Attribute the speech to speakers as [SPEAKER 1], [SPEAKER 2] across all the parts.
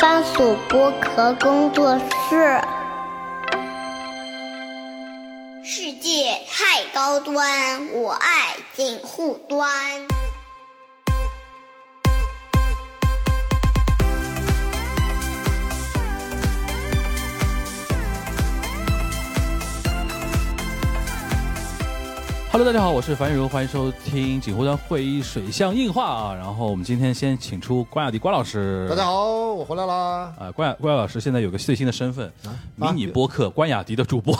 [SPEAKER 1] 番薯剥壳工作室。世界太高端，我爱锦户端。
[SPEAKER 2] Hello，大家好，我是樊玉茹，欢迎收听锦湖端会议水象硬化啊。然后我们今天先请出关雅迪关老师。
[SPEAKER 3] 大家。好，我回来啦！
[SPEAKER 2] 啊、关雅关雅老师现在有个最新的身份，
[SPEAKER 3] 啊
[SPEAKER 2] 迷你播客关雅迪的 主播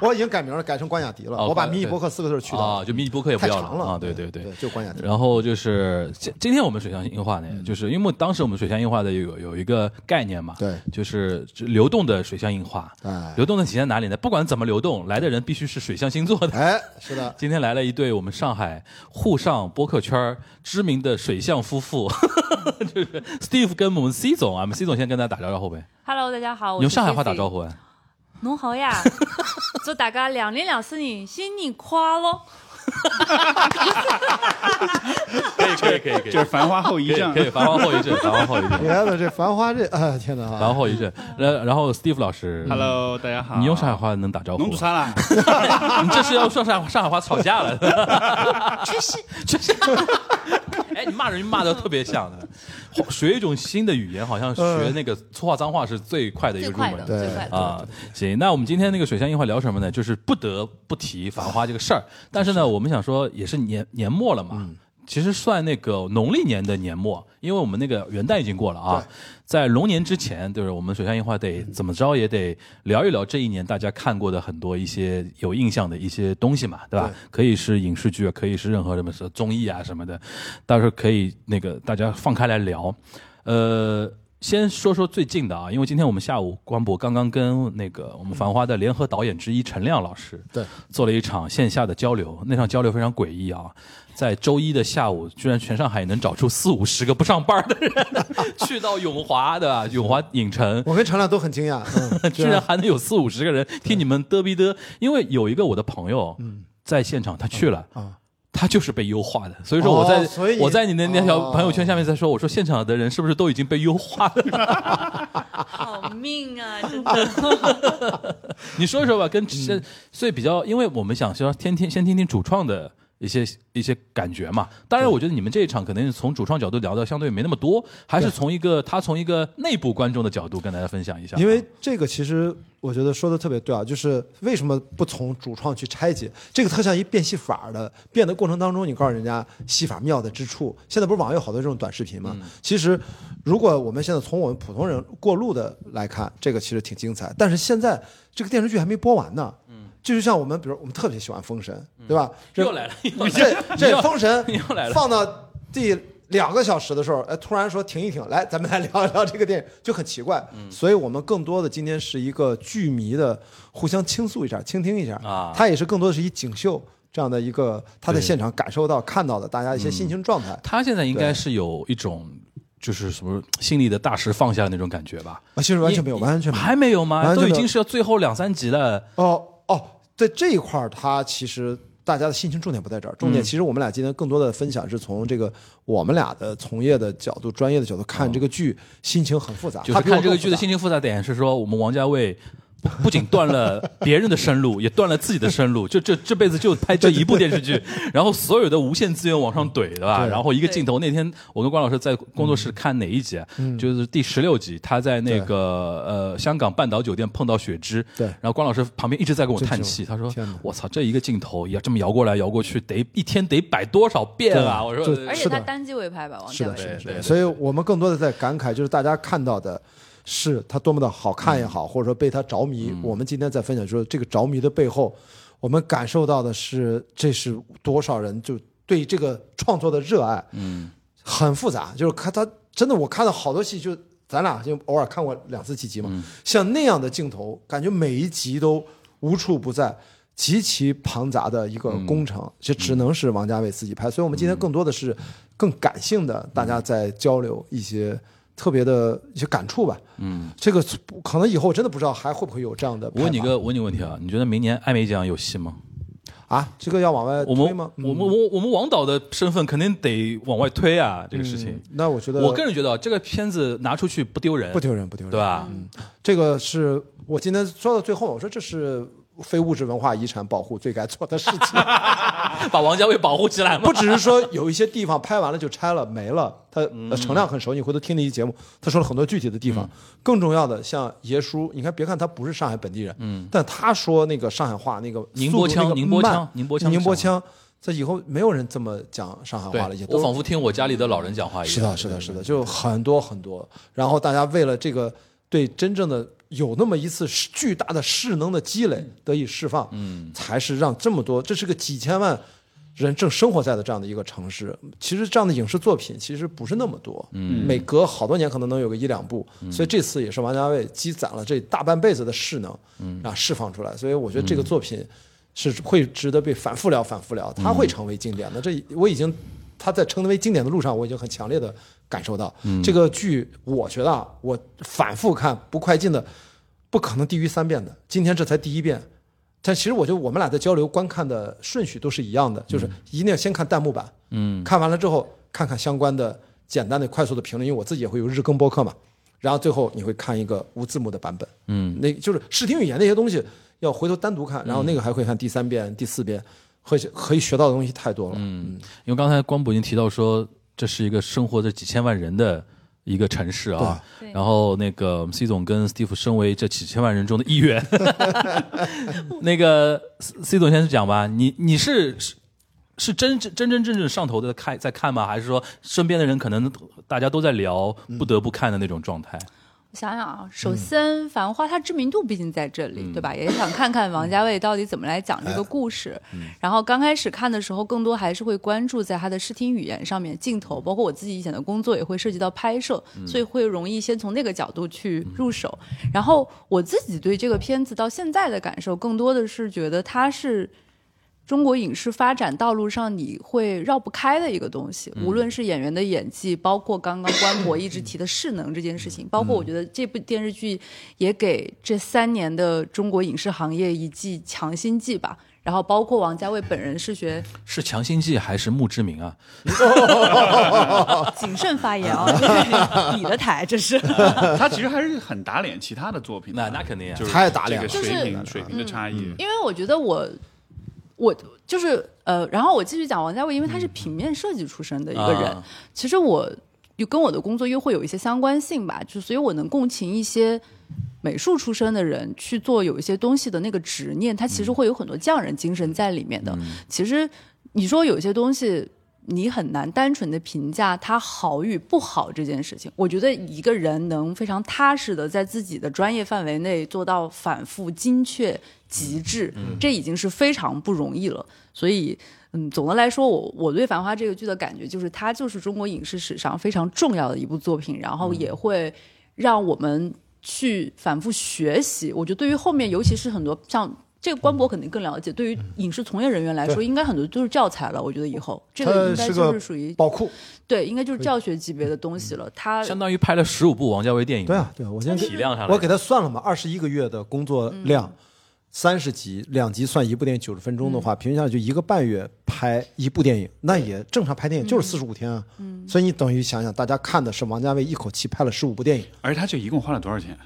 [SPEAKER 3] 我已经改名了，改成关雅迪了。
[SPEAKER 2] 哦
[SPEAKER 3] 我把
[SPEAKER 2] 关
[SPEAKER 3] 迷你博客四个字儿去掉
[SPEAKER 2] 啊，
[SPEAKER 3] 了，
[SPEAKER 2] 就迷你播客也不
[SPEAKER 3] 太
[SPEAKER 2] 要
[SPEAKER 3] 长
[SPEAKER 2] 了
[SPEAKER 3] 了
[SPEAKER 2] 啊，对对
[SPEAKER 3] 对，就关雅迪。
[SPEAKER 2] 然后就是今今天我们水象硬化呢，
[SPEAKER 3] 嗯
[SPEAKER 2] 就是因为当时我们水象硬化的有有一个概念嘛，
[SPEAKER 3] 对
[SPEAKER 2] 就是流动的水象硬化。
[SPEAKER 3] 哎
[SPEAKER 2] 流动的体现在哪里呢？不管怎么流动，来的人必须是水象星座的。
[SPEAKER 3] 哎，是的，
[SPEAKER 2] 今天来了一对我们上海沪上播客圈儿知名的水象夫妇， 就是 Steve 跟我们 C 总啊，我们 C 总先跟大家打招呼呗，
[SPEAKER 4] Hello，大家好，我
[SPEAKER 2] 你用上海话打
[SPEAKER 4] 呼
[SPEAKER 2] 招。呼啊？
[SPEAKER 4] 侬好呀，祝大家两零两四年新年快乐！
[SPEAKER 2] 可以可以可以可以
[SPEAKER 5] 就是繁花后遗症
[SPEAKER 2] 可。以，繁花后遗症，繁花后遗症
[SPEAKER 3] 你，看的这繁花这，哎，天哪！
[SPEAKER 2] 繁花后遗症。然然后 Steve 老师
[SPEAKER 5] Hello，大家好。
[SPEAKER 2] 你用上海？话能打招呼
[SPEAKER 5] 侬
[SPEAKER 2] 吗
[SPEAKER 5] 做？啥 啦？
[SPEAKER 2] 你这是要说上上海话吵架了？确 实确实。哎，你骂人骂的特别像 的，学一种新的语言，好像学那个粗话脏话是最快的一个
[SPEAKER 4] 嗯最
[SPEAKER 2] 入门
[SPEAKER 4] 快的，。
[SPEAKER 3] 对
[SPEAKER 4] 最快的。
[SPEAKER 2] 啊，行，那我们今天那个水象硬化聊什么呢？就是不得不提繁花这个事儿。但是呢，我们想说，也是年年末了嘛，其实算那个农历年的年末，因为我们那个元旦已经过了啊，在龙年之前，就是我们水象硬化得怎么着也得聊一聊这一年大家看过的很多一些有印象的一些东西嘛，对吧？可以是影视剧啊，可以是任何什么是综艺啊什么的，到时候可以那个大家放开来聊。呃，先说说最近的啊，因为今天我们下午官博刚刚跟那个我们《繁花》的联合导演之一陈亮老师
[SPEAKER 3] 对
[SPEAKER 2] 做了一场线下的交流，那场交流非常诡异啊。在周一的下午，居然全上海能找出四五十个不上班的人 去到永华的啊永华影城，
[SPEAKER 3] 我跟陈亮都很惊讶， 嗯
[SPEAKER 2] 居然还能有四五十个人听你们嘚逼嘚。因为有一个我的朋友在现场，他去了
[SPEAKER 3] 嗯啊。
[SPEAKER 2] 他就是被优化的，所以说我在、
[SPEAKER 3] 哦所以
[SPEAKER 2] 我在你的那条
[SPEAKER 3] 哦
[SPEAKER 2] 朋友圈下面在说，我说现场的人是不是都已经被优化了？
[SPEAKER 4] 好命啊，真的。
[SPEAKER 2] 你说一说吧，跟
[SPEAKER 3] 嗯
[SPEAKER 2] 先、所以比较，因为我们想说天天先听听主创的一些一些感觉嘛。当然，我觉得你们这一场可能从主创角度聊的相对没那么多，还是从一个他从一个内部观众的角度跟大家分享一下。啊
[SPEAKER 3] 因为这个其实我觉得说的特别对啊，就是为什么不从主创去拆解？这个特像一变戏法儿的，变的过程当中，你告诉人家戏法妙的之处。现在不是网上有好多这种短视频吗？
[SPEAKER 2] 嗯
[SPEAKER 3] 其实，如果我们现在从我们普通人过路的来看，这个其实挺精彩。但是现在这个电视剧还没播完呢。这就像我们，比如我们特别喜欢《封神》，对吧？这
[SPEAKER 2] 嗯又来 了，又来了
[SPEAKER 3] 这这
[SPEAKER 2] 又
[SPEAKER 3] 《封神
[SPEAKER 2] 你又来》了
[SPEAKER 3] 放到第两个小时的时候，哎，突然说停一停，来，咱们来聊一聊这个电影，就很奇怪。
[SPEAKER 2] 嗯
[SPEAKER 3] 所以我们更多的今天是一个剧迷的互相倾诉一下、倾听一下
[SPEAKER 2] 啊
[SPEAKER 3] 它也是更多的是以锦绣这样的一个他在
[SPEAKER 2] 对嗯
[SPEAKER 3] 现场感受到、看到的大家一些心情状态。
[SPEAKER 2] 他现在应该是有一种就是什么心里的大石放下的那种感觉吧？
[SPEAKER 3] 啊，其实完全没有，完全没有，
[SPEAKER 2] 还没有吗？
[SPEAKER 3] 完全
[SPEAKER 2] 都
[SPEAKER 3] 没有
[SPEAKER 2] 已经是要最后两三集了。
[SPEAKER 3] 哦哦，在这一块儿，他其实大家的心情重点不在这儿，重
[SPEAKER 2] 嗯
[SPEAKER 3] 点其实我们俩今天更多的分享是从这个我们俩的从业的角度、专业的角度看这个剧，心情很复杂。
[SPEAKER 2] 哦就是
[SPEAKER 3] 啊他比我
[SPEAKER 2] 看这个
[SPEAKER 3] 更复
[SPEAKER 2] 剧的
[SPEAKER 3] 杂
[SPEAKER 2] 心情复杂点是说，我们王家卫 不不仅断了别人的生路，也断了自己的生路，就这这辈子就拍这一部电视剧，然后所有的无限资源往上怼，对吧？
[SPEAKER 3] 对
[SPEAKER 2] 然后一个镜头，那天我跟关老师在工作室看哪一集啊，
[SPEAKER 3] 嗯
[SPEAKER 2] 就是第十六集，他在那个呃香港半岛酒店碰到雪芝，
[SPEAKER 3] 对
[SPEAKER 2] 然后关老师旁边一直在跟我叹气，他说
[SPEAKER 3] 天哪：“
[SPEAKER 2] 我操，这一个镜头要这么摇过来摇过去，得一天得摆多少遍啊！”我说
[SPEAKER 3] 就
[SPEAKER 4] 而且
[SPEAKER 3] 是的
[SPEAKER 4] 他单机尾拍吧，王
[SPEAKER 3] 是
[SPEAKER 4] 家
[SPEAKER 3] 的，是
[SPEAKER 4] 卫。
[SPEAKER 3] 的，是的。
[SPEAKER 2] 对
[SPEAKER 3] 所以我们更多的在感慨，就是大家看到的是它多么的好看也
[SPEAKER 2] 嗯
[SPEAKER 3] 好，或者说被它着迷。我们今天在分享说，这个着迷的背后，我们感受到的是，这是多少人就对这个创作的热爱。嗯，很复杂，就是看他真的，我看到好多戏就。咱俩就偶尔看过两次几集
[SPEAKER 2] 嗯
[SPEAKER 3] 嘛，像那样的镜头，感觉每一集都无处不在，极其庞杂的一个
[SPEAKER 2] 嗯
[SPEAKER 3] 工程，这只能是王家卫自己拍。所以，我们今天更多的是更感性的，大
[SPEAKER 2] 嗯
[SPEAKER 3] 家在交流一些特别的一些感触吧。嗯，这个可能以后真的不知道还会不会有这样的拍法。
[SPEAKER 2] 我问你个，我问你个问题啊，你觉得明年艾美奖有戏吗？
[SPEAKER 3] 啊，这个要往外
[SPEAKER 2] 我们
[SPEAKER 3] 推吗？嗯
[SPEAKER 2] 我们我我们王导的身份肯定得往外推啊，这个事情。
[SPEAKER 3] 那我觉得
[SPEAKER 2] 我个人觉得啊这个片子拿出去不丢人，
[SPEAKER 3] 嗯不丢人，不丢嗯人，
[SPEAKER 2] 对？吧？
[SPEAKER 3] 这个是我今天说到最后，我说这是非物质文化遗产保护最该做的事 情。
[SPEAKER 2] 把王家卫保护起来嘛
[SPEAKER 3] 不。只是说有一些地方拍完了就拆了没了，他
[SPEAKER 2] 嗯
[SPEAKER 3] 呃陈亮很熟，你回头听那期节目，他说了很多具体的地方。更重要的，像爷叔，你看，别看他不是上海本地人，嗯，但他说那个上海话，那个
[SPEAKER 2] 宁波腔
[SPEAKER 3] 速度那个
[SPEAKER 2] 宁波腔
[SPEAKER 3] 慢
[SPEAKER 2] 宁波腔
[SPEAKER 3] 宁波腔，这以后没有人这么讲上海话了，也
[SPEAKER 2] 对，
[SPEAKER 3] 都
[SPEAKER 2] 我仿佛听我家里的老人讲话一样。
[SPEAKER 3] 是的，是的，是的，就很多很多。然后大家为了这个对真正的有那么一次是巨大的势能的积累得以释放，嗯，才是让这么多，这是个几千万人正生活在的这样的一个城市。其实这样的影视作品其实不是那么多，嗯，每隔好多年可能能有个一两部，所以这次也是王家卫积攒了这大半辈子的势能，嗯，啊释放出来。所以我觉得这个作品。是会值得被反复聊、反复聊，它会成为经典的。这我已经，它在成为经典的路上，我已经很强烈的感受到。这个剧，我觉得啊，我反复看不快进的，不可能低于三遍的。今天这才第一遍，但其实我觉得我们俩在交流观看的顺序都是一样的，就是一定要先看弹幕版，嗯，看完了之后看看相关的简单的、快速的评论，因为我自己也会有日更播客嘛。然后最后你会看一个无字幕的版本，嗯，那就是视听语言那些东西要回头单独看，然后那个还会看第三遍、第四遍，会可以学到的东西太多了，嗯，
[SPEAKER 2] 因为刚才光博已经提到说，这是一个生活着几千万人的一个城市啊。
[SPEAKER 4] 对
[SPEAKER 2] 然后那个 C 总跟 Steve 身为这几千万人中的一员，那个 C 总先讲吧，你你是是是真真真真正正上头的看在看吗？还是说身边的人可能大家都在聊，不得不看的那种状态？
[SPEAKER 4] 我想想啊，首先《繁花》它知名度毕竟在这里，对吧？也想看看王家卫到底怎么来讲这个故事。然后刚开始看的时候，更多还是会关注在他的视听语言上面，镜头，包括我自己以前的工作也会涉及到拍摄，所以会容易先从那个角度去入手。然后我自己对这个片子到现在的感受，更多的是觉得它是。中国影视发展道路上你会绕不开的一个东西，无论是演员的演技，包括刚刚关博一直提的势能这件事情，包括我觉得这部电视剧也给这三年的中国影视行业一剂强心剂吧。然后包括王家卫本人是学
[SPEAKER 2] 是强心剂还是墓志铭啊？
[SPEAKER 4] 谨慎发言啊，对你的台这是。
[SPEAKER 5] 他其实还是很打脸其他的作品的，
[SPEAKER 2] 那那肯定啊嗯
[SPEAKER 5] 就是
[SPEAKER 3] 太打脸了
[SPEAKER 5] 这个
[SPEAKER 4] 就是
[SPEAKER 5] 水平水平的差异。
[SPEAKER 4] 因为我觉得我我就是呃，然后我继续讲王家卫，因为他是平面设计出身的一个人，
[SPEAKER 2] 啊
[SPEAKER 4] 其实我有跟我的工作又会有一些相关性吧，就所以我能共情一些。美术出身的人去做有一些东西的那个执念，他其实会有很多匠人精神在里面的。其实你说有些东西，你很难单纯的评价它好与不好这件事情。我觉得一个人能非常踏实的在自己的专业范围内做到反复、精确、极致，这已经是非常不容易了。所以，嗯，总的来说，我我对《繁花》这个剧的感觉就是，它就是中国影视史上非常重要的一部作品，然后
[SPEAKER 2] 嗯
[SPEAKER 4] 也会让我们去反复学习。我觉得对于后面，尤其是很多像。这个官
[SPEAKER 2] 嗯
[SPEAKER 4] 博肯定更了解，对于影视从业人员来说，应该很多都是教材了。我觉得以后这个
[SPEAKER 3] 它
[SPEAKER 4] 应该
[SPEAKER 3] 是
[SPEAKER 4] 就
[SPEAKER 3] 个
[SPEAKER 4] 是属于
[SPEAKER 3] 宝库，
[SPEAKER 4] 对，应该就是教学级别的东西了。它
[SPEAKER 2] 嗯相当于拍了十五部王家卫电影，
[SPEAKER 3] 呃对啊，对啊，我今天
[SPEAKER 2] 体量上来嗯
[SPEAKER 3] 我给他算了嘛，二十一个月的工作量，三十集，两集算一部电影九十分钟的话，
[SPEAKER 2] 嗯
[SPEAKER 3] 平均下来就一个半月拍一部电影，那也正常拍电影
[SPEAKER 2] 嗯
[SPEAKER 3] 就是四十五天啊，所以你等于想想，大家看的是王家卫一口气拍了十五部电影，
[SPEAKER 5] 而且他这一共花了多少钱？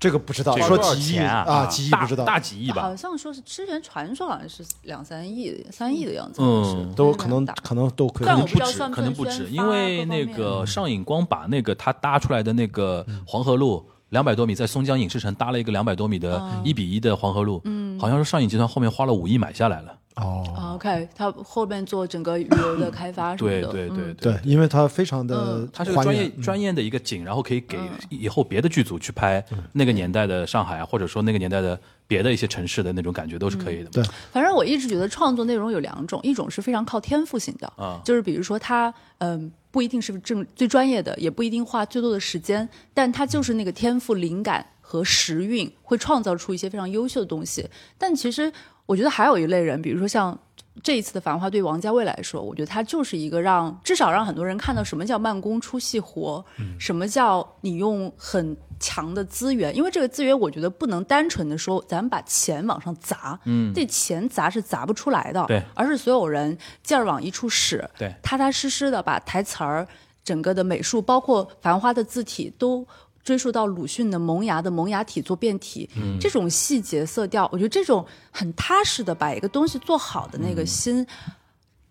[SPEAKER 3] 这个不知道，
[SPEAKER 5] 这个
[SPEAKER 3] 说
[SPEAKER 2] 多少
[SPEAKER 3] 几亿
[SPEAKER 2] 钱啊
[SPEAKER 3] 啊，几亿
[SPEAKER 2] 大
[SPEAKER 3] 不知道，
[SPEAKER 2] 大几亿吧
[SPEAKER 4] 好？像说是之前传说好像是两三亿、三亿的样子，
[SPEAKER 2] 嗯
[SPEAKER 4] 好像是
[SPEAKER 3] 都可能
[SPEAKER 4] 非常大
[SPEAKER 3] 可能都哦可
[SPEAKER 4] 但我
[SPEAKER 3] 能
[SPEAKER 4] 不
[SPEAKER 3] 不
[SPEAKER 4] 知道
[SPEAKER 3] 止。
[SPEAKER 4] 算不
[SPEAKER 2] 可能
[SPEAKER 4] 算
[SPEAKER 2] 不止，
[SPEAKER 4] 宣
[SPEAKER 2] 因
[SPEAKER 4] 发
[SPEAKER 2] 为
[SPEAKER 4] 各
[SPEAKER 2] 那
[SPEAKER 4] 方
[SPEAKER 2] 个
[SPEAKER 4] 面
[SPEAKER 2] 上影光把那个他搭出来的那个黄河路两百多米，在松江影视城搭了一个两百多米的
[SPEAKER 4] 嗯
[SPEAKER 2] 一比一的黄河路，好像是上影集团后面花了五亿买下来了。
[SPEAKER 4] 啊 OK，他后面做整个旅游的开发什么
[SPEAKER 2] 对
[SPEAKER 4] 的，
[SPEAKER 2] 对对
[SPEAKER 4] 嗯
[SPEAKER 2] 对，
[SPEAKER 3] 对，因为它非常的
[SPEAKER 2] 它嗯是个
[SPEAKER 3] 还
[SPEAKER 2] 专
[SPEAKER 3] 原
[SPEAKER 2] 业专业的一个景，然后可以给
[SPEAKER 4] 嗯
[SPEAKER 2] 以后别的剧组去拍那个年代的上海啊，或者说那个年代的别的一些城市的那种感觉都是可以的。
[SPEAKER 3] 对
[SPEAKER 4] 反正我一直觉得创作内容有两种，一种是非常靠天赋型的，
[SPEAKER 2] 啊
[SPEAKER 4] 就是比如说他嗯、不一定是正最专业的，也不一定花最多的时间，但他就是那个天赋、灵感和时运，会创造出一些非常优秀的东西。但其实我觉得还有一类人，比如说像。这一次的《繁花》对王家卫来说，我觉得他就是一个让至少让很多人看到什么叫慢工出细活，什么叫你用很强的资源，因为这个资源我觉得不能单纯的说咱们把钱往上砸，嗯，这钱砸是砸不出来的，
[SPEAKER 2] 对
[SPEAKER 4] 而是所有人劲儿往一处使，
[SPEAKER 2] 对
[SPEAKER 4] 踏踏实实的把台词儿、整个的美术，包括《繁花》的字体都。追溯到鲁迅的《萌芽》的萌芽体做变体，
[SPEAKER 2] 嗯
[SPEAKER 4] 这种细节色调，我觉得这种很踏实的把一个东西做好的那
[SPEAKER 2] 嗯
[SPEAKER 4] 个心，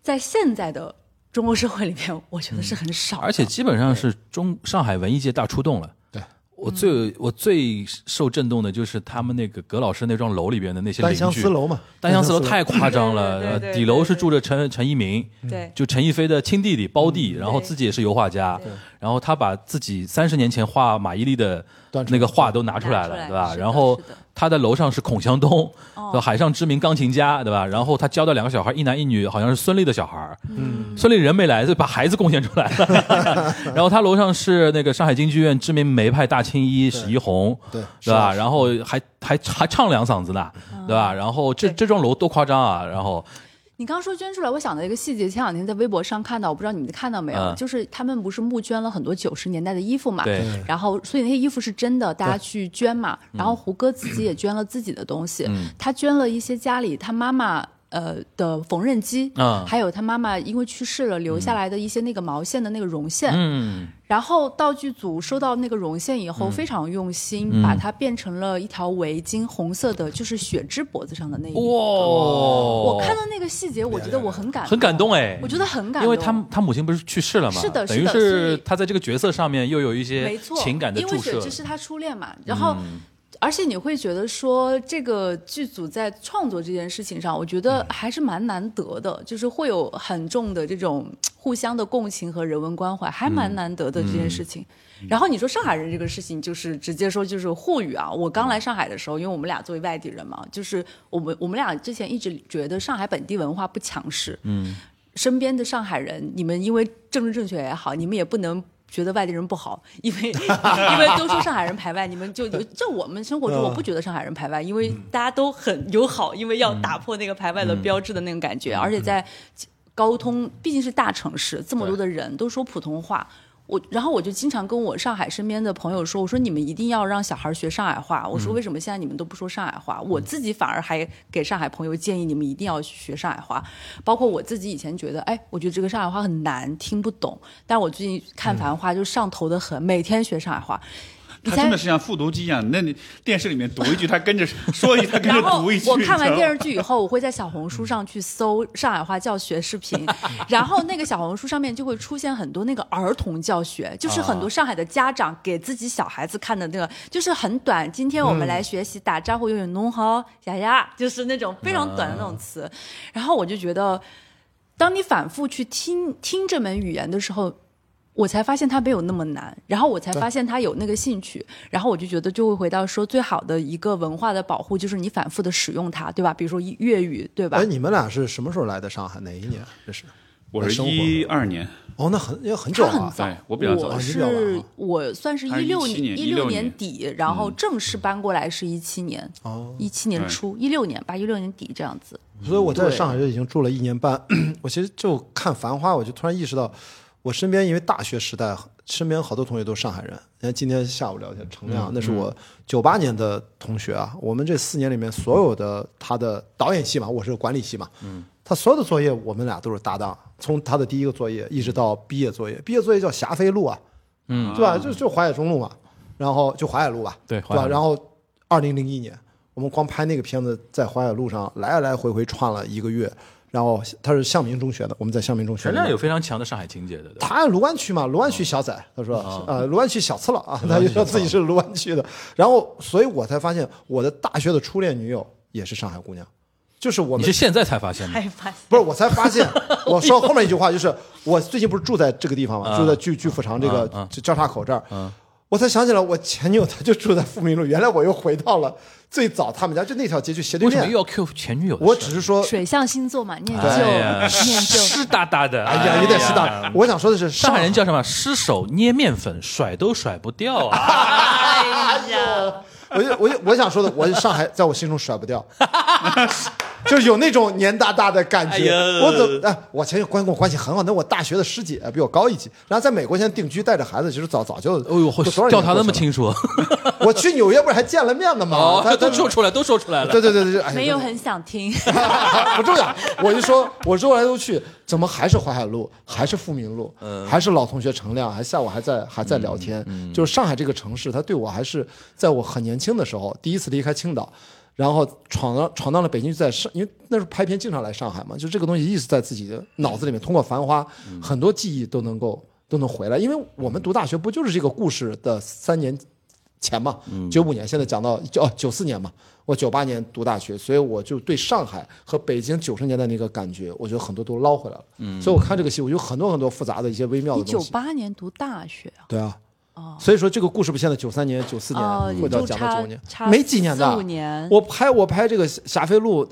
[SPEAKER 4] 在现在的中国社会里面，我觉得是很少的。
[SPEAKER 2] 而且基本上是中上海文艺界大出动了。
[SPEAKER 3] 对，
[SPEAKER 2] 我最我最受震动的就是他们那个阁老师那幢楼里边的那些
[SPEAKER 3] 单
[SPEAKER 2] 邻
[SPEAKER 3] 相
[SPEAKER 2] 居
[SPEAKER 3] 思。楼嘛，
[SPEAKER 2] 单相思楼太夸张了，
[SPEAKER 4] 对对
[SPEAKER 2] 呃
[SPEAKER 4] 对对嗯
[SPEAKER 2] 底楼是住着陈陈一鸣，
[SPEAKER 4] 对
[SPEAKER 2] 就陈逸飞的亲弟弟胞弟，
[SPEAKER 4] 嗯
[SPEAKER 2] 然后自己也是油画家，然后他把自己三十年前画马伊琍的
[SPEAKER 3] 端出来
[SPEAKER 2] 那个画都拿出来了，
[SPEAKER 4] 拿出来
[SPEAKER 2] 对吧？
[SPEAKER 4] 是的
[SPEAKER 2] 然后
[SPEAKER 4] 是的哦
[SPEAKER 2] 他的楼上是孔祥东，对吧海上知名钢琴家，对吧？然后他教的两个小孩，一男一女，好像是孙俪的小孩，嗯，孙俪人没来，就把孩子贡献出来 了。然后他楼上是那个上海京剧院知名梅派大青衣史一红，
[SPEAKER 3] 对
[SPEAKER 2] 对吧？
[SPEAKER 3] 是
[SPEAKER 2] 然后还还还唱两嗓子呢，
[SPEAKER 4] 嗯
[SPEAKER 2] 对吧？然后这这幢楼多夸张啊！然后
[SPEAKER 4] 你刚刚说捐出来，我想到一个细节，前两天在微博上看到，我不知道你们看到没有，
[SPEAKER 2] 嗯
[SPEAKER 4] 就是他们不是募捐了很多九十年代的衣服嘛，
[SPEAKER 2] 对嗯
[SPEAKER 4] 然后所以那些衣服是真的，大家去捐嘛。然后胡歌自己也捐了自己的东西，他捐了一些家里他妈妈。呃的缝纫机，
[SPEAKER 2] 嗯
[SPEAKER 4] 还有他妈妈因为去世了留下来的一些那个毛线的那个绒线，
[SPEAKER 2] 嗯，
[SPEAKER 4] 然后道具组收到那个绒线以后非常用心，
[SPEAKER 2] 嗯
[SPEAKER 4] 把它变成了一条围巾，红色的，就是雪芝脖子上的那一
[SPEAKER 2] 哇，
[SPEAKER 4] 条我看到那个细节，我觉得我很感
[SPEAKER 2] 哦很感动哎，
[SPEAKER 4] 我觉得很感
[SPEAKER 2] 因
[SPEAKER 4] 动，
[SPEAKER 2] 为他他母亲不是去世了嘛，
[SPEAKER 4] 是的
[SPEAKER 2] 等于
[SPEAKER 4] 是的所
[SPEAKER 2] 是
[SPEAKER 4] 以
[SPEAKER 2] 他在这个角色上面又有一些
[SPEAKER 4] 没错
[SPEAKER 2] 情感的
[SPEAKER 4] 因
[SPEAKER 2] 注
[SPEAKER 4] 为雪
[SPEAKER 2] 射嗯
[SPEAKER 4] 芝。是他初恋嘛，然后。而且你会觉得说，这个剧组在创作这件事情上，我觉
[SPEAKER 2] 嗯
[SPEAKER 4] 得还是蛮难得的，就是会有很重的这种互相的共情和人文关怀，
[SPEAKER 2] 嗯
[SPEAKER 4] 还蛮难得的这件事情。然后你说上海人这个事情，就是直接说就是沪语啊。我刚来上海的时候，因为我们俩作为外地人嘛，就是我们我们俩之前一直觉得上海本地文化不强势，身边的上海人，你们因为政治正确也好，你们也不能。觉得外地人不好，因为因为都说上海人排外，你们就有就我们生活中，我不觉得上海人排外，因为大家都很友好，因为要打破那个排外的标志的那种感觉，而且在高通毕竟是大城市，这么多的人都说普通话。我然后我就经常跟我上海身边的朋友说，我说你们一定要让小孩学上海话。我
[SPEAKER 5] 嗯
[SPEAKER 4] 说为什么现在你们都不说上海话？我自己反而还给上海朋友建议，你们一定要学上海话。包括我自己以前觉得，哎，我觉得这个上海话很难听不懂，但我最近看《繁花》就上头的很，每天学上海话。你
[SPEAKER 5] 嗯他
[SPEAKER 4] 猜
[SPEAKER 5] 真的是像复读机一样，那你电视里面读一句，他跟着说一句，他跟
[SPEAKER 4] 然
[SPEAKER 5] 着
[SPEAKER 4] 后
[SPEAKER 5] 读一句。
[SPEAKER 4] 我看完电
[SPEAKER 5] 视，
[SPEAKER 4] 视剧以后，我会在小红书上去搜上海话教学视频，然后那个小红书上面就会出现很多那个儿童教学，就是很
[SPEAKER 5] 啊
[SPEAKER 4] 多上海的家长给自己小孩子看的那个，就是很短。今天我
[SPEAKER 5] 嗯
[SPEAKER 4] 们来学习打招呼，用侬好、雅雅，就是那种非常短的那种
[SPEAKER 5] 啊
[SPEAKER 4] 词。然后我就觉得，当你反复去听听这门语言的时候，我才发现它没有那么难，然后我才发现它有那个兴趣，然后我就觉得就会回到说，最好的一个文化的保护就是你反复的使用它，对吧？比如说粤语，对吧？
[SPEAKER 3] 哎，你们俩是什么时候来的上海？哪一年？这是？
[SPEAKER 5] 我是
[SPEAKER 3] 生活
[SPEAKER 5] 一二年，
[SPEAKER 3] 哦，那很也很久
[SPEAKER 4] 他
[SPEAKER 3] 了
[SPEAKER 4] 很
[SPEAKER 3] 啊。
[SPEAKER 4] 早
[SPEAKER 5] 对，我比较早
[SPEAKER 4] 我
[SPEAKER 3] 你比较晚
[SPEAKER 4] 是
[SPEAKER 3] 啊
[SPEAKER 4] 我算是
[SPEAKER 5] 他是
[SPEAKER 4] 一六
[SPEAKER 5] 17年
[SPEAKER 4] 一六
[SPEAKER 5] 16年
[SPEAKER 4] 底，然后正式搬过来是一七年，
[SPEAKER 3] 嗯哦
[SPEAKER 4] 一七年
[SPEAKER 5] 对
[SPEAKER 4] 初，一六年吧，一六年底这样子。
[SPEAKER 3] 所以我在
[SPEAKER 4] 对
[SPEAKER 3] 上海就已经住了一年半。 我其实就看《繁花》，我就突然意识到，我身边因为大学时代，身边好多同学都是上海人。你看今天下午聊天，程亮、那是我九八年的同学啊。我们这四年里面所有的他的导演系嘛，我是管理系嘛，嗯，他所有的作业我们俩都是搭档，从他的第一个作业一直到毕业作业，毕业作业叫霞飞路啊，
[SPEAKER 2] 嗯
[SPEAKER 3] 对吧？就就淮海中路嘛，然后就淮海路吧，
[SPEAKER 2] 对
[SPEAKER 3] 对
[SPEAKER 2] 淮海
[SPEAKER 3] 吧？
[SPEAKER 2] 路
[SPEAKER 3] 然后二零零一年，我们光拍那个片子，在淮海路上来来回回串了一个月，然后他是向明中学的，我们在向明中学
[SPEAKER 2] 陈
[SPEAKER 3] 里
[SPEAKER 2] 亮
[SPEAKER 3] 面。
[SPEAKER 2] 有非常强的上海情节的，对吧？
[SPEAKER 3] 他按卢湾区嘛，卢湾区小仔，他说，呃，卢湾区小次郎啊，他就说自己是卢湾 区的。然后，所以我才发现，我的大学的初恋女友也是上海姑娘，就是我
[SPEAKER 2] 你
[SPEAKER 3] 们
[SPEAKER 2] 是现在才发现吗？
[SPEAKER 4] 哎，发现
[SPEAKER 3] 不是，我才发现， 我说后面一句话就是，我最近不是住在这个地方嘛，
[SPEAKER 2] 啊
[SPEAKER 3] 住在巨巨富长这
[SPEAKER 2] 啊
[SPEAKER 3] 个
[SPEAKER 2] 啊
[SPEAKER 3] 这交叉口这儿，我才想起来，我前女友她就住在富民路，原来我又回到了最早他们家，就那条街区斜对
[SPEAKER 2] 为什么又
[SPEAKER 3] 面。
[SPEAKER 2] 要 Q 前女友的事？
[SPEAKER 3] 我只是说，
[SPEAKER 4] 水象星座嘛，念旧，
[SPEAKER 2] 哎呀，
[SPEAKER 4] 念旧。
[SPEAKER 2] 湿哒哒的，
[SPEAKER 3] 哎呀，有点适
[SPEAKER 2] 哎呀
[SPEAKER 3] 当。我想说的是，
[SPEAKER 2] 上海人
[SPEAKER 3] 叫
[SPEAKER 2] 叫什么？失手捏面粉，甩都甩不掉啊！
[SPEAKER 4] 哎呀，
[SPEAKER 3] 我就我就我想说的，我上海在我心中甩不掉。就是有那种黏哒哒的感觉。
[SPEAKER 2] 哎呦
[SPEAKER 3] 我怎么？哎，我其实关跟我关系很好，那我大学的师姐比我高一级，然后在美国现在定居，带着孩子，其实早早就，
[SPEAKER 2] 哦呦，
[SPEAKER 3] 都多少年
[SPEAKER 2] 调查那么
[SPEAKER 3] 过去
[SPEAKER 2] 清楚，
[SPEAKER 3] 了，我去纽约不是还见了面呢吗？他
[SPEAKER 2] 哦，
[SPEAKER 3] 他
[SPEAKER 2] 都说出来，都说出来了。
[SPEAKER 3] 对对对对，哎呀
[SPEAKER 4] 没有很想听。
[SPEAKER 3] 不重要。我就说，我说来说去，怎么还是淮海路，还是富民路，还是老同学程亮，还下午还在还在聊天。就是上海这个城市，它对我还是在我很年轻的时候，第一次离开青岛。然后闯到闯到了北京，就在上，因为那时候拍片经常来上海嘛，就这个东西一直在自己的脑子里面，通过《繁花》，很多记忆都能够都能回来。因为我们读大学不就是这个故事的三年前嘛，九五年，现在讲到九哦九四年嘛，我九八年读大学，所以我就对上海和北京九十年代那个感觉，我觉得很多都捞回来了。嗯，所以我看这个戏，我有很多很多复杂的一些微妙
[SPEAKER 4] 你
[SPEAKER 3] 的东
[SPEAKER 4] 九
[SPEAKER 3] 西。
[SPEAKER 4] 八年读大学啊？
[SPEAKER 3] 对啊。所以说这个故事不现在九三年、九四年
[SPEAKER 4] 哦，
[SPEAKER 3] 或者
[SPEAKER 4] 就
[SPEAKER 3] 讲到
[SPEAKER 4] 差
[SPEAKER 3] 九五年，
[SPEAKER 4] 差
[SPEAKER 3] 没几年的，
[SPEAKER 4] 四五年
[SPEAKER 3] 我拍我拍这个《霞飞路》，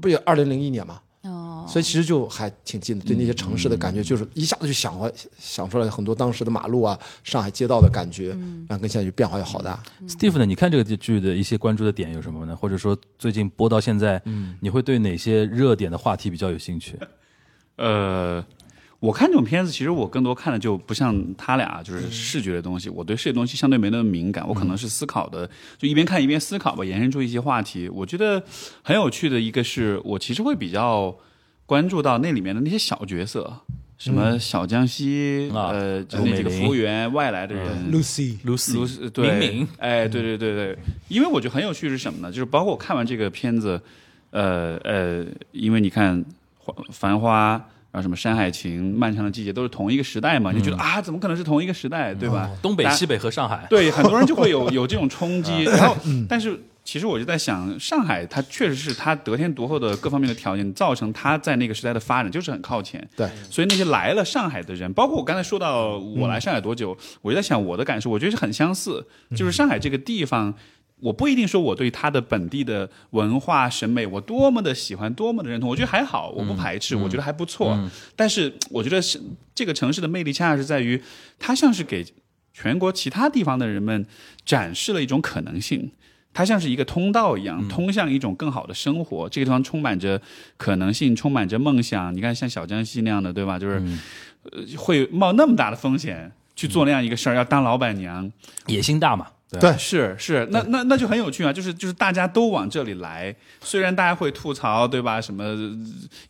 [SPEAKER 3] 不也二零零一年嘛？
[SPEAKER 4] 哦，
[SPEAKER 3] 所以其实就还挺近的，对那些城市的感觉，就是一下子就想回想出来很多当时的马路啊、上海街道的感觉，
[SPEAKER 4] 嗯
[SPEAKER 3] 然后跟现在就变化也好大。
[SPEAKER 2] Steve 呢？你看这个剧的一些关注的点有什么呢？或者说最近播到现在，你会对哪些热点的话题比较有兴趣？
[SPEAKER 5] 呃，我看这种片子，其实我更多看的就不像他俩，
[SPEAKER 2] 嗯
[SPEAKER 5] 就是视觉的东西。我对视觉东西相对没那么敏感，我可能是思考的，就一边看一边思考吧，延伸出一些话题。我觉得很有趣的一个是我其实会比较关注到那里面的那些小角色。什么小江西、
[SPEAKER 2] 嗯啊
[SPEAKER 5] 呃，就
[SPEAKER 2] 欧
[SPEAKER 5] 那
[SPEAKER 2] 美嗯
[SPEAKER 5] 几个
[SPEAKER 2] 林
[SPEAKER 5] 服务员、外来的人，
[SPEAKER 3] Lucy，
[SPEAKER 5] 卢斯对
[SPEAKER 2] 明明
[SPEAKER 5] 哎，对对对对，因为我觉得很有趣是什么呢？就是包括我看完这个片子，呃呃，因为你看《繁繁花》，然后什么《山海情》《漫长的季节》都是同一个时代嘛，你就觉得、啊，怎么可能是同一个时代，对吧？
[SPEAKER 2] 东北、
[SPEAKER 5] 大
[SPEAKER 2] 西北和上海。
[SPEAKER 5] 对，很多人就会有有这种冲击。然后，但是其实我就在想，上海它确实是它得天独厚的各方面的条件，造成它在那个时代的发展就是很靠前。
[SPEAKER 3] 对，
[SPEAKER 5] 所以那些来了上海的人，包括我刚才说到我来上海多久，我就在想我的感受，我觉得是很相似，就是上海这个地方。我不一定说我对它的本地的文化审美我多么的喜欢，多么的认同，我觉得还好，我不排斥，我觉得还不错。但是我觉得是这个城市的魅力恰恰是在于，它像是给全国其他地方的人们展示了一种可能性。它像是一个通道一样，通向一种更好的生活。这个地方充满着可能性，充满着梦想。你看，像小江西那样的，对吧？就是、呃，会冒那么大的风险去做那样一个事儿，要当老板娘，
[SPEAKER 2] 野心大嘛，对
[SPEAKER 3] 对
[SPEAKER 5] 是是，那那那就很有趣啊！就是就是大家都往这里来，虽然大家会吐槽，对吧？什么呃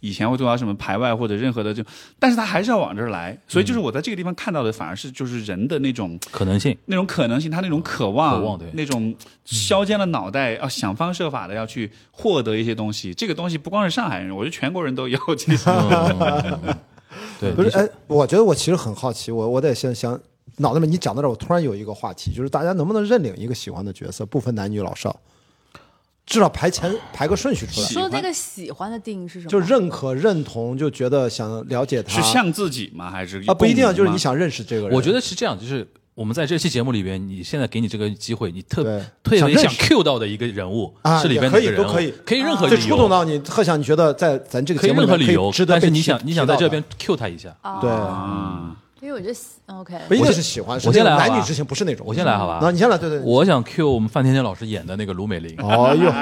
[SPEAKER 5] 以前会吐槽什么排外或者任何的就，但是他还是要往这儿来。所以就是我在这个地方看到的，反而是就是人的那种
[SPEAKER 2] 可能性。
[SPEAKER 5] 那种可能性，他那种渴望，
[SPEAKER 2] 渴望对
[SPEAKER 5] 那种削尖了脑袋要、想方设法的要去获得一些东西。这个东西不光是上海人，我觉得全国人都有。其实，
[SPEAKER 2] 对，
[SPEAKER 3] 不
[SPEAKER 2] 的
[SPEAKER 3] 是，
[SPEAKER 2] 确
[SPEAKER 3] 哎，我觉得我其实很好奇，我我得先想，脑子里面你讲到这儿，我突然有一个话题，就是大家能不能认领一个喜欢的角色，不分男女老少，至少排
[SPEAKER 2] 啊
[SPEAKER 3] 前排个顺序出来，
[SPEAKER 4] 说的那个喜欢的定义是什么？
[SPEAKER 3] 就认可、认同，就觉得想了解他，
[SPEAKER 5] 是像自己吗？还是
[SPEAKER 3] 啊，不一定
[SPEAKER 5] 共
[SPEAKER 3] 啊，
[SPEAKER 5] 鸣
[SPEAKER 3] 就是
[SPEAKER 5] 吗
[SPEAKER 3] 你想认识这个人，
[SPEAKER 2] 我觉得是这样，就是我们在这期节目里边，你现在给你这个机会，你特
[SPEAKER 3] 对
[SPEAKER 2] 特别
[SPEAKER 3] 想
[SPEAKER 2] 想
[SPEAKER 3] 认识
[SPEAKER 2] cue 到的一个人物
[SPEAKER 3] 啊
[SPEAKER 2] 是里
[SPEAKER 3] 也
[SPEAKER 2] 边
[SPEAKER 3] 可
[SPEAKER 2] 的一
[SPEAKER 3] 以
[SPEAKER 2] 个人
[SPEAKER 3] 都
[SPEAKER 2] 物，
[SPEAKER 3] 可以
[SPEAKER 2] 以任何
[SPEAKER 3] 就
[SPEAKER 2] 理
[SPEAKER 3] 触动
[SPEAKER 2] 由，
[SPEAKER 3] 到你，特想你觉得在咱这个
[SPEAKER 2] 可以
[SPEAKER 3] 节目
[SPEAKER 2] 任
[SPEAKER 3] 里
[SPEAKER 2] 何
[SPEAKER 3] 面
[SPEAKER 2] 理由
[SPEAKER 3] 可以值，得
[SPEAKER 2] 但是
[SPEAKER 3] 被
[SPEAKER 2] 你
[SPEAKER 3] 提
[SPEAKER 2] 想你想在
[SPEAKER 3] 提
[SPEAKER 2] 这
[SPEAKER 3] 到的
[SPEAKER 2] 边 cue 他一下。
[SPEAKER 3] 对。
[SPEAKER 4] 哦
[SPEAKER 5] 啊
[SPEAKER 4] 因为我觉得喜 OK，
[SPEAKER 3] 不一
[SPEAKER 2] 我
[SPEAKER 3] 定
[SPEAKER 2] 先
[SPEAKER 3] 是喜欢，是
[SPEAKER 2] 我先
[SPEAKER 3] 那种
[SPEAKER 2] 来好
[SPEAKER 3] 男
[SPEAKER 2] 吧
[SPEAKER 3] 女之情不是那种。
[SPEAKER 2] 我先来好吧
[SPEAKER 3] 那你先来，对对。对
[SPEAKER 2] 我想 cue 我们范甜甜老师演的那个卢美玲。
[SPEAKER 3] 哎呦，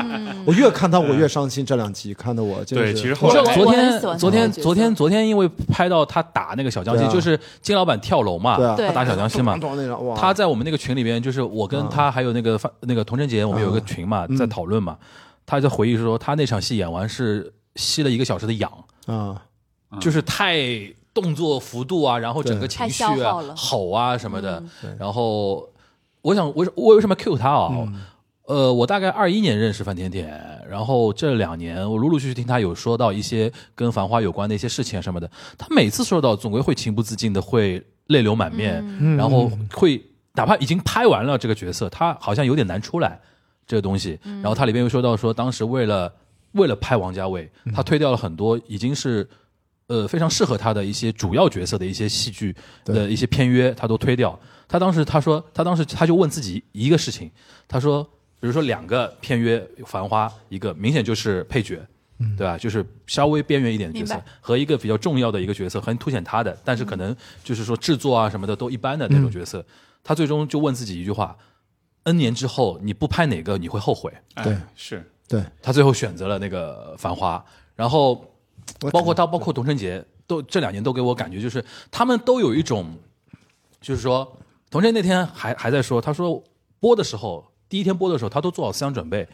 [SPEAKER 3] 我越看他我
[SPEAKER 2] 嗯
[SPEAKER 3] 越伤心，这两集看得我真
[SPEAKER 5] 对
[SPEAKER 3] 是
[SPEAKER 5] 其实后
[SPEAKER 2] 昨
[SPEAKER 5] 来
[SPEAKER 2] 昨
[SPEAKER 4] 我很
[SPEAKER 2] 天
[SPEAKER 4] 喜欢
[SPEAKER 2] 昨
[SPEAKER 4] 那
[SPEAKER 2] 天
[SPEAKER 4] 个角色
[SPEAKER 2] 昨天昨天，因为拍到他打那个小江西，
[SPEAKER 3] 对啊
[SPEAKER 2] 就是金老板跳楼嘛，
[SPEAKER 3] 对
[SPEAKER 2] 他
[SPEAKER 3] 啊
[SPEAKER 2] 打小江西 嘛
[SPEAKER 3] 咚。咚那种哇，啊
[SPEAKER 2] 他在我们那个群里边，就是我跟他还有那个范那个童晨杰，我们有一个群嘛，
[SPEAKER 3] 嗯
[SPEAKER 2] 在讨论嘛。他在回忆说，他那场戏演完是吸了一个小时的氧，
[SPEAKER 3] 啊，
[SPEAKER 2] 就是太动作幅度啊，然后整个情绪
[SPEAKER 4] 太消耗
[SPEAKER 2] 啊
[SPEAKER 4] 了、嗯
[SPEAKER 2] 吼啊什么的。然后我想，我我为什么 Q 他啊？
[SPEAKER 3] 嗯
[SPEAKER 2] 呃，我大概二一年认识范甜甜，然后这两年我陆陆续续听他有说到一些跟《繁花》有关的一些事情什么的，他每次说到，总归会情不自禁的会泪流满面，
[SPEAKER 4] 嗯
[SPEAKER 2] 然后会哪怕已经拍完了这个角色，他好像有点难出来这个东西。然后他里边又说到说，当时为了为了拍王家卫，他推掉了很多已经是呃非常适合他的一些主要角色的一些戏剧的一些片约，他都推掉。他当时他说，他当时他就问自己一个事情，他说，比如说两个片约《繁花》，一个明显就是配角。对吧？就是稍微边缘一点的角色
[SPEAKER 4] 明白嗯
[SPEAKER 2] 和一个比较重要的一个角色，很凸显他的，但是可能就是说制作啊什么的都一般的那种角色。他最终就问自己一句话：N 年之后你不拍哪个你会后悔？
[SPEAKER 5] 哎
[SPEAKER 3] 对
[SPEAKER 5] 是
[SPEAKER 3] 对，
[SPEAKER 2] 他最后选择了那个《繁花》，然后包括他，包括童晨杰，都这两年都给我感觉就是他们都有一种，就是说，童晨那天还还在说，他说播的时候。第一天播的时候，他都做好思想准备。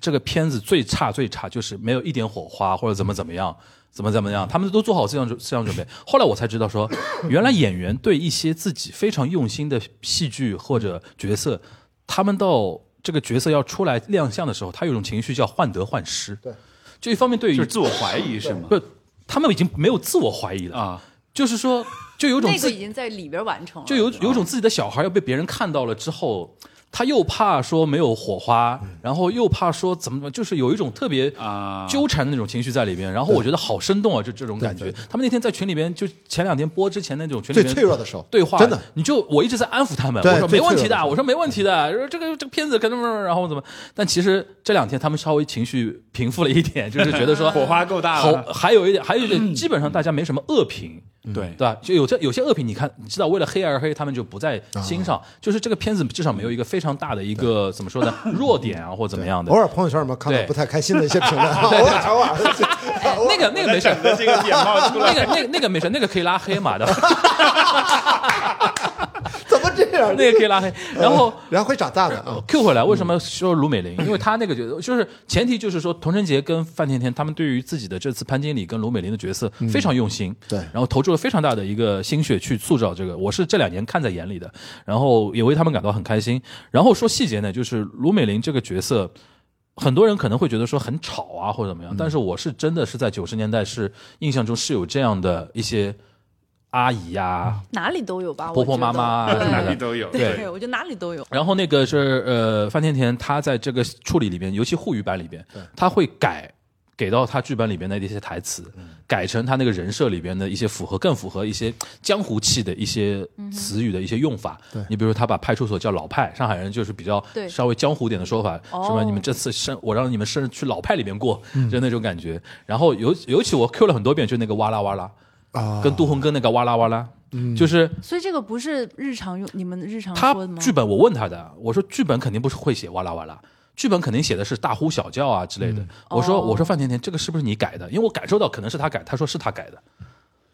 [SPEAKER 2] 这个片子最差最差就是没有一点火花，或者怎么怎么样，怎么怎么样，他们都做好思想准思想准备。后来我才知道说，原来演员对一些自己非常用心的戏剧或者角色，他们到这个角色要出来亮相的时候，他有一种情绪叫患得患失。
[SPEAKER 3] 对，
[SPEAKER 2] 这一方面对于
[SPEAKER 5] 就是自我怀疑是吗？
[SPEAKER 2] 不，他们已经没有自我怀疑了，
[SPEAKER 5] 啊，
[SPEAKER 2] 就是说，就有一种
[SPEAKER 4] 那个嗯
[SPEAKER 2] 自
[SPEAKER 4] 已经在里边完成了，
[SPEAKER 2] 就有有种自己的小孩要被别人看到了之后，他又怕说没有火花，
[SPEAKER 3] 嗯
[SPEAKER 2] 然后又怕说怎么怎么，就是有一种特别
[SPEAKER 5] 啊
[SPEAKER 2] 纠缠的那种情绪在里边。然后我觉得好生动啊，就这种感觉
[SPEAKER 3] 对。
[SPEAKER 2] 他们那天在群里边，就前两天播之前那种群里
[SPEAKER 3] 最
[SPEAKER 2] 面
[SPEAKER 3] 脆弱的时候，
[SPEAKER 2] 对话，
[SPEAKER 3] 真的
[SPEAKER 2] 你就我一直在安抚他们，
[SPEAKER 3] 对
[SPEAKER 2] 我说没
[SPEAKER 3] 最脆弱
[SPEAKER 2] 问题
[SPEAKER 3] 的时
[SPEAKER 2] 的，
[SPEAKER 3] 候嗯
[SPEAKER 2] 我说没问题的，说这个这个片子可能然后怎么？但其实这两天他们稍微情绪平复了一点，就是觉得 说
[SPEAKER 5] 火花够大
[SPEAKER 2] 好
[SPEAKER 5] 了，嗯
[SPEAKER 2] 还有一点，还有一点，基本上大家没什么恶评。
[SPEAKER 5] 对
[SPEAKER 3] 嗯
[SPEAKER 2] 对，吧？就有些有些恶评，你看，你知道，为了黑而黑，他们就不在心
[SPEAKER 3] 啊
[SPEAKER 2] 上。就是这个片子至少没有一个非常大的一个怎么 说呢，弱点啊，或怎么样的
[SPEAKER 3] 偶。尔朋友圈有没有看到
[SPEAKER 2] 对
[SPEAKER 3] 不太开心的一些评论？ 偶尔偶尔，
[SPEAKER 2] 那个那个没事，
[SPEAKER 5] 的这个眼冒出
[SPEAKER 2] 那个那个那个没事，那个可以拉黑嘛的，
[SPEAKER 3] 怎么这样？
[SPEAKER 2] 那个可以拉黑。然 后
[SPEAKER 3] 然后会长大的
[SPEAKER 4] 哦
[SPEAKER 3] 啊，
[SPEAKER 2] Q 回来，为什
[SPEAKER 4] 嗯
[SPEAKER 2] 么说卢美玲？因为她那个角 色，就是前提就是说，童晨杰跟范甜甜他们对于自己的这次潘经理跟卢美玲的角
[SPEAKER 4] 嗯
[SPEAKER 2] 色非常用心，
[SPEAKER 3] 对
[SPEAKER 2] 然后投注了非常大的一个心血去塑造这个，我是这两年看在眼里的，然后也为他们感到很开心。然后说细节呢，就是卢美玲这个角色。很多人可能会觉得说很吵啊或者怎
[SPEAKER 4] 嗯
[SPEAKER 2] 么样，但是我是真的是在九十年代是印象中是有这样的一些阿姨呀、
[SPEAKER 4] 哪里都有吧，嗯我
[SPEAKER 2] 婆婆
[SPEAKER 4] 觉得
[SPEAKER 2] 妈妈啊
[SPEAKER 4] 对
[SPEAKER 2] 什么
[SPEAKER 5] 哪里
[SPEAKER 2] 的，
[SPEAKER 5] 都有。
[SPEAKER 2] 对
[SPEAKER 4] 对，我觉得哪里都有。
[SPEAKER 2] 然后那个是呃，范甜甜她在这个处理里边，尤其沪语版里边，她会改给到她剧本里边的一些台词，
[SPEAKER 3] 嗯
[SPEAKER 2] 改成她那个人设里边的一些符合更符合一些
[SPEAKER 4] 嗯
[SPEAKER 2] 江湖气的一些词语的一些用法。
[SPEAKER 3] 对
[SPEAKER 2] 你比如说她把派出所叫老派，上海人就是比较
[SPEAKER 4] 对
[SPEAKER 2] 稍微江湖点的说法，
[SPEAKER 4] 哦
[SPEAKER 2] 什么你们这次生我让你们生日去老派里边过，
[SPEAKER 3] 嗯
[SPEAKER 2] 就那种感觉。然后尤尤其我 Q 了很多遍，就那个哇啦哇啦，
[SPEAKER 3] 啊嗯
[SPEAKER 2] 跟杜洪根那个哇啦哇啦，就是
[SPEAKER 4] 所以这个不是日常用你们日常
[SPEAKER 2] 他
[SPEAKER 4] 说的吗？
[SPEAKER 2] 剧本我问他的，我说剧本肯定不是会写哇啦哇啦，剧本肯定写的是大呼小叫啊之类的。我说
[SPEAKER 4] 哦
[SPEAKER 2] 我说范甜甜这个是不是你改的？因为我感受到可能是他改，他说是他改的，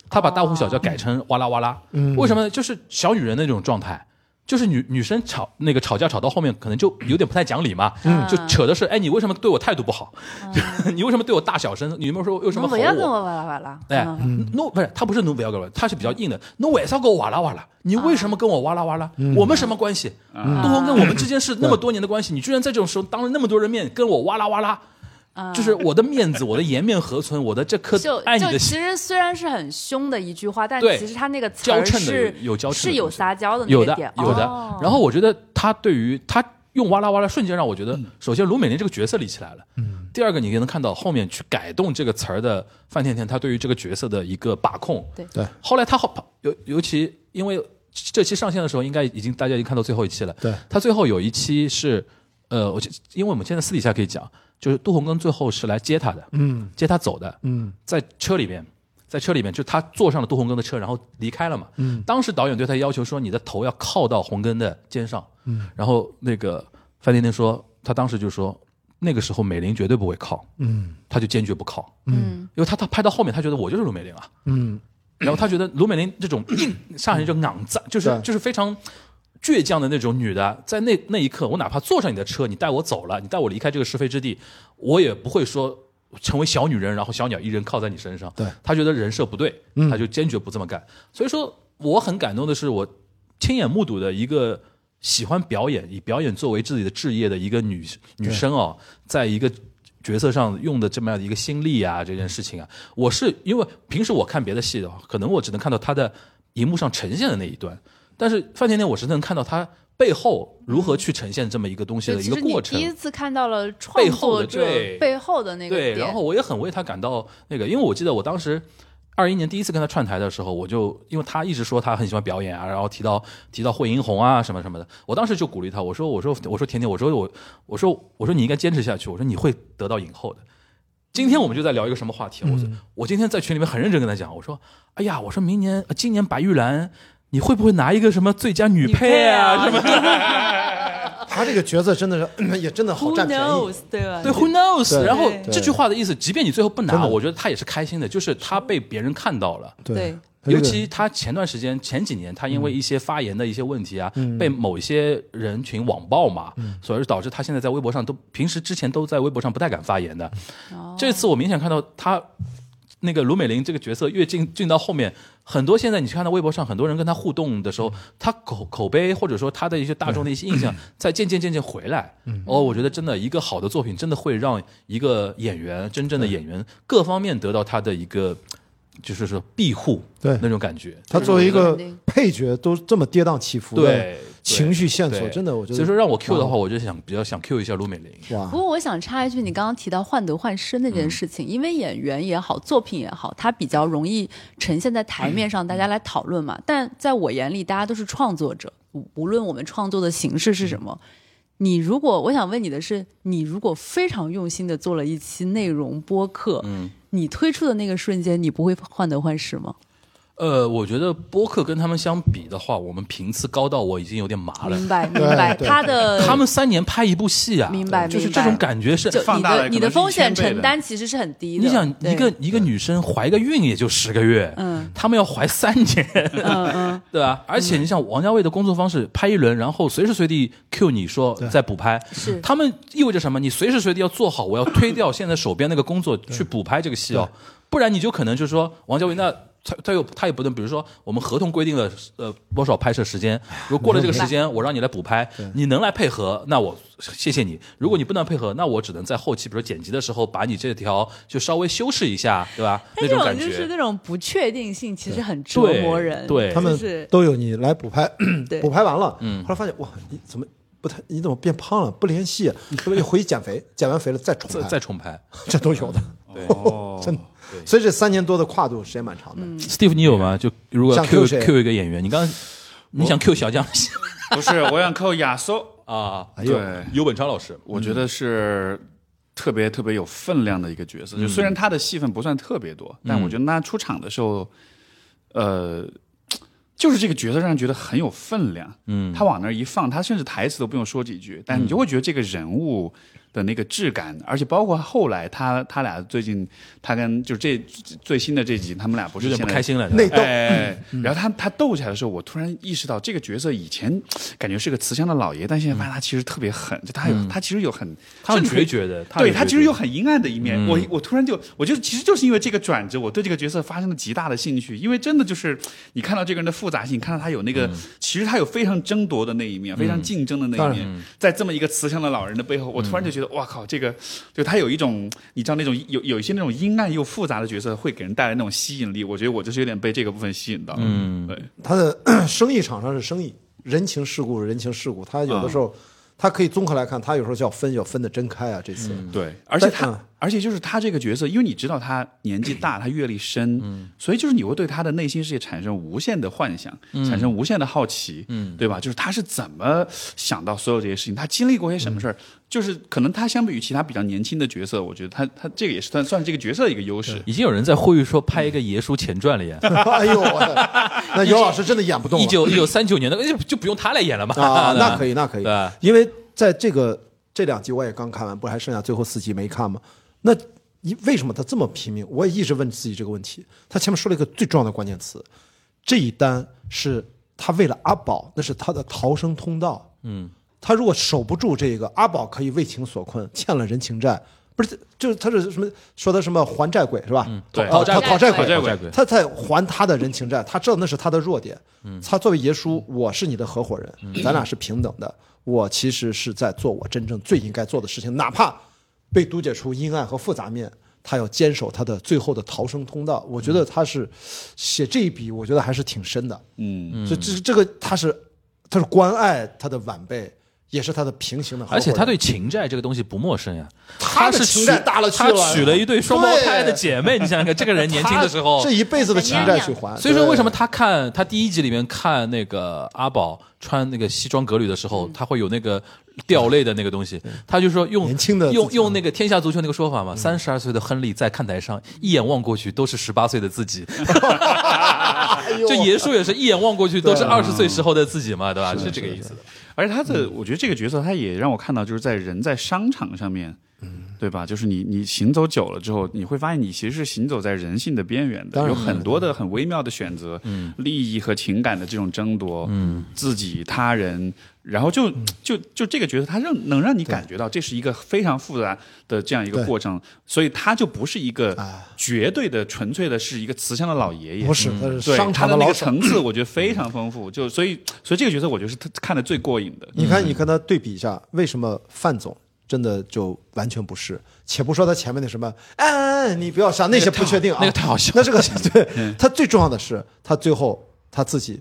[SPEAKER 2] 他把大呼
[SPEAKER 4] 哦
[SPEAKER 2] 小叫改成哇啦哇啦。为什么呢？就是小女人那种状态。就是女女生吵那个吵架吵到后面，可能就有点不太讲理嘛，
[SPEAKER 4] 嗯
[SPEAKER 2] 就扯的是，哎，你为什么对我态度不好？ 你为什么对我大小声？你为什么为什么
[SPEAKER 4] 侬
[SPEAKER 2] 吼
[SPEAKER 4] 不要跟我哇啦哇啦。
[SPEAKER 2] 哎
[SPEAKER 4] 嗯
[SPEAKER 2] ，no 不是，他不是 no 不要跟我，他是比较硬的。no 为啥跟我哇啦哇啦？你为什么跟我哇啦哇啦？我们什么关系？杜峰跟我们之间是那么多年的关系，你居然在这种时候当着那么多人面跟我哇啦哇啦，就是我的面子，我的颜面何存？我的这颗
[SPEAKER 4] 嗯就
[SPEAKER 2] 爱你
[SPEAKER 4] 就
[SPEAKER 2] 的
[SPEAKER 4] 其
[SPEAKER 2] 心，
[SPEAKER 4] 实虽然是很凶的一句话，但
[SPEAKER 2] 对
[SPEAKER 4] 其实他那个词
[SPEAKER 2] 娇
[SPEAKER 4] 儿
[SPEAKER 2] 嗔的
[SPEAKER 4] 是
[SPEAKER 2] 有有娇嗔的
[SPEAKER 4] 是有
[SPEAKER 2] 东西
[SPEAKER 4] 撒娇的那
[SPEAKER 2] 有
[SPEAKER 4] 个
[SPEAKER 2] 的
[SPEAKER 4] 点
[SPEAKER 2] 有的
[SPEAKER 4] 哦。
[SPEAKER 2] 然后我觉得他对于他用哇啦哇啦，瞬间让我觉得，首先卢美玲这个角色立起来了，第二个你也能看到后面去改动这个词儿的范甜甜，她对于这个角色的一个把控，
[SPEAKER 4] 对
[SPEAKER 3] 对
[SPEAKER 2] 后来他好尤尤其因为这期上线的时候，应该已经大家已经看到最后一期了。
[SPEAKER 3] 对，
[SPEAKER 2] 他最后有一期是，呃，我就因为我们现在私底下可以讲，就是杜洪根最后是来接他的，嗯，接他走的，嗯，在车里边。在车里面，就他坐上了杜洪根的车，然后离开了嘛。嗯，当时导演对他要求说，你的头要靠到洪根的肩上。嗯，然后那个范甜甜说，他当时就说，那个时候美玲绝对不会靠。嗯，他就坚决不靠。
[SPEAKER 4] 嗯，
[SPEAKER 2] 因为他他拍到后面，他觉得我就是陆美玲啊。然后他觉得卢美玲这种硬上海人就昂赞，就是
[SPEAKER 3] 对
[SPEAKER 2] 就是非常倔强的那种女的，在那那一刻，我哪怕坐上你的车，你带我走了，你带我离开这个是非之地，我也不会说成为小女人，然后小鸟依人靠在你身上。
[SPEAKER 3] 对，
[SPEAKER 2] 他觉得人设不对，他就坚决不这么干。所以说，我很感动的是，我亲眼目睹的一个。喜欢表演，以表演作为自己的职业的一个女女生哦，在一个角色上用的这么样的一个心力啊，这件事情啊，我是因为平时我看别的戏的话，可能我只能看到她的荧幕上呈现的那一段，但是范甜甜我是能看到她背后如何去呈现这么一个东西
[SPEAKER 4] 就
[SPEAKER 2] 的一
[SPEAKER 4] 其
[SPEAKER 2] 个
[SPEAKER 4] 实你
[SPEAKER 2] 过
[SPEAKER 4] 第一
[SPEAKER 2] 程。
[SPEAKER 4] 次看到了创
[SPEAKER 2] 背后
[SPEAKER 4] 作
[SPEAKER 2] 的
[SPEAKER 4] 者
[SPEAKER 2] 对
[SPEAKER 4] 背后的那个
[SPEAKER 2] 对，
[SPEAKER 4] 点，
[SPEAKER 2] 然后我也很为她感到那个，因为我记得我当时。二一年第一次跟她串台的时候，我就因为她一直说她很喜欢表演啊，然后提到提到惠英红啊什么什么的，我当时就鼓励她，我说我说我说甜甜，我说我我说我说你应该坚持下去，我说你会得到影后的。今天我们就在聊一个什么话题啊？我说
[SPEAKER 3] 嗯
[SPEAKER 2] 我今天在群里面很认真跟他讲，我说，哎呀，我说明年呃今年白玉兰你会不会拿一个什么最佳女配啊
[SPEAKER 4] 女配啊
[SPEAKER 2] 什么的？
[SPEAKER 3] 他这个角色真的是、 嗯也真的好
[SPEAKER 4] Who
[SPEAKER 3] 占便宜
[SPEAKER 4] knows，。对吧？
[SPEAKER 2] 对，Who knows？
[SPEAKER 3] 对
[SPEAKER 2] 然后
[SPEAKER 4] 对
[SPEAKER 2] 这句话的意思，即便你最后不
[SPEAKER 3] 真
[SPEAKER 2] 拿，
[SPEAKER 3] 的
[SPEAKER 2] 我觉得他也是开心的，就是他被别人看到了。
[SPEAKER 4] 对
[SPEAKER 3] 他这
[SPEAKER 2] 尤
[SPEAKER 3] 个
[SPEAKER 2] 其他前段时间前几年，他因为一些发言的一些问题啊，被某一些人群网暴嘛，所以导致他现在在微博上都平时之前都在微博上不太敢发言的。这次我明显看到他那个卢美玲这个角色越进进到后面，很多现在你去看到微博上很多人跟他互动的时候，他口口碑或者说他的一些大众的一些印象
[SPEAKER 3] 嗯
[SPEAKER 2] 在渐渐渐渐回来。哦，我觉得真的一个好的作品真的会让一个演员真正的演员各方面得到他的一个。就是说庇护，
[SPEAKER 3] 对
[SPEAKER 2] 那种感觉，
[SPEAKER 3] 他作为一个
[SPEAKER 4] 肯定
[SPEAKER 3] 配角都这么跌宕起伏的
[SPEAKER 2] 对
[SPEAKER 3] 情绪线索，
[SPEAKER 2] 对
[SPEAKER 3] 真的我觉得嗯
[SPEAKER 2] 所以说让我 Q 的
[SPEAKER 3] 哇
[SPEAKER 2] 话，我就想比较想 Q 一下卢美玲。
[SPEAKER 3] 哇
[SPEAKER 4] 不，过我想插一句，你刚刚提到患得患失那
[SPEAKER 2] 嗯
[SPEAKER 4] 件事情，因为演员也好，作品也好，它比较容易呈现在台
[SPEAKER 2] 嗯
[SPEAKER 4] 面上，大家来讨论嘛。但在我眼里，大家都是创作者，无无论我们创作的形式是什
[SPEAKER 2] 嗯
[SPEAKER 4] 么。你如果我想问你的是，你如果非常用心的做了一期内容播客，
[SPEAKER 2] 嗯
[SPEAKER 4] 你推出的那个瞬间，你不会患得患失吗？
[SPEAKER 2] 呃，我觉得播客跟他们相比的话，我们频次高到我已经有点麻了。
[SPEAKER 4] 明白，明白，
[SPEAKER 3] 对
[SPEAKER 4] 他的
[SPEAKER 2] 他们三年拍一部戏啊，
[SPEAKER 4] 明白
[SPEAKER 2] 就是
[SPEAKER 4] 明白
[SPEAKER 2] 这种感觉是。
[SPEAKER 4] 就
[SPEAKER 5] 放
[SPEAKER 4] 你
[SPEAKER 5] 大了
[SPEAKER 4] 的
[SPEAKER 5] 可
[SPEAKER 4] 你的
[SPEAKER 5] 能是
[SPEAKER 4] 风
[SPEAKER 5] 一
[SPEAKER 4] 险
[SPEAKER 5] 千倍
[SPEAKER 4] 承
[SPEAKER 5] 的
[SPEAKER 4] 担其实是很低的。
[SPEAKER 2] 你想
[SPEAKER 4] 对
[SPEAKER 2] 一个一个女生怀个孕也就十个月，
[SPEAKER 4] 嗯，
[SPEAKER 2] 他们要怀三年，
[SPEAKER 4] 嗯嗯，
[SPEAKER 2] 对吧？而且你想王家卫的工作方式，拍一轮，然后随时随地 Q 你说再补拍，
[SPEAKER 4] 是
[SPEAKER 2] 他们意味着什么？你随时随地要做好，我要推掉现在手边那个工作去补拍这个戏哦，不然你就可能就是说王家卫那。他他又他也不能，比如说我们合同规定了呃多少拍摄时间，如果过了这个时间，我让你来补拍，你能来配合，那我谢谢你；如果你不能配合，那我只能在后期，比如说剪辑的时候，把你这条就稍微修饰一下，对吧？
[SPEAKER 4] 但
[SPEAKER 2] 那
[SPEAKER 4] 哎这
[SPEAKER 2] 种
[SPEAKER 4] 种
[SPEAKER 2] 感
[SPEAKER 4] 就是
[SPEAKER 2] 觉，
[SPEAKER 4] 那种不确定性，其实很折
[SPEAKER 2] 对
[SPEAKER 4] 磨人。
[SPEAKER 2] 对
[SPEAKER 3] 他们
[SPEAKER 4] 就是
[SPEAKER 3] 都有你来补拍，
[SPEAKER 4] 对
[SPEAKER 3] 补拍完了，
[SPEAKER 2] 嗯
[SPEAKER 3] 后来发现哇，你怎么不太？你怎么变胖了？ 不联系，后来又回去减肥，减完肥了再重
[SPEAKER 2] 再
[SPEAKER 3] 拍，
[SPEAKER 2] 再重拍。
[SPEAKER 3] 这都有的，
[SPEAKER 5] 哦，
[SPEAKER 3] 真的。所以这三年多的跨度时间蛮长的。
[SPEAKER 2] Steve，你有吗？就如果要
[SPEAKER 3] 想 Q
[SPEAKER 2] Q
[SPEAKER 3] 谁
[SPEAKER 2] Q 一个演员，你刚刚你想 Q 小将
[SPEAKER 5] 不是，我想扣亚索，
[SPEAKER 2] 啊？
[SPEAKER 3] 呦
[SPEAKER 5] 对，
[SPEAKER 2] 尤本超老师，
[SPEAKER 5] 我觉得是特别特别有分量的一个角色。
[SPEAKER 2] 嗯
[SPEAKER 5] 就虽然他的戏份不算特别多，但我觉得他出场的时候，呃，就是这个角色让人觉得很有分量。嗯，他往那儿一放，他甚至台词都不用说几句，
[SPEAKER 2] 嗯
[SPEAKER 5] 但你就会觉得这个人物的那个质感，而且包括后来他他俩最近他跟就这最新的这集，他们俩不是
[SPEAKER 2] 有点不
[SPEAKER 5] 现在
[SPEAKER 2] 开心了。
[SPEAKER 3] 内斗
[SPEAKER 5] 哎，然后他他斗起来的时候，我突然意识到这个角色以前感觉是个慈祥的老爷，但现在发现他其实特别狠，就他有、他其实有很
[SPEAKER 2] 嗯他很
[SPEAKER 5] 甚至可以
[SPEAKER 2] 决绝的他
[SPEAKER 5] 对
[SPEAKER 2] 很
[SPEAKER 5] 他
[SPEAKER 2] 决
[SPEAKER 5] 其实
[SPEAKER 2] 绝
[SPEAKER 5] 有很阴暗的一面。我我突然就我就其实就是因为这个转折，我对这个角色发生了极大的兴趣，因为真的就是你看到这个人的复杂性，看到他有那个、其实他有非常争夺的那一面，非常竞争的那
[SPEAKER 3] 当
[SPEAKER 5] 一
[SPEAKER 3] 然
[SPEAKER 5] 面，在这么一个慈祥的老人的背后，我突然就觉得哇靠，这个就他有一种你知道那种有有一些那种阴暗又复杂的角色会给人带来那种吸引力，我觉得我就是有点被这个部分吸引到。嗯，对。
[SPEAKER 3] 他的 生意场上是生意，人情世故是人情世故，他有的时候。他可以综合来看，他有时候叫分，要分得真开啊。这次，
[SPEAKER 5] 对，而且他
[SPEAKER 3] 嗯，
[SPEAKER 5] 而且就是他这个角色，因为你知 道他年纪大，他阅历深，
[SPEAKER 3] 嗯
[SPEAKER 5] 所以就是你会对他的内心世界产生无限的幻想，
[SPEAKER 3] 嗯
[SPEAKER 5] 产生无限的好奇，对吧？就是他是怎么想到所有这些事情，他经历过些什么事儿？
[SPEAKER 3] 嗯
[SPEAKER 5] 就是可能他相比于其他比较年轻的角色，我觉得他他这个也是算算是这个角色的一个优势。
[SPEAKER 2] 已经有人在呼吁说拍一个《爷叔前传》了耶，
[SPEAKER 3] 哎呦，我的那尤老师真的演不动了。
[SPEAKER 2] 一九一九三九年的，哎就就不用他来演了吧？
[SPEAKER 3] 啊，
[SPEAKER 2] 对吧
[SPEAKER 3] 那可以，那可以
[SPEAKER 2] 对，
[SPEAKER 3] 因为在这个这两集我也刚看完，不是还剩下最后四集没看吗？那你为什么他这么拼命？我也一直问自己这个问题。他前面说了一个最重要的关键词，这一单是他为了阿宝，那是他的逃生通道。嗯，他如果守不住这个，阿宝可以为情所困，欠了人情债。不是，就是他是什么说他什么还债鬼是吧？
[SPEAKER 5] 对
[SPEAKER 2] 嗯讨
[SPEAKER 3] 讨
[SPEAKER 2] 债
[SPEAKER 3] 讨
[SPEAKER 2] 鬼
[SPEAKER 3] 债
[SPEAKER 5] 讨债鬼
[SPEAKER 2] 对
[SPEAKER 3] 他在还他的人情债，他知道那是他的弱点。
[SPEAKER 2] 嗯
[SPEAKER 3] 他作为爷叔，我是你的合伙人，咱俩是平等的。我其实是在做我真正最应该做的事情，哪怕被杜解出阴暗和复杂面，他要坚守他的最后的逃生通道。我觉得他是写这一笔，我觉得还是挺深的。
[SPEAKER 5] 嗯，
[SPEAKER 3] 这这这个他是他是关爱他的晚辈，也是他的平行的合伙
[SPEAKER 2] 而
[SPEAKER 3] 人。
[SPEAKER 2] 且他对情债这个东西不陌生呀，
[SPEAKER 3] 他的
[SPEAKER 2] 是
[SPEAKER 3] 情
[SPEAKER 2] 娶
[SPEAKER 3] 债大了去
[SPEAKER 2] 他
[SPEAKER 3] 了
[SPEAKER 2] 娶了一对双胞胎的姐妹，你想想看，这个人年轻的时候
[SPEAKER 3] 他这一辈子的情债去还。
[SPEAKER 2] 所以说，为什么
[SPEAKER 3] 啊对
[SPEAKER 2] 他看他第一集里面看那个阿宝穿那个西装革履的时
[SPEAKER 3] 嗯
[SPEAKER 2] 候，他会有那个掉泪的那个东西？他就说用
[SPEAKER 3] 年轻的
[SPEAKER 2] 用
[SPEAKER 3] 自己嗯
[SPEAKER 2] 用那个天下足球那个说法嘛，三 十二岁的亨利在看台上一眼望过去都是十八岁的自己。
[SPEAKER 3] 哎 呦
[SPEAKER 2] 就爷叔也是一眼望过去都是
[SPEAKER 3] 对
[SPEAKER 2] 二十岁时候的自己嘛，对吧？
[SPEAKER 3] 是
[SPEAKER 2] 是
[SPEAKER 3] 的
[SPEAKER 2] 这个
[SPEAKER 3] 是的
[SPEAKER 2] 意思。
[SPEAKER 5] 而且他
[SPEAKER 3] 嗯
[SPEAKER 5] 的，我觉得这个角色他也让我看到，就是在人在商场上面，
[SPEAKER 3] 嗯
[SPEAKER 5] 对吧？就是你你行走久了之后，你会发现你其实是行走在人性的边缘
[SPEAKER 3] 当然嗯
[SPEAKER 5] 的，有很多的很微妙的选择，利益和情感的这种争夺，自己他人。然后就
[SPEAKER 3] 嗯
[SPEAKER 5] 就就这个角色，他让能让你感觉到这是一个非常复杂的这样一个
[SPEAKER 3] 对
[SPEAKER 5] 过程，所以他就不是一个
[SPEAKER 3] 哎
[SPEAKER 5] 绝对的纯粹的是一个慈祥的老爷爷，
[SPEAKER 3] 不是，
[SPEAKER 2] 呃
[SPEAKER 3] 他是
[SPEAKER 5] 对
[SPEAKER 3] 商
[SPEAKER 5] 他
[SPEAKER 3] 场
[SPEAKER 5] 的那
[SPEAKER 3] 老
[SPEAKER 5] 个
[SPEAKER 3] 手。
[SPEAKER 5] 层次，我觉得非常丰富。就所以，所以这个角色我觉得是他看的最过瘾的。
[SPEAKER 3] 你看，你跟他对比一下，为什么范总真的就完全不是？且不说他前面那什么，哎，你不要想那些不确定啊，
[SPEAKER 2] 那个太好笑嗯
[SPEAKER 3] 那这个对 他最重要的是，他最后他自己，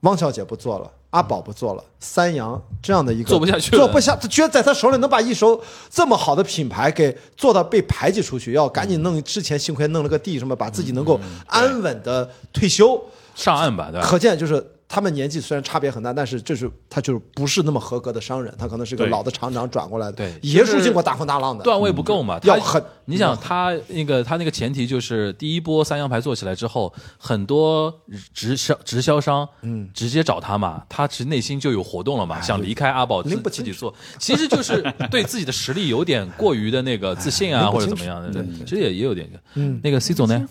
[SPEAKER 3] 汪小姐不做了。阿宝不做了，三阳这样的一个
[SPEAKER 2] 做不下去了
[SPEAKER 3] 做不下，他居然在他手里能把一手这么好的品牌给做到被排挤出去，要赶紧弄。之前幸亏弄了个地什么，把自己
[SPEAKER 2] 嗯
[SPEAKER 3] 能够安稳的退休，
[SPEAKER 2] 上岸吧，对吧？
[SPEAKER 3] 可见就是他们年纪虽然差别很大，但是就是他就是不是那么合格的商人，他可能是个
[SPEAKER 5] 对
[SPEAKER 3] 老的厂长转过来的。
[SPEAKER 2] 对
[SPEAKER 3] 爷
[SPEAKER 2] 就
[SPEAKER 3] 叔
[SPEAKER 2] 是
[SPEAKER 3] 进过大风大浪的。
[SPEAKER 4] 啊
[SPEAKER 2] 段位不够嘛，
[SPEAKER 3] 嗯要
[SPEAKER 2] 他
[SPEAKER 3] 很
[SPEAKER 2] 你想他那个他那个前提就是第一波三羊牌做起来之后，很多直销直销商嗯直接找他嘛，他其实内心就有活动了嘛，想离开阿宝自
[SPEAKER 3] 哎拎不
[SPEAKER 2] 自
[SPEAKER 3] 清
[SPEAKER 2] 己做，其实就是对自己的实力有点过于的那个自信啊，
[SPEAKER 3] 拎不
[SPEAKER 2] 或者
[SPEAKER 3] 清
[SPEAKER 2] 怎么样的，
[SPEAKER 3] 楚
[SPEAKER 2] 对其实也也有点。嗯，那个 C 总呢？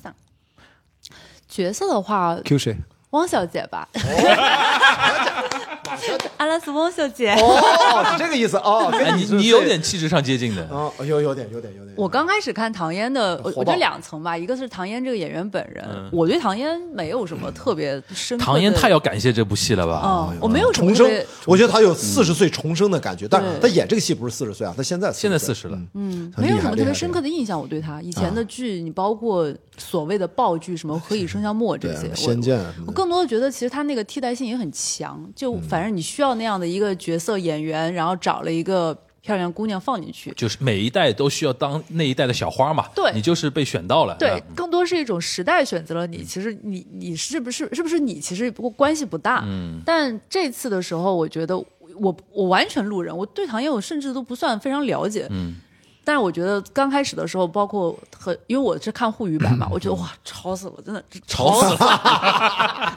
[SPEAKER 4] 角色的话，
[SPEAKER 3] Q 谁？
[SPEAKER 4] 汪小姐吧，哦 阿拉斯汪小姐。
[SPEAKER 3] 哦，是这个意思哦。
[SPEAKER 2] 哎，
[SPEAKER 3] 跟
[SPEAKER 2] 你
[SPEAKER 3] 是
[SPEAKER 2] 你有点气质上接近的，
[SPEAKER 3] 哦，有有点有点有点。
[SPEAKER 4] 我刚开始看唐嫣的，
[SPEAKER 3] 火
[SPEAKER 4] 我我觉得
[SPEAKER 3] 爆
[SPEAKER 4] 两层吧，一个是唐嫣这个演员本人，我对唐嫣没有什么特别深刻
[SPEAKER 2] 嗯
[SPEAKER 4] 的。
[SPEAKER 2] 唐嫣太要感谢这部戏了吧？
[SPEAKER 3] 啊
[SPEAKER 4] 嗯，我没有什么
[SPEAKER 3] 哦重生
[SPEAKER 4] 特别，
[SPEAKER 3] 我觉得他有四十岁重生的感觉，但
[SPEAKER 4] 对
[SPEAKER 3] 他演这个戏不是四十岁啊，他现在
[SPEAKER 2] 现在四十了，
[SPEAKER 4] 嗯，
[SPEAKER 3] 很
[SPEAKER 4] 没有
[SPEAKER 3] 厉
[SPEAKER 4] 什
[SPEAKER 3] 害
[SPEAKER 4] 么
[SPEAKER 3] 厉
[SPEAKER 4] 特别
[SPEAKER 3] 害
[SPEAKER 4] 深
[SPEAKER 3] 厉
[SPEAKER 4] 刻的印象。我对他以前的剧，你包括所谓的爆剧，什么《何以笙箫默》这
[SPEAKER 3] 对
[SPEAKER 4] 些，我
[SPEAKER 3] 仙剑啊什么
[SPEAKER 4] 我
[SPEAKER 3] 的
[SPEAKER 4] 更多的觉得，其实他那个替代性也很强。就反正你需要那样的一个角色演员，然后找了一个漂亮姑娘放进去，
[SPEAKER 2] 就是每一代都需要当那一代的小花嘛，
[SPEAKER 4] 对
[SPEAKER 2] 你就是被选到了，
[SPEAKER 4] 对，更多是一种时代选择了你。其实你你是不是是不是你其实不过关系不大。嗯，但这次的时候，我觉得我我完全路人，我对唐嫣我甚至都不算非常了解。嗯。但是我觉得刚开始的时候，包括和因为我是看沪语版 嘛，我觉得哇，吵死了，真的
[SPEAKER 2] 吵死了！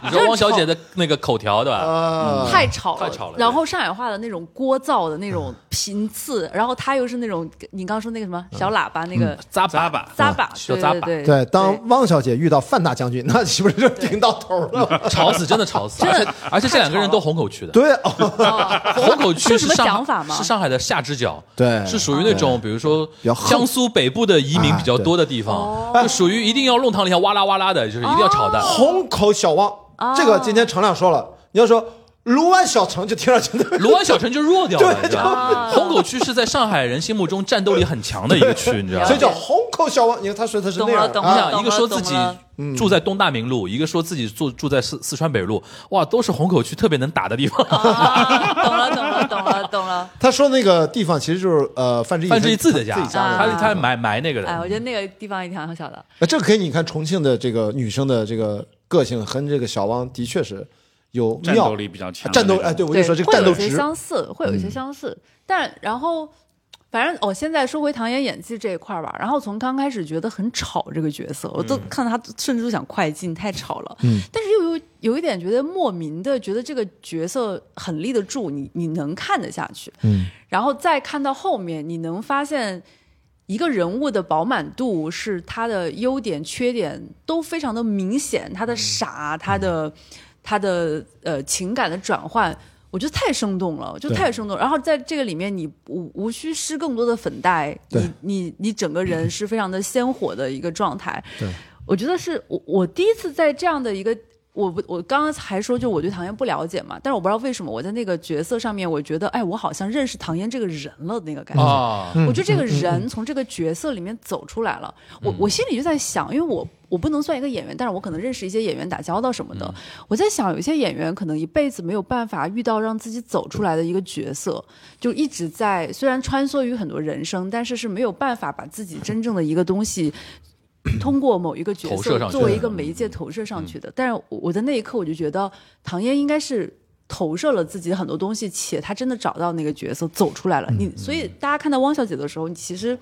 [SPEAKER 2] 你说汪小姐的那个口条对吧？
[SPEAKER 3] 啊，
[SPEAKER 4] 太吵了，
[SPEAKER 2] 太吵了
[SPEAKER 4] 然
[SPEAKER 2] 对
[SPEAKER 4] 后上海话的那种聒噪的那种频次，然后他又是那种你刚说那个什么小喇叭那个
[SPEAKER 2] 扎
[SPEAKER 5] 扎
[SPEAKER 2] 巴
[SPEAKER 5] 吧，
[SPEAKER 4] 咂巴，
[SPEAKER 2] 说
[SPEAKER 4] 对
[SPEAKER 2] 咂
[SPEAKER 4] 对
[SPEAKER 2] 巴
[SPEAKER 4] 对
[SPEAKER 3] 对，当汪小姐遇到范大将军，那岂不是就顶到头 了？
[SPEAKER 2] 吵死，真的吵死！而且而且这两个人都虹口区的，
[SPEAKER 3] 对，哦
[SPEAKER 2] 虹口区
[SPEAKER 4] 是
[SPEAKER 2] 是
[SPEAKER 4] 什么
[SPEAKER 2] 上
[SPEAKER 4] 讲法吗
[SPEAKER 2] 是上海的下支脚，
[SPEAKER 3] 对
[SPEAKER 2] 是属于那种比如说
[SPEAKER 3] 比较横
[SPEAKER 2] 江苏北部的移民比较多的地方，
[SPEAKER 4] 哦
[SPEAKER 2] 就属于一定要弄堂里要哇啦哇啦的，就是一定要吵的。
[SPEAKER 3] 虹口小汪，
[SPEAKER 4] 哦
[SPEAKER 3] 这个今天程亮说了，你要说卢湾小城，就听上去
[SPEAKER 2] 卢湾小城就弱掉了，
[SPEAKER 3] 对
[SPEAKER 2] 你知道吗？虹口区是在上海人心目中战斗力很强的一个区，你知道吗？
[SPEAKER 3] 所以叫虹口小王。你看他说他是那样的
[SPEAKER 4] 懂
[SPEAKER 2] 你
[SPEAKER 4] 了
[SPEAKER 3] 啊，
[SPEAKER 2] 想，一个说自己
[SPEAKER 4] 懂了
[SPEAKER 2] 住在东大名路，一个说自己住住在四四川北路，哇，都是虹口区特别能打的地方。
[SPEAKER 4] 啊，懂了懂了懂了懂了。
[SPEAKER 3] 他说那个地方其实就是呃范志毅
[SPEAKER 2] 范志毅自己的啊
[SPEAKER 3] 家，
[SPEAKER 2] 家，
[SPEAKER 3] 自己家
[SPEAKER 2] 他
[SPEAKER 3] 人。
[SPEAKER 2] 他埋埋那个
[SPEAKER 4] 哎，我
[SPEAKER 2] 人，
[SPEAKER 4] 觉得那个地方也挺好笑的。
[SPEAKER 3] 呃这个可以你看重庆的这个女生的这个个性和这个小汪的确是有
[SPEAKER 5] 战
[SPEAKER 3] 妙
[SPEAKER 5] 斗力比较强的
[SPEAKER 3] 战斗
[SPEAKER 5] 那种
[SPEAKER 3] 哎，对我
[SPEAKER 4] 对，
[SPEAKER 3] 就说这个
[SPEAKER 4] 会
[SPEAKER 3] 战
[SPEAKER 4] 有
[SPEAKER 3] 斗
[SPEAKER 4] 一些
[SPEAKER 3] 值，嗯
[SPEAKER 4] 相似，会有一些相似。但然后，反正我、哦现在说回唐嫣演技这一块儿吧，然后从刚开始觉得很吵这个角色，我
[SPEAKER 3] 嗯
[SPEAKER 4] 都看她甚至都想快进，太吵了。嗯，但是又有有一点觉得莫名的觉得这个角色很立得住，你你能看得下去。
[SPEAKER 3] 嗯，
[SPEAKER 4] 然后再看到后面，你能发现。一个人物的饱满度是他的优点、缺点都非常的明显，他
[SPEAKER 3] 嗯
[SPEAKER 4] 的傻，他的他的呃情感的转换，我觉得太生动了，就
[SPEAKER 3] 对
[SPEAKER 4] 太生动。然后在这个里面，你无无需施更多的粉黛，
[SPEAKER 3] 对
[SPEAKER 4] 你你你整个人是非常的鲜活的一个状态。
[SPEAKER 3] 对，
[SPEAKER 4] 我觉得是我我第一次在这样的一个。我不，我刚刚还说，就我对唐嫣不了解嘛，但是我不知道为什么我在那个角色上面，我觉得，哎，我好像认识唐嫣这个人了，那个感觉。
[SPEAKER 2] 啊，
[SPEAKER 4] 我觉得这个人从这个角色里面走出来了，我我心里就在想，因为我我不能算一个演员，但是我可能认识一些演员打交道什么的。我在想，有一些演员可能一辈子没有办法遇到让自己走出来的一个角色，就一直在虽然穿梭于很多人生，但是是没有办法把自己真正的一个东西。通过某一个角
[SPEAKER 2] 投射
[SPEAKER 4] 色
[SPEAKER 2] 上去
[SPEAKER 4] 作为一个媒介投射上去的，但是我我在那一刻我就觉得唐嫣应该是投射了自己很多东西，且她真的找到那个角色走出来了。你所以大家看到汪小姐的时候，你其实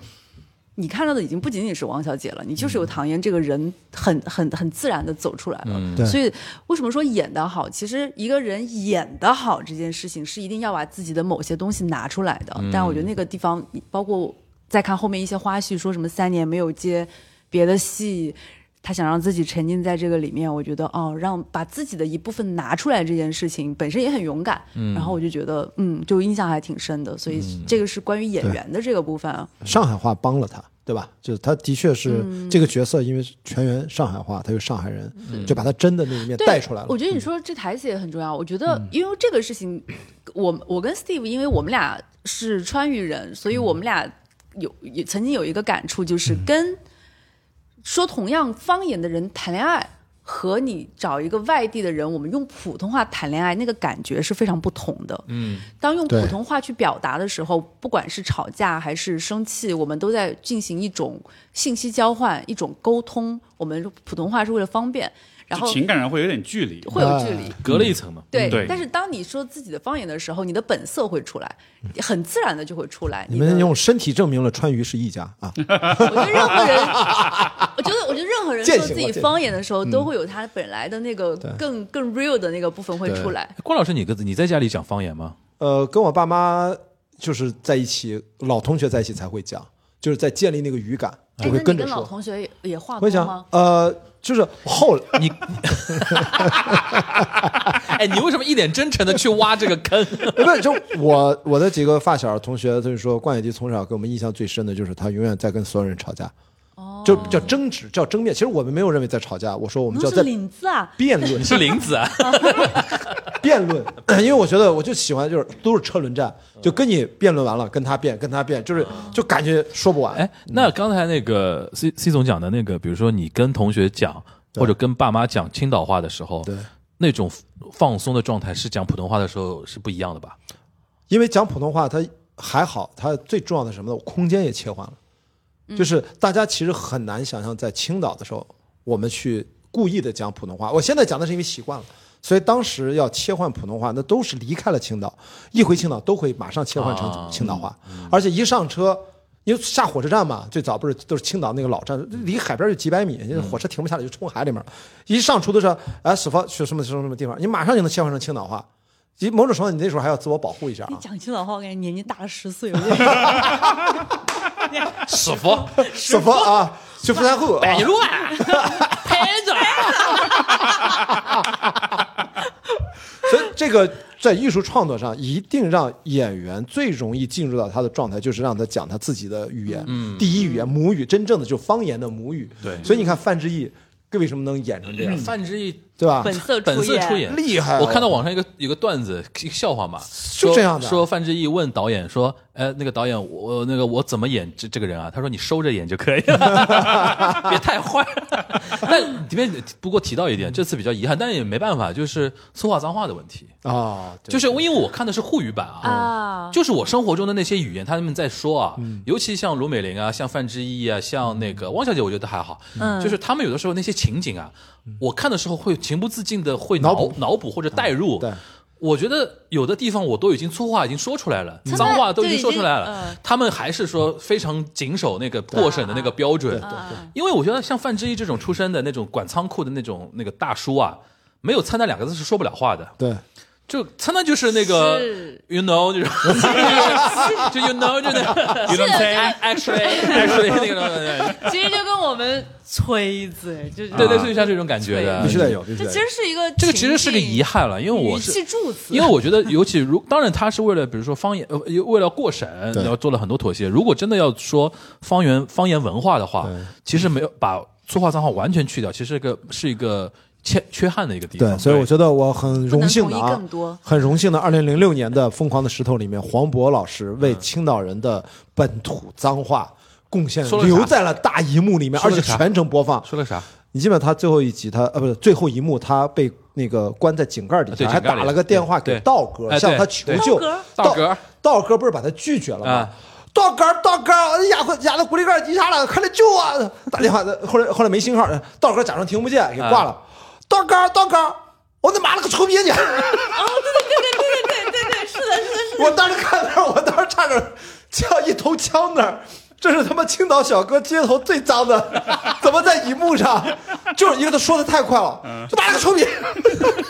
[SPEAKER 4] 你看到的已经不仅仅是王小姐了，你就是有唐嫣这个人很很很自然的走出来了。
[SPEAKER 3] 对
[SPEAKER 4] 所以为什么说演得好？其实一个人演得好这件事情是一定要把自己的某些东西拿出来的。但我觉得那个地方，包括再看后面一些花絮，说什么三年没有接别的戏。他想让自己沉浸在这个里面，我觉得哦，让把自己的一部分拿出来这件事情本身也很勇敢，然后我就觉得嗯，就印象还挺深的，所以这个是关于演员的这个部分啊。
[SPEAKER 3] 上海话帮了他，对吧？就是他的确是
[SPEAKER 4] 嗯
[SPEAKER 3] 这个角色，因为全员上海话，他又上海人，就把他真的那一面
[SPEAKER 4] 对
[SPEAKER 3] 带出来了。嗯
[SPEAKER 4] 我觉得你说这台词也很重要。我觉得，因为这个事情，我我跟 Steve，因为我们俩是川渝人，
[SPEAKER 3] 嗯
[SPEAKER 4] 所以我们俩有也曾经有一个感触，就是跟说同样方言的人谈恋爱。和你找一个外地的人，我们用普通话谈恋爱，那个感觉是非常不同的。嗯，当用
[SPEAKER 3] 对
[SPEAKER 4] 普通话去表达的时候，不管是吵架还是生气，我们都在进行一种信息交换、一种沟通。我们普通话是为了方便，然
[SPEAKER 5] 就
[SPEAKER 4] 后
[SPEAKER 5] 情感上会有点距离。
[SPEAKER 4] 会有距离。
[SPEAKER 2] 隔了一层嘛。
[SPEAKER 4] 对，
[SPEAKER 5] 对
[SPEAKER 4] 但是当你说自己的方言的时候，你的本色会出来，很自然的就会出来。
[SPEAKER 3] 你
[SPEAKER 4] 的
[SPEAKER 3] 们用身体证明了川渝是一家啊！
[SPEAKER 4] 我觉得任何 人，我觉得我觉得任何人
[SPEAKER 3] 践
[SPEAKER 4] 说
[SPEAKER 3] 行吧
[SPEAKER 4] 自己
[SPEAKER 3] 践行
[SPEAKER 4] 方言的时候，都会有他本来的那个更更 real 的那个部分会出来。
[SPEAKER 2] 郭老师，你跟你在家里讲方言吗？
[SPEAKER 3] 呃，跟我爸妈就是在一起，老同学在一起才会讲，就是在建立那个语感，
[SPEAKER 4] 哎
[SPEAKER 3] 就，会
[SPEAKER 4] 那
[SPEAKER 3] 跟
[SPEAKER 4] 你
[SPEAKER 3] 着
[SPEAKER 4] 跟老
[SPEAKER 3] 说。
[SPEAKER 4] 同学也也话
[SPEAKER 3] 我
[SPEAKER 4] 多
[SPEAKER 3] 想
[SPEAKER 4] 吗？，
[SPEAKER 3] 呃，就是后来
[SPEAKER 2] 你， 哎，你为什么一脸真诚的去挖这个坑？
[SPEAKER 3] 不是，呃就我我的几个发小同学，他就说冠野弟从小给我们印象最深的就是他永远在跟所有人吵架，
[SPEAKER 4] 哦
[SPEAKER 3] 就叫争执，叫争辩。其实我们没有认为在吵架，我说我们
[SPEAKER 4] 那
[SPEAKER 3] 叫
[SPEAKER 4] 是
[SPEAKER 3] 在
[SPEAKER 4] 领子啊，
[SPEAKER 3] 辩论
[SPEAKER 2] 你，是林子啊？
[SPEAKER 3] 辩 论，因为我觉得我就喜欢就是都是车轮战，就跟你辩论完了，跟他辩，跟他辩，
[SPEAKER 4] 哦
[SPEAKER 3] 就是就感觉说不 完。
[SPEAKER 2] 哎， 那刚才那个 C C 总讲的那个，比如说你跟同学讲或者跟爸妈讲青岛话的时候，
[SPEAKER 3] 对，
[SPEAKER 2] 那种放松的状态是讲普通话的时候是不一样的吧？
[SPEAKER 3] 因为讲普通话它还好，它最重要的是什么呢？空间也切换了，就是大家其实很难想象在青岛的时候，我们去故意的讲普通话。我现在讲的是因为习惯了。所以当时要切换普通话，那都是离开了青岛，一回青岛都会马上切换
[SPEAKER 2] 啊
[SPEAKER 3] 成青岛话，而且一上车，因为下火车站嘛，最早不是都是青岛那个老站，离海边就几百米，那火车停不下来就冲海里面了。一上出租车，哎，什么去什么什么什么地方，你马上就能切换成青岛话。其实某种程度，你那时候还要自我保护一下
[SPEAKER 4] 你
[SPEAKER 3] 啊。
[SPEAKER 4] 讲青岛话，我感觉年纪大了十岁。我 跟你说
[SPEAKER 2] 师傅，
[SPEAKER 3] 什么啊？去富山后啊？
[SPEAKER 2] 路 啊，拍着。
[SPEAKER 3] 所以这个在艺术创作上，一定让演员最容易进入到他的状态，就是让他讲他自己的语言，嗯，第一语言母语，真正的就方言的母语。
[SPEAKER 2] 对
[SPEAKER 3] 所以你看范志毅，为什么能演成这样，
[SPEAKER 2] 范志毅
[SPEAKER 3] 对吧？
[SPEAKER 4] 嗯本色
[SPEAKER 2] 本色出
[SPEAKER 4] 出
[SPEAKER 2] 演
[SPEAKER 3] 厉害
[SPEAKER 2] 我看到网上一个有个段子，一个笑话嘛，
[SPEAKER 3] 就
[SPEAKER 2] 说
[SPEAKER 3] 这样的啊
[SPEAKER 2] 说范志毅问导演说：“呃，那个导演，我我那个我怎么演这这个人啊？”他说：“你收着演就可以 了，别太坏。”那里面不过提到一点，这次比较遗憾，但也没办法，就是粗话脏话的问题，
[SPEAKER 3] 啊，对
[SPEAKER 2] 就是因为我看的是沪语版啊。
[SPEAKER 4] 啊，
[SPEAKER 2] 就是我生活中的那些语言，他们在说啊，
[SPEAKER 3] 嗯
[SPEAKER 2] 尤其像罗美玲啊，像范志毅啊，像那个汪小姐，我觉得还好，
[SPEAKER 4] 嗯
[SPEAKER 2] 就是他们有的时候那些情景啊，我看的时候会情不自禁的会
[SPEAKER 3] 嗯脑
[SPEAKER 2] 脑
[SPEAKER 3] 补嗯
[SPEAKER 2] 脑补或者代入，
[SPEAKER 3] 对
[SPEAKER 2] 我觉得有的地方我都已经粗话已经说出来了，
[SPEAKER 4] 嗯
[SPEAKER 2] 脏话都已经
[SPEAKER 4] 对
[SPEAKER 2] 说出来
[SPEAKER 4] 已经
[SPEAKER 2] 了，
[SPEAKER 4] 嗯
[SPEAKER 2] 他们还是说非常谨守那个过审的那个标准。因为我觉得像范志毅这种出身的那种管仓库的那种那个大叔啊，没有“灿烂”两个字是说不了话的。
[SPEAKER 3] 对，
[SPEAKER 2] 就“灿烂”就是那个
[SPEAKER 4] 是
[SPEAKER 2] ，you know，就是就 you know，就那个
[SPEAKER 5] You don't say
[SPEAKER 2] actually actually 那个，
[SPEAKER 4] 其实就跟我们吹子，就是
[SPEAKER 2] 啊
[SPEAKER 4] 啊
[SPEAKER 2] 对对，对，像这种感觉的，
[SPEAKER 3] 必须得有，必须
[SPEAKER 4] 这
[SPEAKER 3] 得
[SPEAKER 4] 其
[SPEAKER 3] 有。
[SPEAKER 4] 实是一个
[SPEAKER 2] 这个其实是个遗
[SPEAKER 4] 憾。
[SPEAKER 2] 憾了，因为我
[SPEAKER 4] 语
[SPEAKER 2] 是
[SPEAKER 4] 气助词，啊
[SPEAKER 2] 因为我觉得，尤其如当然他是为了，比如说方言，呃，为了过审，
[SPEAKER 3] 对
[SPEAKER 2] 然后做了很多妥协。如果真的要说方言方言文化的话
[SPEAKER 3] 对，
[SPEAKER 2] 其实没有把粗话脏话完全去掉，其实一个是一个缺缺憾的一个地
[SPEAKER 3] 对，
[SPEAKER 2] 方。
[SPEAKER 3] 所以我觉得我很荣幸的
[SPEAKER 4] 不能
[SPEAKER 3] 啊
[SPEAKER 4] 同意更多，
[SPEAKER 3] 很荣幸的，二零零六年的《疯狂的石头》里面，黄渤老师为青岛人的本土脏话贡献
[SPEAKER 2] 说了啥
[SPEAKER 3] 留在了大荧幕里面，
[SPEAKER 2] 说
[SPEAKER 3] 而
[SPEAKER 2] 了
[SPEAKER 3] 且
[SPEAKER 2] 啥
[SPEAKER 3] 全程播放。
[SPEAKER 2] 说了啥？
[SPEAKER 3] 你记不记得他最后一集他，呃不是最后一幕，他被那个关在井盖底
[SPEAKER 2] 啊对
[SPEAKER 3] 下，还
[SPEAKER 2] 井盖里
[SPEAKER 3] 打了个电话
[SPEAKER 2] 对
[SPEAKER 3] 给
[SPEAKER 2] 对
[SPEAKER 3] 道哥，
[SPEAKER 2] 哎
[SPEAKER 3] 向他
[SPEAKER 2] 对
[SPEAKER 3] 求
[SPEAKER 2] 对
[SPEAKER 3] 救
[SPEAKER 4] 道。
[SPEAKER 2] 哥道哥，
[SPEAKER 3] 道哥不是把他拒绝了吗
[SPEAKER 2] 啊？
[SPEAKER 3] 道哥，道哥，哎压压到骨力盖底下了，快来救我！打电话， 后来后来没信号，道哥假装听不见，给挂
[SPEAKER 2] 啊
[SPEAKER 3] 了。道哥，道哥，我他妈了个臭逼你！
[SPEAKER 4] 对对对对对，是的，是的，是 的。
[SPEAKER 3] 我当时看那儿，我当时差点像一头枪那儿。这是他妈青岛小哥街头最脏的， 怎么在荧幕上？ 就是因为他说的太快了，就打了个臭屁。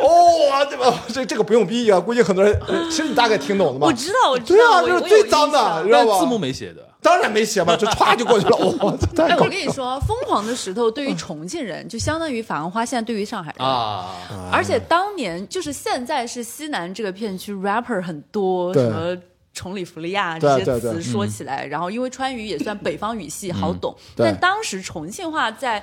[SPEAKER 3] 哦，这个这这个不用逼啊，估计很多人，其实你大概听懂了吧
[SPEAKER 6] 我？知道，我知
[SPEAKER 3] 对
[SPEAKER 6] 道，
[SPEAKER 3] 啊，
[SPEAKER 6] 我
[SPEAKER 3] 这
[SPEAKER 6] 我
[SPEAKER 3] 是
[SPEAKER 6] 有
[SPEAKER 3] 最
[SPEAKER 6] 印
[SPEAKER 3] 脏的，
[SPEAKER 6] 象
[SPEAKER 3] 知道吧？
[SPEAKER 2] 字幕没写的，
[SPEAKER 3] 当然没写 嘛，就歘就过去了。哇，这太
[SPEAKER 4] 哎，
[SPEAKER 3] 搞
[SPEAKER 4] 我跟你说，疯狂的石头对于重庆人，就相当于法兰花现在对于上海人
[SPEAKER 2] 啊，
[SPEAKER 4] 而且当年就是现在是西南这个片区 rapper 很多，
[SPEAKER 3] 对
[SPEAKER 4] 什么崇礼弗利亚
[SPEAKER 3] 对
[SPEAKER 4] 这些
[SPEAKER 3] 对对
[SPEAKER 4] 词说起来，然后因为川渝也算北方语系，好懂。
[SPEAKER 3] 对
[SPEAKER 4] 但当时重庆话在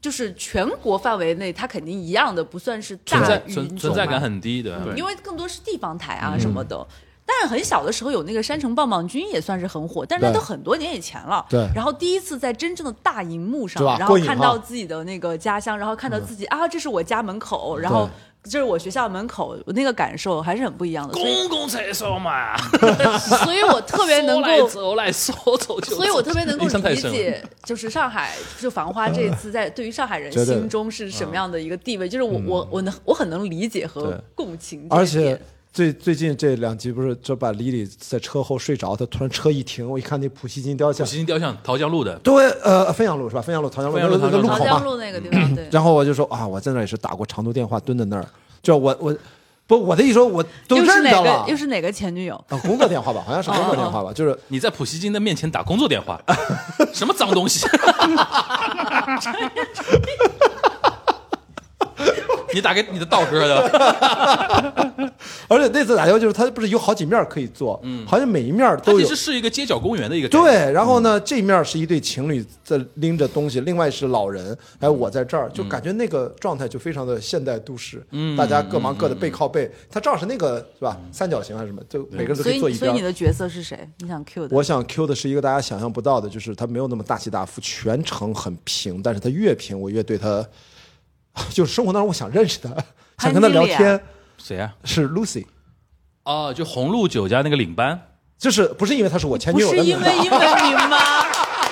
[SPEAKER 4] 就是全国范围内，它肯定一样的，不算是
[SPEAKER 2] 存
[SPEAKER 4] 大
[SPEAKER 2] 在
[SPEAKER 4] 语种
[SPEAKER 2] 存存在
[SPEAKER 4] 嘛
[SPEAKER 2] 感很低的，
[SPEAKER 4] 因为更多是地方台
[SPEAKER 3] 嗯
[SPEAKER 4] 啊什么的。但是很小的时候有那个山城棒棒军也算是很火，但是那
[SPEAKER 3] 对
[SPEAKER 4] 都很多年以前了。
[SPEAKER 3] 对
[SPEAKER 4] 然后第一次在真正的大荧幕上
[SPEAKER 3] 对吧，
[SPEAKER 4] 然后
[SPEAKER 3] 过瘾
[SPEAKER 4] 看
[SPEAKER 3] 哈嗯
[SPEAKER 4] 到自己的那个家乡，然后看到自己、啊，这是我家门口，然后这是我学校门口，那个感受还是很不一样的。所以，
[SPEAKER 2] 公共厕所嘛，
[SPEAKER 4] 所以我特别 能够。
[SPEAKER 2] 走来说走就走
[SPEAKER 4] 所以我特别能够
[SPEAKER 2] 印象太
[SPEAKER 4] 理
[SPEAKER 2] 深了
[SPEAKER 4] 解，就是上海，就繁花这一次在对于上海人
[SPEAKER 3] 嗯绝对嗯
[SPEAKER 4] 心中是什么样的一个地位，就是我我我能我很能理解和
[SPEAKER 3] 对
[SPEAKER 4] 共情这一点。
[SPEAKER 3] 而且最最近这两集不是这把李李在车后睡着，他突然车一停，我一看那普希金雕
[SPEAKER 2] 普
[SPEAKER 3] 像，
[SPEAKER 2] 希金雕像桃江路的，
[SPEAKER 3] 对，呃，汾阳路是吧？汾阳路、桃江路
[SPEAKER 2] 汾阳路
[SPEAKER 3] 那
[SPEAKER 2] 桃江
[SPEAKER 3] 个路
[SPEAKER 2] 路
[SPEAKER 3] 口
[SPEAKER 4] 长江
[SPEAKER 3] 嘛。
[SPEAKER 4] 路那个地方，对。
[SPEAKER 3] 然后我就说啊，我在那儿也是打过长途电话，蹲在那儿，就我我不我的意思说我都
[SPEAKER 4] 又是
[SPEAKER 3] 认
[SPEAKER 4] 哪
[SPEAKER 3] 得
[SPEAKER 4] 个
[SPEAKER 3] 了
[SPEAKER 4] 又。是哪个前女友？
[SPEAKER 3] 啊，工作电话吧，好像是工作电话吧，就是
[SPEAKER 2] 你在普希金的面前打工作电 话，什么脏东西？你打给你的道哥的，
[SPEAKER 3] 而且那次打电话就是它不是有好几面儿可以做，好像每一面儿
[SPEAKER 2] 嗯它
[SPEAKER 3] 都
[SPEAKER 2] 其
[SPEAKER 3] 有
[SPEAKER 2] 实。是一个街角公园的一个概念
[SPEAKER 3] 对，然后呢，这面儿是一对情侣在拎着东西，另外是老人，还有我在这儿，
[SPEAKER 2] 嗯
[SPEAKER 3] 就感觉那个状态就非常的现代都市，嗯，大家各忙各的，背靠背，它正好是那个是吧？三角形还是什么，就每个人都可
[SPEAKER 4] 所
[SPEAKER 3] 以坐
[SPEAKER 4] 以
[SPEAKER 3] 一
[SPEAKER 4] 所以
[SPEAKER 3] 边儿。
[SPEAKER 4] 你的角色是谁？你想 Q 的？
[SPEAKER 3] 我想 Q 的是一个大家想象不到的，就是它没有那么大起大伏，全程很平，但是它越平，我越对它， 就是生活当中我想认识它，想跟它聊
[SPEAKER 4] 潘经理啊
[SPEAKER 3] 天，
[SPEAKER 2] 谁啊？
[SPEAKER 3] 是 Lucy。
[SPEAKER 2] 哦，就红路酒家那个领班，
[SPEAKER 3] 就是不是因为她是我前
[SPEAKER 4] 不
[SPEAKER 3] 女友
[SPEAKER 4] 是
[SPEAKER 3] 的名
[SPEAKER 4] 因
[SPEAKER 3] 字，啊
[SPEAKER 4] 为英文名 吗？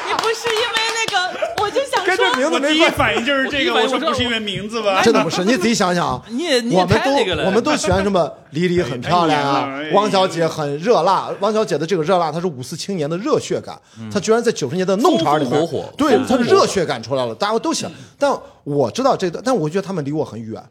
[SPEAKER 6] 你不是因为那个，我就想
[SPEAKER 3] 跟这
[SPEAKER 6] 说，
[SPEAKER 3] 名字
[SPEAKER 5] 我第
[SPEAKER 3] 没
[SPEAKER 5] 一
[SPEAKER 3] 关系，
[SPEAKER 5] 反应就是这个，
[SPEAKER 2] 我第
[SPEAKER 5] 我
[SPEAKER 2] 一反应
[SPEAKER 5] 说
[SPEAKER 2] 我说
[SPEAKER 5] 不是因为名字吧？
[SPEAKER 3] 真的不是。你自己想想啊，
[SPEAKER 2] 你也你
[SPEAKER 3] 我
[SPEAKER 2] 也
[SPEAKER 3] 们
[SPEAKER 2] 太那个
[SPEAKER 3] 都
[SPEAKER 2] 了，
[SPEAKER 3] 我们都喜欢什么？李李很漂亮
[SPEAKER 5] 哎哎
[SPEAKER 3] 啊
[SPEAKER 5] 哎，
[SPEAKER 3] 汪小姐很热辣，汪小姐的这个热辣，她是五四青年的热血感，她居然在九十年代弄潮儿里面
[SPEAKER 2] 风风火火
[SPEAKER 3] 对
[SPEAKER 2] 风，
[SPEAKER 3] 她
[SPEAKER 2] 风
[SPEAKER 3] 的
[SPEAKER 2] 火火
[SPEAKER 3] 热血感出来了，大家都喜欢。但我知道这个，但我觉得他们离我很远，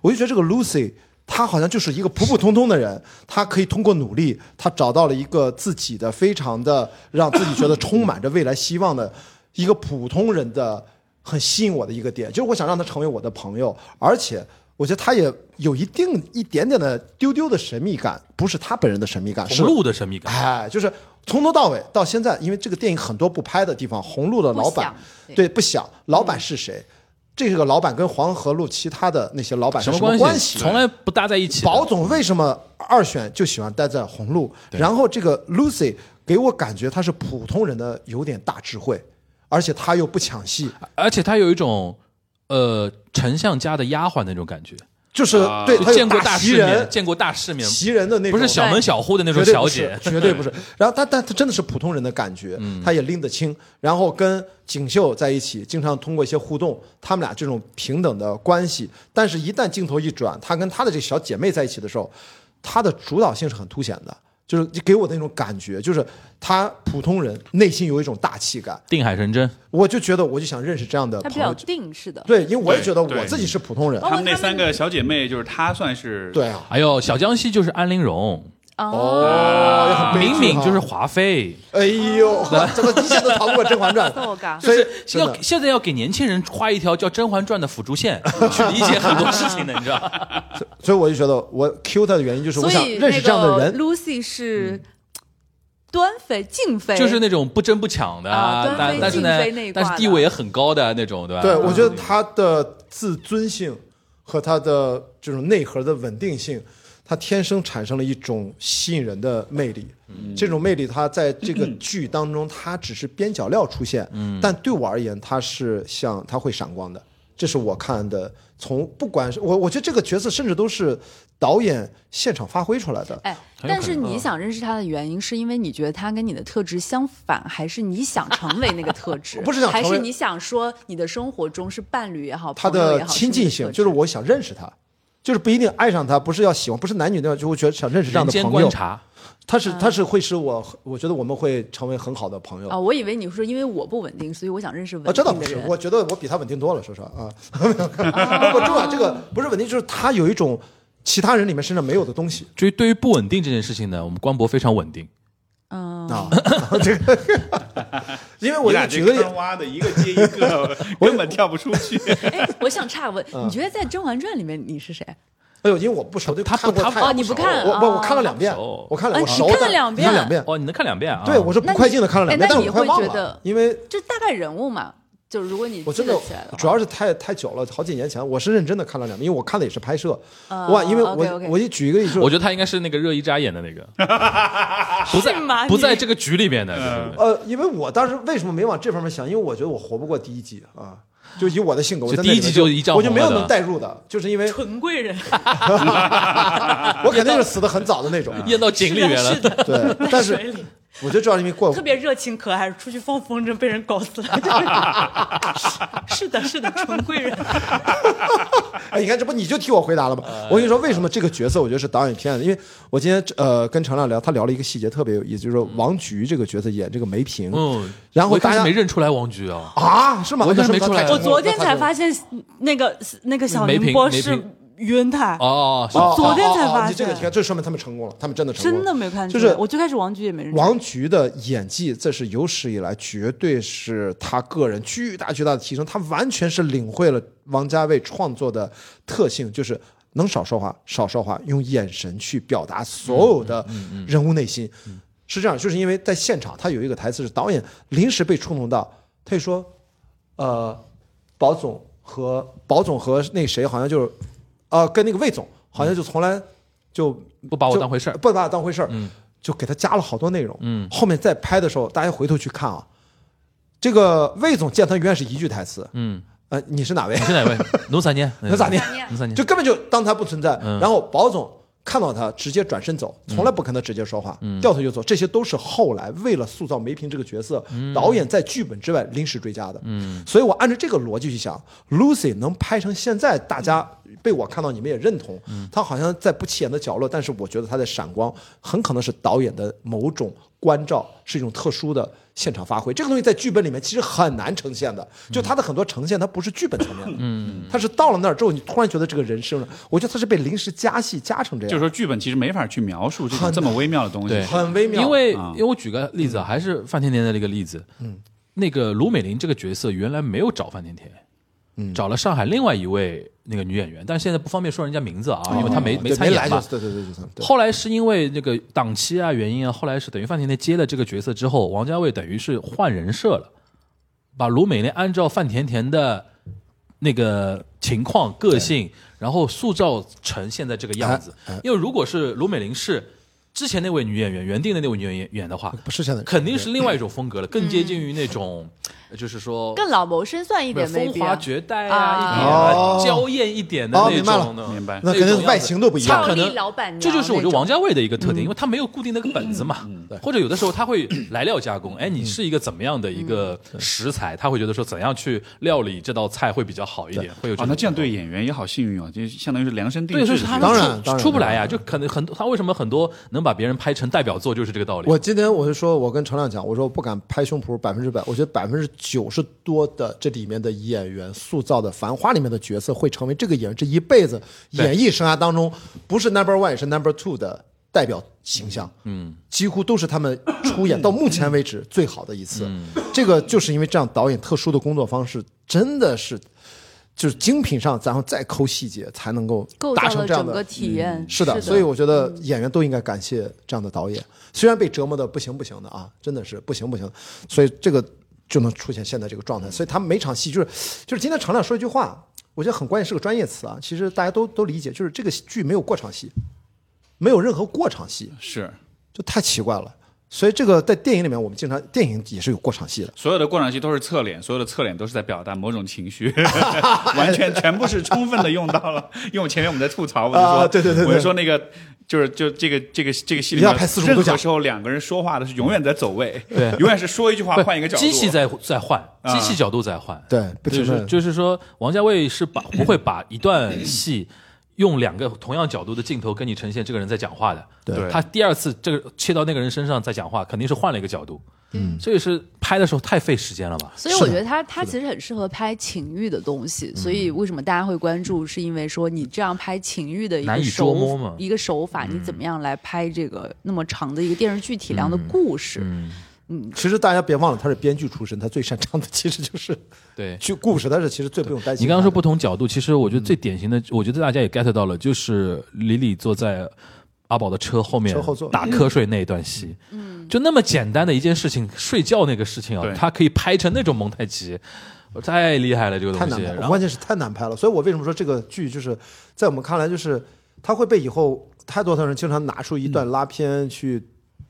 [SPEAKER 3] 我就觉得这个 Lucy。她好像就是一个普普通通的人，她可以通过努力，她找到了一个自己的非常的让自己觉得充满着未来希望的一个普通人的很吸引我的一个点，就是我想让他成为我的朋友，而且我觉得他也有一定一点点的丢丢的神秘感，不是他本人的神秘感，是
[SPEAKER 2] 红路的神秘感，
[SPEAKER 3] 哎，就是从头到尾到现在，因为这个电影很多不拍的地方，红路的老板
[SPEAKER 4] 不想
[SPEAKER 3] 对不想，老
[SPEAKER 2] 嗯
[SPEAKER 3] 板是谁？这个老板跟黄河路其他的那些老板是
[SPEAKER 2] 什么
[SPEAKER 3] 么
[SPEAKER 2] 系？
[SPEAKER 3] 关系？
[SPEAKER 2] 从来不搭在一起的。
[SPEAKER 3] 保总为什么二选就喜欢待在红路？然后这个 Lucy 给我感觉她是普通人的有点大智慧，而且她又不抢戏，
[SPEAKER 2] 而且他有一种呃丞相家的丫鬟那种感觉，
[SPEAKER 3] 就是
[SPEAKER 5] 啊
[SPEAKER 3] 对
[SPEAKER 5] 就
[SPEAKER 3] 她有
[SPEAKER 2] 见过大
[SPEAKER 3] 袭
[SPEAKER 2] 世面，
[SPEAKER 3] 人，
[SPEAKER 2] 见过大世面，
[SPEAKER 3] 袭人的那
[SPEAKER 2] 不
[SPEAKER 3] 种
[SPEAKER 2] 是小门小户的那种
[SPEAKER 3] 绝对
[SPEAKER 2] 小
[SPEAKER 3] 不
[SPEAKER 2] 姐嗯
[SPEAKER 3] 是，绝对 不是。然后她，但她真的是普通人的感觉，她也拎得清。然后跟锦绣在一起，经常通过一些互动，他们俩这种平等的关系。但是，一旦镜头一转，她跟她的这小姐妹在一起的时候，她的主导性是很凸显的，就是给我的那种感觉，就是她普通人内心有一种大气感。
[SPEAKER 2] 定海神针。
[SPEAKER 3] 我就觉得，我就想认识这样的
[SPEAKER 4] 他比
[SPEAKER 3] 朋
[SPEAKER 4] 较哦
[SPEAKER 3] 友。
[SPEAKER 4] 定式的。
[SPEAKER 3] 对，因为我也觉得
[SPEAKER 5] 对
[SPEAKER 3] 我自己是普通人
[SPEAKER 4] 包。
[SPEAKER 5] 他
[SPEAKER 4] 括
[SPEAKER 5] 们那三个小姐妹，就是她算是
[SPEAKER 3] 对啊，
[SPEAKER 2] 还有小江西就是安陵容，
[SPEAKER 4] 哦，
[SPEAKER 3] 悲剧
[SPEAKER 2] 敏
[SPEAKER 3] 哈
[SPEAKER 2] 啊敏就是华妃，
[SPEAKER 3] 哎呦，怎么一下子逃不过《甄嬛 传》？
[SPEAKER 4] 我嘎。
[SPEAKER 3] 所以
[SPEAKER 2] 就是要现在要给年轻人画一条叫《甄嬛传》的辅助 线，去理解很多事情的，你知道吧？
[SPEAKER 3] 所以我就觉得我 Q 他的原因就是我
[SPEAKER 4] 所
[SPEAKER 3] 想
[SPEAKER 4] 以
[SPEAKER 3] 认识这样的
[SPEAKER 4] 那个
[SPEAKER 3] 人。
[SPEAKER 4] Lucy 是端妃、敬妃，
[SPEAKER 2] 就是那种不争不抢的
[SPEAKER 4] 啊端
[SPEAKER 2] 但
[SPEAKER 4] 妃
[SPEAKER 2] 但是
[SPEAKER 4] 敬妃那
[SPEAKER 2] 呢
[SPEAKER 4] 一，挂
[SPEAKER 2] 但
[SPEAKER 4] 的
[SPEAKER 2] 是地位也很高的那种，对吧？
[SPEAKER 3] 对，我觉得他的自尊性和他的这种内核的稳定性，他天生产生了一种吸引人的魅力。这种魅力，他在这个剧当中，他只是边角料出现，但对我而言，他是像他会闪光的。这是我看的，从不管是我，我觉得这个角色甚至都是导演现场发挥出来的。
[SPEAKER 4] 哎，
[SPEAKER 2] 很有
[SPEAKER 4] 但是
[SPEAKER 3] 嗯
[SPEAKER 4] 你想认识他的原因，是因为你觉得他跟你的特质相反，还是你想成为那个特 质？
[SPEAKER 3] 我不是想成
[SPEAKER 4] 还
[SPEAKER 3] 为
[SPEAKER 4] 是你想说你的生活中是伴侣也好，
[SPEAKER 3] 他
[SPEAKER 4] 朋友也
[SPEAKER 3] 的
[SPEAKER 4] 好
[SPEAKER 3] 亲近性，就是，我想认识他，就是不一定爱上他，不是要喜欢，不是男女那样，就会觉得想认识这样
[SPEAKER 2] 人
[SPEAKER 3] 的
[SPEAKER 2] 间
[SPEAKER 3] 朋
[SPEAKER 2] 观
[SPEAKER 3] 友。
[SPEAKER 2] 察，
[SPEAKER 3] 他
[SPEAKER 4] 嗯
[SPEAKER 3] 是他是会使我，我觉得我们会成为很好的朋友。
[SPEAKER 4] 啊，我以为你是因为我不稳定，所以我想认识稳
[SPEAKER 3] 啊，哦这倒
[SPEAKER 4] 定
[SPEAKER 3] 不
[SPEAKER 4] 的
[SPEAKER 3] 是
[SPEAKER 4] 人。，
[SPEAKER 3] 我觉得我比他稳定多了，说实话啊， 不重要，这个不是稳定，就是他有一种其他人里面身上没有的东西
[SPEAKER 2] 至于对于不稳定这件事情呢，我们官博非常稳定。
[SPEAKER 4] 嗯，
[SPEAKER 3] 啊，这个，因为我
[SPEAKER 5] 你
[SPEAKER 3] 就
[SPEAKER 5] 俩这
[SPEAKER 3] 举个例
[SPEAKER 5] 坑，挖的一个接一个， 根本跳不出去。
[SPEAKER 4] 哎，我想岔问，
[SPEAKER 3] 嗯
[SPEAKER 4] 你觉得在《甄嬛传》里面你是谁？
[SPEAKER 3] 哎呦，因为我不熟，就
[SPEAKER 2] 他
[SPEAKER 3] 看
[SPEAKER 2] 不
[SPEAKER 3] 过
[SPEAKER 2] 他
[SPEAKER 3] 太
[SPEAKER 2] 不
[SPEAKER 4] 哦你不看
[SPEAKER 3] 哎我不，
[SPEAKER 4] 哦
[SPEAKER 3] 我看了两遍，
[SPEAKER 2] 熟
[SPEAKER 3] 我看了，
[SPEAKER 4] 啊
[SPEAKER 3] 我
[SPEAKER 4] 你
[SPEAKER 3] 熟
[SPEAKER 4] 看
[SPEAKER 3] 的
[SPEAKER 4] 了两遍
[SPEAKER 3] 看两遍，
[SPEAKER 2] 哦，你能看两遍啊？
[SPEAKER 3] 对，我是不
[SPEAKER 4] 那你
[SPEAKER 3] 快进的看了两遍，
[SPEAKER 4] 哎那
[SPEAKER 3] 但是
[SPEAKER 4] 你
[SPEAKER 3] 我快
[SPEAKER 4] 会
[SPEAKER 3] 忘
[SPEAKER 4] 觉
[SPEAKER 3] 了
[SPEAKER 4] 得，
[SPEAKER 3] 因为
[SPEAKER 4] 就大概人物嘛，就如果你
[SPEAKER 3] 我
[SPEAKER 4] 记
[SPEAKER 3] 真的
[SPEAKER 4] 得起来的话，
[SPEAKER 3] 主要是太太久了，好几年前，我是认真的看了两遍，因为我看的也是拍摄，
[SPEAKER 4] 啊
[SPEAKER 3] 哇，因为我
[SPEAKER 4] OK，OK
[SPEAKER 3] 我一举一个例 子，
[SPEAKER 2] 我觉得他应该是那个热依扎演的那个，不在
[SPEAKER 4] 是吗
[SPEAKER 2] 不在
[SPEAKER 4] 你
[SPEAKER 2] 这个局里面的对对对。
[SPEAKER 3] 呃，因为我当时为什么没往这方面想？因为我觉得我活不过第一季啊，就以我的性格，我
[SPEAKER 2] 就
[SPEAKER 3] 在那
[SPEAKER 2] 第
[SPEAKER 3] 里
[SPEAKER 2] 一季
[SPEAKER 3] 面
[SPEAKER 2] 就一丈
[SPEAKER 3] 我就没有
[SPEAKER 2] 红了
[SPEAKER 3] 能代入的，就 是因为
[SPEAKER 4] 纯贵人，
[SPEAKER 3] 我肯定是死的很早的 那种。啊
[SPEAKER 2] 咽到井里面了
[SPEAKER 6] 是，的，
[SPEAKER 3] 对，但是
[SPEAKER 6] 水里
[SPEAKER 3] 我觉得主要是因为过
[SPEAKER 6] 特别热情可爱，出去放风筝被人搞死了。 是的，是的，纯贵人。
[SPEAKER 3] 哎，你看这不你就替我回答了吗？
[SPEAKER 2] 呃
[SPEAKER 3] 我跟你说，为什么这个角色我觉得是导演偏爱的？因为我今天呃跟程亮聊，他聊了一个细节特别有意思，就是说王菊这个角色演这个梅萍，
[SPEAKER 2] 嗯，
[SPEAKER 3] 然后
[SPEAKER 2] 我一开
[SPEAKER 3] 大
[SPEAKER 2] 始
[SPEAKER 3] 家
[SPEAKER 2] 没认出来王菊啊，
[SPEAKER 3] 啊是吗？
[SPEAKER 2] 我一开始
[SPEAKER 3] 那是不是
[SPEAKER 2] 没出
[SPEAKER 3] 他
[SPEAKER 2] 来
[SPEAKER 3] 太
[SPEAKER 6] 我
[SPEAKER 3] 沉默
[SPEAKER 6] 昨天
[SPEAKER 3] 那他
[SPEAKER 6] 才
[SPEAKER 3] 就
[SPEAKER 6] 发现那个那个小
[SPEAKER 2] 梅
[SPEAKER 6] 宁
[SPEAKER 2] 萍
[SPEAKER 6] 波
[SPEAKER 2] 梅
[SPEAKER 6] 是
[SPEAKER 2] 萍
[SPEAKER 6] 袁太。
[SPEAKER 2] 哦，是
[SPEAKER 3] 哦
[SPEAKER 6] 昨天
[SPEAKER 3] 哦
[SPEAKER 6] 才
[SPEAKER 3] 哦
[SPEAKER 6] 发
[SPEAKER 3] 你这个
[SPEAKER 6] 现
[SPEAKER 3] 你看，这说明他们成功了，他们真的成功了，
[SPEAKER 6] 真的没看出
[SPEAKER 3] 就
[SPEAKER 6] 来，
[SPEAKER 3] 是
[SPEAKER 6] 我最开始王菊也没认出来。
[SPEAKER 3] 王菊的演技，这是有史以来绝对是他个人巨大巨大的提升。他完全是领会了王家卫创作的特性，就是能少说话少说话，用眼神去表达所有的人物内心。是这样，就是因为在现场，他有一个台词是导演临时被触动到，他就说：“呃，保总和保总和那谁好像就是，呃，跟那个魏总好像就从来就
[SPEAKER 2] 不把我
[SPEAKER 3] 就
[SPEAKER 2] 当回事儿。
[SPEAKER 3] 不把它当回事儿，就给他加了好多内容。嗯，后面再拍的时候，大家回头去看啊，这个魏总见他永远是一句台词，
[SPEAKER 2] 嗯，
[SPEAKER 3] 呃，你是哪位
[SPEAKER 2] 你？是哪 位？侬啥人？
[SPEAKER 3] 能咋地？
[SPEAKER 2] 侬啥人？
[SPEAKER 3] 就根本就当他不存在。
[SPEAKER 2] 嗯
[SPEAKER 3] 然后保总看到他，直接转身走，从来不跟他直接说话，掉头就走。这些都是后来为了塑造梅萍这个角色，导演在剧本之外临时追加的。嗯，所以我按照这个逻辑去想，Lucy 能拍成现在，大家被我看到，你们也认同，她好像在不起眼的角落，但是我觉得她在闪光，很可能是导演的某种关照，是一种特殊的。现场发挥这个东西在剧本里面其实很难呈现的，就它的很多呈现它不是剧本层面的，嗯，它是到了那儿之后你突然觉得这个人生了，我觉得它是被临时加戏加成这样，
[SPEAKER 5] 就是说，剧本其实没法去描述这
[SPEAKER 3] 很
[SPEAKER 5] 种这么微妙的东西
[SPEAKER 2] 对。
[SPEAKER 3] 很微妙，嗯
[SPEAKER 2] 因为
[SPEAKER 5] 啊
[SPEAKER 2] 因为我举个例子，啊，还是范甜甜的那个例子，嗯，那个卢美玲这个角色原来没有找范甜甜，嗯，找了上海另外一位那个女演员，但是现在不方便说人家名字啊，因为她没
[SPEAKER 3] 对
[SPEAKER 2] 没
[SPEAKER 3] 哦嗯没
[SPEAKER 2] 参
[SPEAKER 3] 来
[SPEAKER 2] 演
[SPEAKER 3] 就
[SPEAKER 2] 嘛
[SPEAKER 3] 是。对对对对对对，
[SPEAKER 2] 后来是因为那个档期啊原因啊，后来是等于范甜甜接了这个角色之后，王家卫等于是换人设了，把卢美玲按照范甜甜的那个情况个性，然后塑造成现在这个样子。因为如果是卢美玲是之前那位女演员原定的那位女演员演的话，
[SPEAKER 3] 不是现在
[SPEAKER 2] 肯定是另外一种风格了，更接近于那种，呃就是说
[SPEAKER 4] 更老谋深算一点
[SPEAKER 2] 风
[SPEAKER 4] ，maybe
[SPEAKER 2] 华
[SPEAKER 4] 啊。
[SPEAKER 2] 绝代
[SPEAKER 4] 啊
[SPEAKER 2] 一点啊
[SPEAKER 3] 哦
[SPEAKER 2] 娇艳一点的
[SPEAKER 3] 哦
[SPEAKER 2] 那
[SPEAKER 3] 明白了
[SPEAKER 2] 种的。
[SPEAKER 5] 明白
[SPEAKER 3] 那肯定外形都不一
[SPEAKER 2] 他
[SPEAKER 3] 样嗯
[SPEAKER 4] 俏
[SPEAKER 2] 可
[SPEAKER 4] 丽
[SPEAKER 2] 能
[SPEAKER 4] 老板娘
[SPEAKER 2] 这就是我觉
[SPEAKER 4] 那
[SPEAKER 2] 得
[SPEAKER 4] 种
[SPEAKER 2] 王家卫的一个特点，因为他没有固定那个本子嘛，或者有的时候他 会来料加工。哎，你
[SPEAKER 3] 嗯
[SPEAKER 2] 是一个怎么样的一个食材，他会觉得说怎样去料理这道菜会比较好一点，会有
[SPEAKER 3] 哦
[SPEAKER 5] 啊，
[SPEAKER 2] 种
[SPEAKER 5] 那这样对演员也好幸运哦，就相当于是量身定
[SPEAKER 2] 对，
[SPEAKER 5] 制
[SPEAKER 2] 所
[SPEAKER 5] 的
[SPEAKER 2] 以他
[SPEAKER 5] 这
[SPEAKER 2] 们
[SPEAKER 5] 种。
[SPEAKER 3] 当
[SPEAKER 2] 出
[SPEAKER 3] 然当然
[SPEAKER 2] 出不来呀，就可能很多他为什么很多能把别人拍成代表作，就是这个道理。
[SPEAKER 3] 我今天我就说，我跟程亮讲，我说我不敢拍胸脯百分之百，我觉得百分之九十多的这里面的演员塑造的《繁花》里面的角色，会成为这个演员这一辈子演艺生涯当中，不是 number one 也是 number two 的代表形象。嗯，几乎都是他们出演到目前为止最好的一次。这个就是因为这样导演特殊的工作方式，真的是就是精品上，然后再抠细节，才能够
[SPEAKER 4] 构
[SPEAKER 3] 达
[SPEAKER 4] 造
[SPEAKER 3] 成
[SPEAKER 4] 了
[SPEAKER 3] 这样的嗯
[SPEAKER 4] 整个体验。
[SPEAKER 3] 是的，嗯所以我觉得演员都应该感谢这样的导演，虽然被折磨的不行不行的啊，真的是不行不行的，所以这个就能出现现在这个状态。所以他每场戏就是，就是今天常亮说一句话，我觉得很关键，是个专业词啊，其实大家都都理解，就是这个剧没有过场戏，没有任何过场戏，
[SPEAKER 5] 是
[SPEAKER 3] 就太奇怪了。所以这个在电影里面，我们经常电影也是有过场戏的，
[SPEAKER 5] 所有的过场戏都是侧脸，所有的侧脸都是在表达某种情绪， 完全全部是充分的用到了。因为我前面我们在吐槽，我就说，
[SPEAKER 3] 啊对对对对
[SPEAKER 5] 我就说那个就是就这个这个这个戏里
[SPEAKER 3] 你
[SPEAKER 5] 面
[SPEAKER 3] 要拍四十五
[SPEAKER 5] 任
[SPEAKER 3] 度角
[SPEAKER 5] 何时候两个人说话的是永远在走位，
[SPEAKER 2] 对
[SPEAKER 5] 永远是说一句话
[SPEAKER 2] 不
[SPEAKER 5] 换一个角度。
[SPEAKER 2] 机器在在换，
[SPEAKER 5] 啊
[SPEAKER 2] 机器角度在换。
[SPEAKER 3] 对，不
[SPEAKER 2] 就
[SPEAKER 3] 停
[SPEAKER 2] 是
[SPEAKER 3] 的
[SPEAKER 2] 就是说，王家卫是把不会把一段戏用两个同样角度的镜头跟你呈现这个人在讲话的。
[SPEAKER 5] 对
[SPEAKER 2] 他第二次这个切到那个人身上再讲话，肯定是换了一个角度。嗯，所以是拍的时候太费时间了吧？
[SPEAKER 4] 所以我觉得他他其实很适合拍情欲的东西，
[SPEAKER 3] 嗯
[SPEAKER 4] 所以为什么大家会关注，是因为说你这样拍情欲的一
[SPEAKER 2] 难
[SPEAKER 4] 个
[SPEAKER 2] 以捉
[SPEAKER 4] 手
[SPEAKER 2] 摸嘛
[SPEAKER 4] 一个手法，你
[SPEAKER 3] 嗯
[SPEAKER 4] 怎么样来拍这个那么长的一个电视剧体量的故事？
[SPEAKER 3] 嗯其实大家别忘了，他是编剧出身，他最擅长的其实就是
[SPEAKER 2] 对，
[SPEAKER 3] 就故事，但是其实最不用担心。
[SPEAKER 2] 你刚刚说不同角度，其实我觉得最典型的，我觉得大家也 get 到了，就是李李坐在阿宝的车后面
[SPEAKER 3] 车后座
[SPEAKER 2] 打瞌睡那一段戏，嗯，就那么简单的一件事情，睡觉那个事情啊
[SPEAKER 5] 对，
[SPEAKER 2] 他可以拍成那种蒙太奇，太厉害了这个
[SPEAKER 3] 太
[SPEAKER 2] 东
[SPEAKER 3] 难
[SPEAKER 2] 西。
[SPEAKER 3] 拍了，
[SPEAKER 2] 然后
[SPEAKER 3] 关键是太难拍了。所以我为什么说这个剧就是在我们看来，就是它会被以后太多的人经常拿出一
[SPEAKER 2] 嗯
[SPEAKER 3] 段拉片去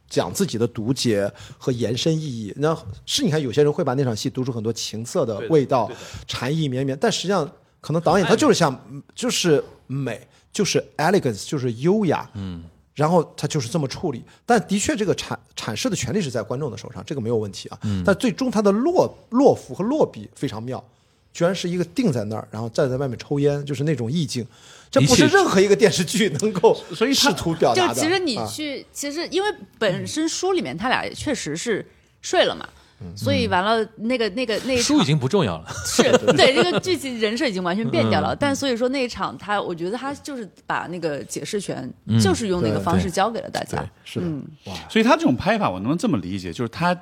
[SPEAKER 3] 讲自己的读解和延伸意义。然后是你看有些人会把那场戏读出很多情色的味道，禅意绵绵，但实际上可能导演他就是想就是美，就是 elegance，就是优雅，嗯。然后他就是这么处理，但的确，这个阐阐释的权利是在观众的手上，这个没有问题啊。
[SPEAKER 5] 嗯
[SPEAKER 3] 但最终他的落落伏和落笔非常妙，居然是一个定在那儿，然后站在外面抽烟，就是那种意境，这不是
[SPEAKER 2] 一切
[SPEAKER 3] 任何一个电视剧能够
[SPEAKER 5] 所以他
[SPEAKER 3] 试图表达
[SPEAKER 4] 就
[SPEAKER 3] 的。
[SPEAKER 4] 其实你
[SPEAKER 3] 啊
[SPEAKER 4] 去，其实因为本身书里面他俩也确实是睡了嘛，
[SPEAKER 3] 嗯
[SPEAKER 4] 所以完了那个那个那一
[SPEAKER 2] 书已
[SPEAKER 4] 场
[SPEAKER 2] 经不重要了，
[SPEAKER 4] 是对这个剧情人设已经完全变掉了，
[SPEAKER 3] 嗯
[SPEAKER 4] 但所以说那一场他，我觉得他就是把那个解释权就是用那个
[SPEAKER 3] 嗯对
[SPEAKER 4] 方式交给了大家。
[SPEAKER 3] 是的，
[SPEAKER 4] 嗯
[SPEAKER 5] 所以他这种拍法，我能不能这么理解？就是他，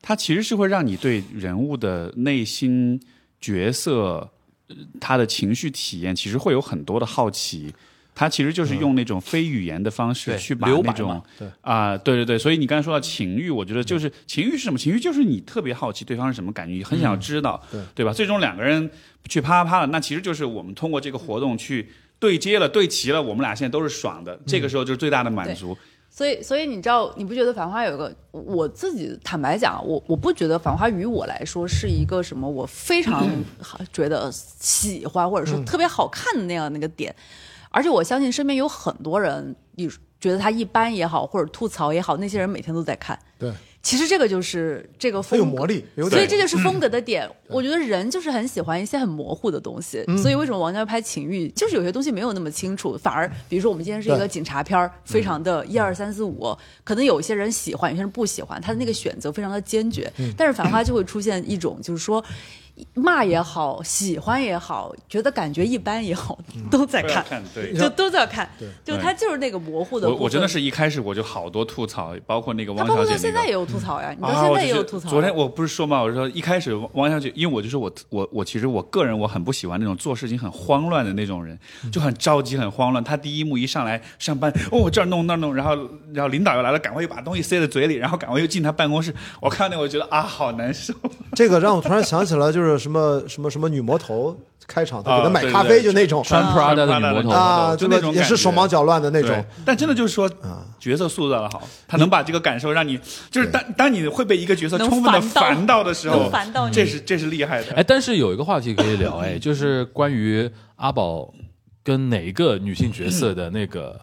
[SPEAKER 5] 他其实是会让你对人物的内心、角色、呃他的情绪体验，其实会有很多的好奇。他其实就是用那种非语言的方式
[SPEAKER 2] 嗯对
[SPEAKER 5] 去把
[SPEAKER 2] 留白
[SPEAKER 5] 那种
[SPEAKER 2] 嘛嗯
[SPEAKER 5] 啊、对对对，所以你刚才说到情欲，我觉得就是情欲是什么？情欲就是你特别好奇对方是什么感觉，你很
[SPEAKER 2] 嗯
[SPEAKER 5] 想要知道，对吧？最终两个人去啪啪啪了，那其实就是我们通过这个活动去对接了、对齐了，我们俩现在都是爽的，这
[SPEAKER 2] 嗯
[SPEAKER 5] 个时候就是最大的满
[SPEAKER 4] 对
[SPEAKER 5] 足。
[SPEAKER 4] 所以，所以你知道，你不觉得《繁花》有一个？我自己坦白讲，我我不觉得《繁花》于我来说是一个什么我非常 好觉得喜欢或者
[SPEAKER 3] 嗯
[SPEAKER 4] 说特别好看的那样的那个点，而且我相信身边有很多人，你觉得它一般也好，或者吐槽也好，那些人每天都在看。
[SPEAKER 3] 对，
[SPEAKER 4] 其实这个就是这个
[SPEAKER 3] 很
[SPEAKER 4] 风
[SPEAKER 3] 有
[SPEAKER 4] 格
[SPEAKER 3] 魔力，有
[SPEAKER 4] 所
[SPEAKER 3] 点
[SPEAKER 4] 以
[SPEAKER 3] 嗯
[SPEAKER 4] 这就是风格的点。我觉得人就是很喜欢一些很模糊的东西，所以为什么王家卫拍情欲，就是有些东西没有那么清楚，反而比如说我们今天是一个
[SPEAKER 3] 对嗯
[SPEAKER 4] 警察片儿，非常的一二三四五，可能有些人喜欢，有些人不喜欢，他的那个选择非常的坚决。
[SPEAKER 3] 嗯
[SPEAKER 4] 但是反花就会出现一种，就是说。骂也好，喜欢也好，觉得感觉一般也好，都在
[SPEAKER 5] 嗯都要
[SPEAKER 4] 哎看，
[SPEAKER 5] 看对
[SPEAKER 4] 就都在看，就
[SPEAKER 3] 哎
[SPEAKER 5] 对
[SPEAKER 4] 他就是那个模糊的
[SPEAKER 5] 我
[SPEAKER 4] 部分。
[SPEAKER 5] 我真的是一开始我就好多吐槽，包括那个
[SPEAKER 4] 他
[SPEAKER 5] 汪
[SPEAKER 4] 包
[SPEAKER 5] 小
[SPEAKER 4] 括
[SPEAKER 5] 姐、那
[SPEAKER 4] 到
[SPEAKER 5] 个。
[SPEAKER 4] 现在也有吐槽呀，你
[SPEAKER 5] 啊
[SPEAKER 4] 到现
[SPEAKER 5] 我
[SPEAKER 4] 在
[SPEAKER 5] 就
[SPEAKER 4] 也
[SPEAKER 5] 是
[SPEAKER 4] 有吐槽呀。
[SPEAKER 5] 昨天我不是说嘛，我说一开始汪小姐，因为我就说我我我其实我个人我很不喜欢那种做事情很慌乱的那种人，就很着急很慌乱。她第一幕一上来上班，哦我这儿弄那儿弄，然后然后领导又来了，赶快又把东西塞在嘴里，然后赶快又进她办公室。我看那我就觉得啊好难受，
[SPEAKER 3] 这个让我突然想起来，就是什么什么什么女魔头开场，他给她
[SPEAKER 5] 啊
[SPEAKER 3] 买
[SPEAKER 5] 对
[SPEAKER 3] 咖
[SPEAKER 5] 对
[SPEAKER 3] 啡就那种
[SPEAKER 2] 穿 Prada 的
[SPEAKER 5] 穿
[SPEAKER 2] 女魔
[SPEAKER 5] Prada
[SPEAKER 2] 头
[SPEAKER 5] 的
[SPEAKER 3] 啊，这
[SPEAKER 5] 就
[SPEAKER 3] 个
[SPEAKER 5] 那种
[SPEAKER 3] 也
[SPEAKER 5] 感
[SPEAKER 3] 是
[SPEAKER 5] 觉
[SPEAKER 3] 手忙脚乱的那种嗯
[SPEAKER 5] 对。但真的就是说，角色塑造的好，他能把这个感受让你，就是当当你会被一个角色
[SPEAKER 4] 能
[SPEAKER 5] 充分的
[SPEAKER 4] 烦到
[SPEAKER 5] 烦到的时候
[SPEAKER 4] 能烦到，你
[SPEAKER 5] 这是这是厉害的
[SPEAKER 2] 哎，。但是有一个话题可以聊，哎，就是关于阿宝跟哪一个女性角色的那个。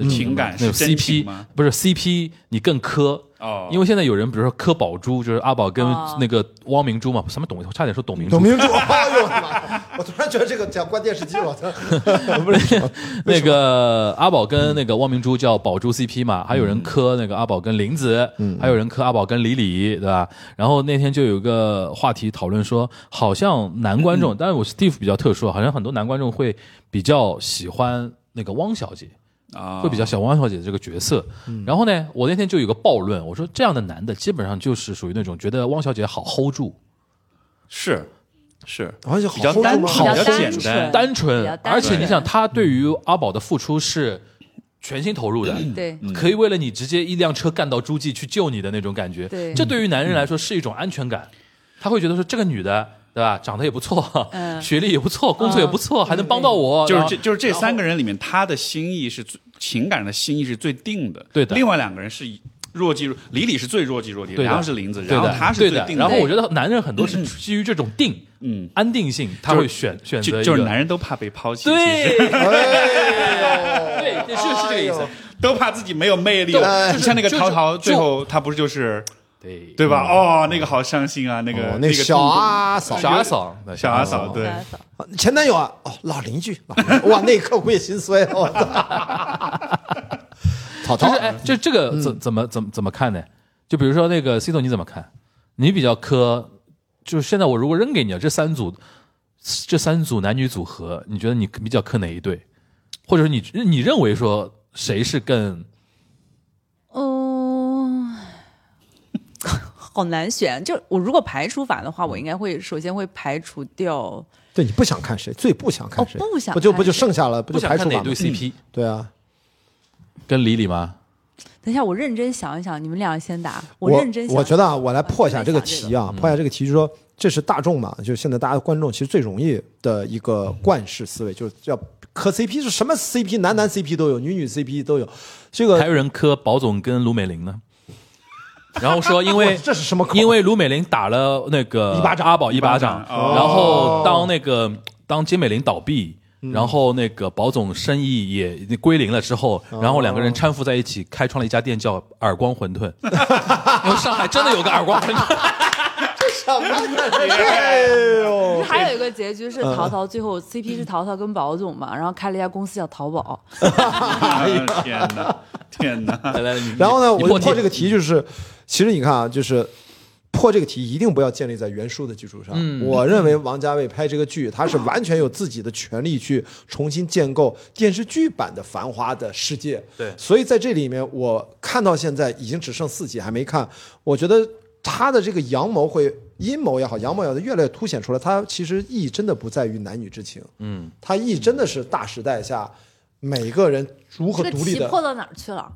[SPEAKER 2] 那种
[SPEAKER 4] 嗯
[SPEAKER 5] 情感
[SPEAKER 2] 那种
[SPEAKER 5] 是真情
[SPEAKER 2] CP
[SPEAKER 5] 吗
[SPEAKER 2] 不是 CP，你更磕
[SPEAKER 5] 哦
[SPEAKER 2] 因为现在有人比如说磕宝珠，就是阿宝跟
[SPEAKER 4] 哦
[SPEAKER 2] 那个汪明珠嘛，什么董，差点说董明珠
[SPEAKER 3] 董，明珠，哎呦我的妈！ 我突然觉得这个讲关电视剧了，我不是
[SPEAKER 2] 那个阿宝跟那个汪明珠叫宝珠 CP 嘛，还有
[SPEAKER 4] 嗯
[SPEAKER 2] 人磕那个阿宝跟林子，还有人磕阿宝跟李李，对吧？然后那天就有个话题讨论说，好像男观
[SPEAKER 4] 嗯
[SPEAKER 2] 众，但是我 Steve 比较特殊，好像很多男观众会比较喜欢那个汪小姐。
[SPEAKER 5] 啊
[SPEAKER 2] 会比较小汪小姐这个角色。
[SPEAKER 4] 嗯
[SPEAKER 2] 然后呢，我那天就有个暴论，我说这样的男的基本上就是属于那种觉得汪小姐好 hold 住，
[SPEAKER 5] 是是，
[SPEAKER 3] 好像
[SPEAKER 5] 比较
[SPEAKER 3] 好
[SPEAKER 5] 单
[SPEAKER 3] 好
[SPEAKER 5] 纯，
[SPEAKER 4] 比较
[SPEAKER 5] 比
[SPEAKER 4] 单
[SPEAKER 5] 较简
[SPEAKER 4] 纯
[SPEAKER 5] 单。
[SPEAKER 2] 单
[SPEAKER 4] 比
[SPEAKER 2] 纯
[SPEAKER 4] 较，单
[SPEAKER 2] 而且
[SPEAKER 4] 纯
[SPEAKER 2] 你想，他对于阿宝的付出是全心投入的。
[SPEAKER 4] 对，
[SPEAKER 5] 嗯
[SPEAKER 2] 可以为了你直接一辆车干到诸暨去救你的那种感觉，
[SPEAKER 4] 对
[SPEAKER 2] 这对于男人来说是一种安全感，他会觉得说这个女的，对吧，长得也不错，
[SPEAKER 4] 嗯
[SPEAKER 2] 学历也不错，工作也不错，还能帮到我，
[SPEAKER 5] 嗯就是
[SPEAKER 2] 然后
[SPEAKER 5] 这就是这三个人里面，他的心意是最情感的心意是最定的，
[SPEAKER 2] 对的
[SPEAKER 5] 另外两个人是以若即若离，李李是最若即若离，
[SPEAKER 2] 对的
[SPEAKER 5] 然后是林子，
[SPEAKER 2] 对
[SPEAKER 5] 然后
[SPEAKER 2] 的，
[SPEAKER 5] 他是
[SPEAKER 2] 对
[SPEAKER 5] 最
[SPEAKER 2] 的
[SPEAKER 5] 定。的。
[SPEAKER 2] 然后我觉得男人很多是基于这种定，
[SPEAKER 5] 嗯，
[SPEAKER 2] 安定性，他会选选择
[SPEAKER 5] 就
[SPEAKER 2] 一
[SPEAKER 5] 就是
[SPEAKER 2] 个
[SPEAKER 5] 男人都怕被抛弃，其
[SPEAKER 2] 对
[SPEAKER 5] 实
[SPEAKER 2] 对，
[SPEAKER 3] 哎呦
[SPEAKER 2] 是是这个意思。
[SPEAKER 5] 都怕自己没有魅力。
[SPEAKER 2] 对
[SPEAKER 5] 就像那个
[SPEAKER 2] 就是
[SPEAKER 5] 陶陶，
[SPEAKER 2] 就
[SPEAKER 5] 最后他不是就是
[SPEAKER 2] 对
[SPEAKER 5] 对吧？哦，那个好伤心啊，那个、
[SPEAKER 3] 哦
[SPEAKER 5] 那
[SPEAKER 3] 那
[SPEAKER 5] 个
[SPEAKER 3] 小阿嫂，
[SPEAKER 2] 小阿嫂，
[SPEAKER 5] 小阿嫂，对，
[SPEAKER 6] 大嫂
[SPEAKER 3] 前男友啊，哦，老邻居，老邻居哇，那一刻我也心碎，我操！曹
[SPEAKER 2] 就
[SPEAKER 3] 操
[SPEAKER 2] 是，哎，就这个怎怎么怎么怎么看呢？就比如说那个 C 总你怎么看？你比较磕，就是现在我如果扔给你啊了这三组，这三组男女组合，你觉得你比较磕哪一对？或者是你你认为说谁是更
[SPEAKER 4] 嗯， 好难选。就我如果排除法的话，
[SPEAKER 3] 嗯
[SPEAKER 4] 我应该会首先会排除掉
[SPEAKER 3] 对你不想看谁，最不想看谁，
[SPEAKER 4] 哦不想
[SPEAKER 3] 不就
[SPEAKER 4] 看
[SPEAKER 3] 不就
[SPEAKER 4] 谁
[SPEAKER 3] 剩下了，不
[SPEAKER 2] 不
[SPEAKER 3] 就
[SPEAKER 2] 想
[SPEAKER 3] 排
[SPEAKER 2] 看
[SPEAKER 3] 除
[SPEAKER 2] 哪
[SPEAKER 3] 法
[SPEAKER 2] 对
[SPEAKER 3] 吗？
[SPEAKER 2] CP？
[SPEAKER 3] 对啊，
[SPEAKER 2] 跟李李吗？
[SPEAKER 4] 等一下，我认真想一想，你们俩先答。
[SPEAKER 3] 我
[SPEAKER 4] 认真想一想嗯
[SPEAKER 3] 我觉得啊，我来破一下这个
[SPEAKER 4] 我认真想
[SPEAKER 3] 题啊，破一下这个题，就是说这是大众嘛，就是现在大家观众其实最容易的一个惯式思维，就是要磕 CP 是什么 CP，男男 CP 都有，女女 CP 都有，这个
[SPEAKER 2] 还有人磕保总跟卢美玲呢，然后说因 为
[SPEAKER 3] 这是什么口 啊
[SPEAKER 2] 因为卢美玲打了那个
[SPEAKER 3] 一巴掌
[SPEAKER 2] 阿宝一巴
[SPEAKER 5] 一
[SPEAKER 2] 掌
[SPEAKER 5] 巴，掌哦
[SPEAKER 2] 然后当那个当金美玲倒闭。然后那个保总生意也归零了之后，然后两个人搀扶在一起，开创了一家店叫“耳光馄饨”。因为上海真的有个耳光馄饨，
[SPEAKER 4] 嗯
[SPEAKER 3] 哎呦，
[SPEAKER 4] 还有一个结局
[SPEAKER 3] 嗯
[SPEAKER 4] 是淘淘最后 CP 是淘淘跟宝总嘛，然后开了一家公司叫淘宝。
[SPEAKER 5] 啊天 哪，天哪！
[SPEAKER 2] 来来来你
[SPEAKER 3] 然后呢，
[SPEAKER 2] 你
[SPEAKER 3] 我就
[SPEAKER 2] 破
[SPEAKER 3] 破这个题就是，其实你看啊，就是破这个题一定不要建立在原书的基础上。
[SPEAKER 2] 嗯
[SPEAKER 3] 我认为王家卫拍这个剧，他是完全有自己的权利去重新建构电视剧版的《繁花》的世界。
[SPEAKER 2] 对
[SPEAKER 3] 所以在这里面，我看到现在已经只剩四集还没看，我觉得他的这个阳谋会。阴谋也好，阳谋也好，越来越凸显出来，它其实意义真的不在于男女之情，嗯，它意义真的是大时代下每一个人如何
[SPEAKER 4] 这个
[SPEAKER 3] 独立
[SPEAKER 4] 题
[SPEAKER 3] 的
[SPEAKER 4] 破到哪儿去了？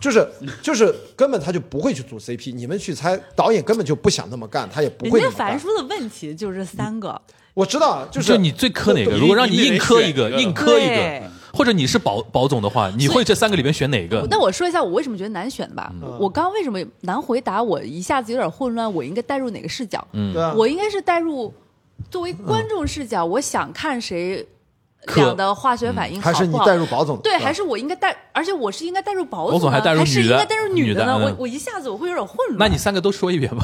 [SPEAKER 3] 就是就是根本他就不会去组 CP，你们去猜，导演根本就不想那么干，他也不
[SPEAKER 6] 人
[SPEAKER 3] 会那
[SPEAKER 6] 家
[SPEAKER 3] 么
[SPEAKER 6] 樊
[SPEAKER 3] 干。
[SPEAKER 6] 叔的问题就是三个，
[SPEAKER 3] 我知道，啊就
[SPEAKER 2] 就是你最磕哪个？
[SPEAKER 5] 你
[SPEAKER 2] 如果让你
[SPEAKER 5] 你得
[SPEAKER 2] 硬磕
[SPEAKER 5] 选
[SPEAKER 2] 一个，
[SPEAKER 5] 一个
[SPEAKER 2] 硬磕一
[SPEAKER 4] 对
[SPEAKER 2] 个，或者你是保保总的话，你会这三个里面选哪个？
[SPEAKER 4] 那我说一下我为什么觉得难选吧。
[SPEAKER 3] 嗯
[SPEAKER 4] 我刚刚为什么难回答？我一下子有点混乱，我应该带入哪个视角？
[SPEAKER 3] 对啊，
[SPEAKER 4] 我应该是带入作为观众视角，我想看谁
[SPEAKER 2] 可
[SPEAKER 4] 俩的化学反应好
[SPEAKER 3] 嗯还
[SPEAKER 4] 不好？
[SPEAKER 3] 是你带入保总
[SPEAKER 4] 对，
[SPEAKER 3] 吧
[SPEAKER 4] 还是我应该带，而且我是应该带入保
[SPEAKER 2] 保总
[SPEAKER 4] 总呢，
[SPEAKER 2] 还带入
[SPEAKER 4] 是
[SPEAKER 2] 女
[SPEAKER 4] 应
[SPEAKER 2] 的
[SPEAKER 4] 该带入女呢？
[SPEAKER 2] 女的嗯
[SPEAKER 4] 我我一下子我会有点混乱。
[SPEAKER 2] 那你三个都说一遍吧。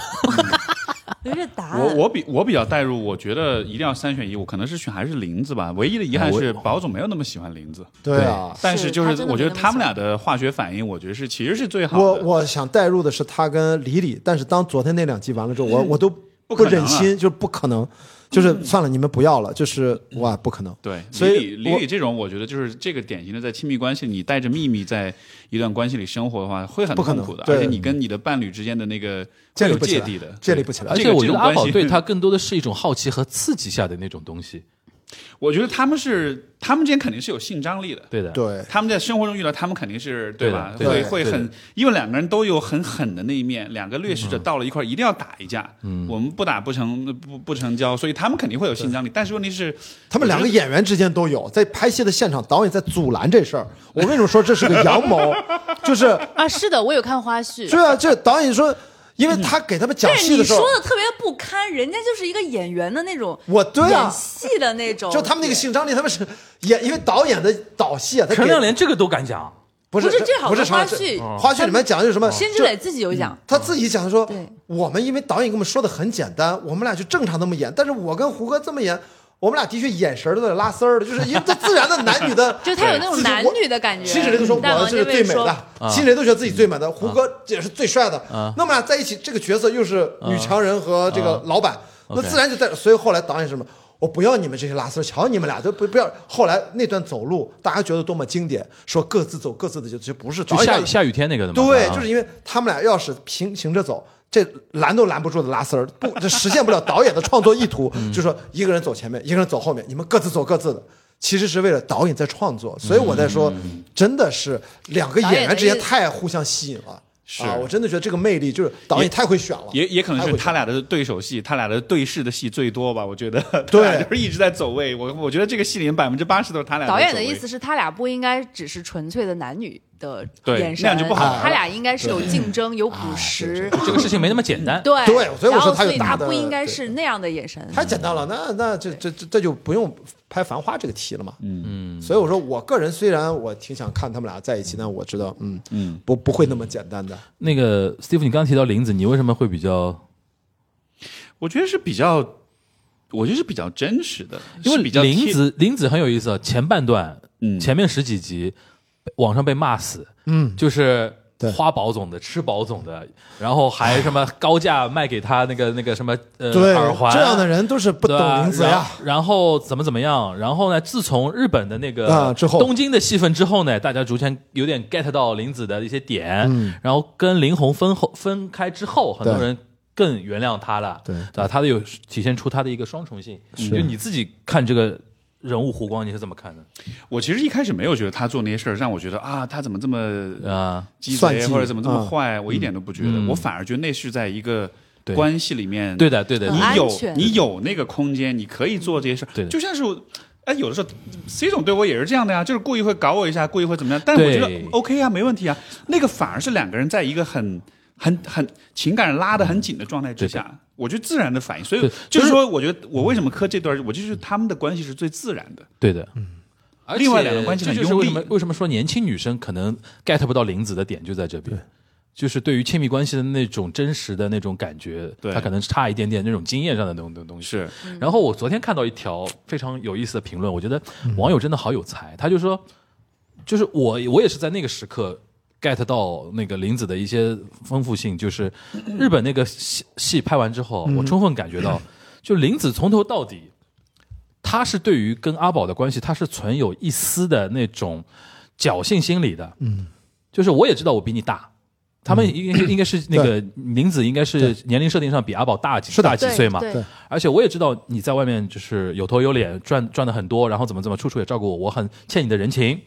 [SPEAKER 6] 有点答案。
[SPEAKER 5] 我我比我比较代入，我觉得一定要三选一，我可能是选还是林子吧。唯一的遗憾是保总没有那么喜欢林子，
[SPEAKER 3] 对啊。
[SPEAKER 5] 但是就是
[SPEAKER 4] 他真的
[SPEAKER 5] 我觉得
[SPEAKER 4] 没那么
[SPEAKER 5] 他们俩的化学反应，我觉得是其实是最好的。
[SPEAKER 3] 我我想带入的是他跟李李，但是当昨天那两集完了之后，我我都不
[SPEAKER 5] 嗯可能
[SPEAKER 3] 忍
[SPEAKER 5] 啊
[SPEAKER 3] 心，就是不可能，就是
[SPEAKER 4] 嗯
[SPEAKER 3] 算了，你们不要了，就是哇，不可能。
[SPEAKER 5] 嗯对，
[SPEAKER 3] 所以
[SPEAKER 5] 李李
[SPEAKER 3] 我
[SPEAKER 5] 李李这种，我觉得就是这个典型的，在亲密关系里，你带着秘密在一段关系里生活的话，会很
[SPEAKER 3] 不可
[SPEAKER 5] 痛
[SPEAKER 3] 能
[SPEAKER 5] 苦的，
[SPEAKER 3] 对
[SPEAKER 5] 而且你跟你的伴侣之间的那个会
[SPEAKER 3] 建立
[SPEAKER 5] 有
[SPEAKER 3] 不起
[SPEAKER 5] 芥
[SPEAKER 3] 来
[SPEAKER 5] 蒂的，
[SPEAKER 3] 建立不起来
[SPEAKER 2] 而
[SPEAKER 5] 这
[SPEAKER 2] 且
[SPEAKER 5] 个
[SPEAKER 2] 我觉
[SPEAKER 5] 这
[SPEAKER 2] 得
[SPEAKER 5] 种
[SPEAKER 2] 阿
[SPEAKER 5] 关
[SPEAKER 2] 宝
[SPEAKER 5] 系
[SPEAKER 2] 对他更多的是一种好奇和刺激下的那种东西。
[SPEAKER 5] 我觉得他们是他们之间肯定是有性张力的。
[SPEAKER 2] 对的，
[SPEAKER 3] 对，
[SPEAKER 5] 他们在生活中遇到，他们肯定是
[SPEAKER 2] 对的
[SPEAKER 5] 吧？
[SPEAKER 2] 对的
[SPEAKER 5] 会
[SPEAKER 3] 对
[SPEAKER 5] 会
[SPEAKER 2] 的
[SPEAKER 5] 很，因为两个人都有很狠的那一面，两个掠食者到了一块儿一定要打一架。嗯，我们不打不成不不成交，所以他们肯定会有性张力。但是问题是，
[SPEAKER 3] 他们两个演员之间都有，在拍戏的现场，导演在阻拦这事儿。我为什么说这是个阳谋？就是
[SPEAKER 4] 啊，是的，我有看花 絮。
[SPEAKER 3] 对啊，这导演说，因为他给他们讲
[SPEAKER 4] 但是
[SPEAKER 3] 戏
[SPEAKER 4] 嗯你
[SPEAKER 3] 的时候
[SPEAKER 4] 说，的特别不堪，人家就是一个演员的那种，
[SPEAKER 3] 我对啊
[SPEAKER 4] 演戏的那种，
[SPEAKER 3] 就他们那个性张力，他们是演，因为导演的导戏啊，他给
[SPEAKER 2] 陈亮连这个都敢讲，
[SPEAKER 3] 不是
[SPEAKER 4] 不是这好
[SPEAKER 3] 不是
[SPEAKER 4] 多花
[SPEAKER 3] 陈亮
[SPEAKER 4] 絮嗯
[SPEAKER 3] 连花絮里面讲的是什么？
[SPEAKER 4] 对。辛之
[SPEAKER 3] 就
[SPEAKER 4] 磊自己有讲，
[SPEAKER 3] 他自己讲说
[SPEAKER 4] 对，
[SPEAKER 3] 我们因为导演跟我们说的很简单，我们俩就正常那么演，但是我跟胡歌这么演，我们俩的确眼神儿都有点拉丝儿的，就是因为这自然的男女的，
[SPEAKER 4] 就是他有那种
[SPEAKER 3] 自己
[SPEAKER 4] 男
[SPEAKER 3] 我
[SPEAKER 4] 女的感觉。
[SPEAKER 3] 辛芷蕾都说
[SPEAKER 4] 嗯但
[SPEAKER 3] 我
[SPEAKER 4] 王
[SPEAKER 3] 是
[SPEAKER 4] 家
[SPEAKER 3] 最
[SPEAKER 4] 卫
[SPEAKER 3] 美
[SPEAKER 4] 说
[SPEAKER 3] 的，
[SPEAKER 2] 啊
[SPEAKER 3] 辛芷蕾都觉得自己最美
[SPEAKER 2] 嗯
[SPEAKER 3] 的，胡歌也是最帅的。那我们俩在一起，这个角色又是女强人和这个老板，那
[SPEAKER 2] 啊 OK
[SPEAKER 3] 自然就在。所以后来导演是什么？我不要你们这些拉丝儿，瞧你们俩都不不要。后来那段走路，大家觉得多么经典，说各自走各自的，就就不是
[SPEAKER 2] 就
[SPEAKER 3] 导演
[SPEAKER 2] 下
[SPEAKER 3] 干
[SPEAKER 2] 雨
[SPEAKER 3] 的
[SPEAKER 2] 下雨天那个的嘛。
[SPEAKER 3] 哦对，
[SPEAKER 2] 啊
[SPEAKER 3] 就是因为他们俩要是平行着走，这拦都拦不住的拉丝儿，不，这实现不了导演的创作意图。
[SPEAKER 5] 嗯
[SPEAKER 3] 就说一个人走前面，一个人走后面，你们各自走各自的，其实是为了导演在创作。所以我在说，
[SPEAKER 5] 嗯
[SPEAKER 3] 真的是两个演员之间太互相吸引了。
[SPEAKER 5] 是
[SPEAKER 3] 啊，我真的觉得这个魅力就是导演太会选了，
[SPEAKER 5] 也也可能
[SPEAKER 3] 太
[SPEAKER 5] 是
[SPEAKER 3] 会
[SPEAKER 5] 他
[SPEAKER 3] 选了。
[SPEAKER 5] 俩的对手戏，他俩的对视的戏最多吧？我觉得
[SPEAKER 3] 对
[SPEAKER 5] 他俩就是一直在走位。我我觉得这个戏里面百分之八十都是他俩在
[SPEAKER 4] 导演
[SPEAKER 5] 走
[SPEAKER 4] 的
[SPEAKER 5] 位
[SPEAKER 4] 意思是他俩不应该只是纯粹的男女的
[SPEAKER 5] 对
[SPEAKER 4] 眼神，啊
[SPEAKER 5] 那样就不好了
[SPEAKER 4] 他俩应该是有竞争，有捕食，
[SPEAKER 2] 这个事情没那么简单。
[SPEAKER 4] 对
[SPEAKER 3] 啊 对所以我
[SPEAKER 4] 然
[SPEAKER 3] 说
[SPEAKER 4] 后
[SPEAKER 3] 他有
[SPEAKER 4] 所以
[SPEAKER 3] 大
[SPEAKER 4] 他
[SPEAKER 3] 的
[SPEAKER 4] 不应该是那样的眼神。
[SPEAKER 3] 太简单了，那那这这这这就不用拍《繁花》这个题了嘛。嗯嗯，所以我说，我个人虽然我挺想看他们俩在一起，但我知道，嗯嗯，不不会那么简单的。
[SPEAKER 2] 那个 Steve，你刚刚提到林子，你为什么会比较？
[SPEAKER 5] 我觉得是比较，我觉得是比较真实的，
[SPEAKER 2] 因为
[SPEAKER 5] 是比较
[SPEAKER 2] 林
[SPEAKER 5] 贴
[SPEAKER 2] 子林子很有意思啊，前半段，
[SPEAKER 5] 嗯
[SPEAKER 2] 前面十几集，网上被骂死，嗯，就是。
[SPEAKER 3] 对
[SPEAKER 2] 花宝总的，吃宝总的，然后还什么高价卖给他那个那个什么呃耳环，
[SPEAKER 3] 这样的人都是不
[SPEAKER 2] 对吧
[SPEAKER 3] 懂林子呀。
[SPEAKER 2] 然然后怎么怎么样？然后呢？自从日本的那个
[SPEAKER 3] 啊之后
[SPEAKER 2] 东京的戏份之后呢，大家逐渐有点 get 到林子的一些点。
[SPEAKER 3] 嗯
[SPEAKER 2] 然后跟林红分后分开之后，很多
[SPEAKER 3] 对
[SPEAKER 2] 人更原谅他了，
[SPEAKER 3] 对
[SPEAKER 2] 吧？他的有体现出他的一个双重性。就你自己看这个人物弧光，你是怎么看的
[SPEAKER 5] 我其实一开始没有觉得他做那些事儿让我觉得啊，他怎么这么
[SPEAKER 2] 啊？
[SPEAKER 5] 鸡
[SPEAKER 3] 算
[SPEAKER 5] 贼
[SPEAKER 3] 计
[SPEAKER 5] 或者怎么这么
[SPEAKER 3] 嗯
[SPEAKER 5] 坏，我一点都不觉得，
[SPEAKER 2] 嗯
[SPEAKER 5] 我反而觉得那是在一个
[SPEAKER 2] 对
[SPEAKER 5] 关系里面，
[SPEAKER 2] 对的，对的，
[SPEAKER 4] 很安
[SPEAKER 5] 你有
[SPEAKER 4] 全
[SPEAKER 5] 你有那个空间，你可以做这些事儿，
[SPEAKER 2] 对的
[SPEAKER 5] 就像是我。哎，有的时候，C 总对我也是这样的呀，就是故意会搞我一下，故意会怎么样，但我觉得
[SPEAKER 2] 对
[SPEAKER 5] OK 啊，没问题啊。那个反而是两个人在一个很、很、很情感拉得很紧的状态之下，我觉得自然的反应。所以
[SPEAKER 2] 对
[SPEAKER 5] 就是说，我觉得我为什么磕这段，我就是他们的关系是最自然的。
[SPEAKER 2] 对的。嗯而且
[SPEAKER 5] 另外两个关系
[SPEAKER 2] 这
[SPEAKER 5] 很
[SPEAKER 2] 就是为什么
[SPEAKER 5] 用力
[SPEAKER 2] 为什么说年轻女生可能 get 不到林子的点就在这边，就是对于亲密关系的那种真实的那种感觉，
[SPEAKER 5] 对
[SPEAKER 2] 她可能差一点点那种经验上的那种那种东西。
[SPEAKER 5] 是，
[SPEAKER 2] 然后我昨天看到一条非常有意思的评论，我觉得
[SPEAKER 3] 嗯
[SPEAKER 2] 网友真的好有才，他就说，就是我我也是在那个时刻 get 到那个林子的一些丰富性，就是日本那个戏戏拍完之后，
[SPEAKER 3] 嗯
[SPEAKER 2] 我充分感觉到，就林子从头到底，他是对于跟阿宝的关系，他是存有一丝的那种侥幸心理的，嗯，就是我也知道我比你大。他
[SPEAKER 3] 嗯
[SPEAKER 2] 们应该是应该是那个林子，应该是年龄设定上比阿宝大几
[SPEAKER 3] 是的
[SPEAKER 2] 大几
[SPEAKER 4] 对
[SPEAKER 2] 岁嘛？
[SPEAKER 4] 对
[SPEAKER 3] 对
[SPEAKER 2] 而且我也知道你在外面就是有头有脸，赚赚的很多，然后怎么怎么，处处也照顾我，我很欠你的人情。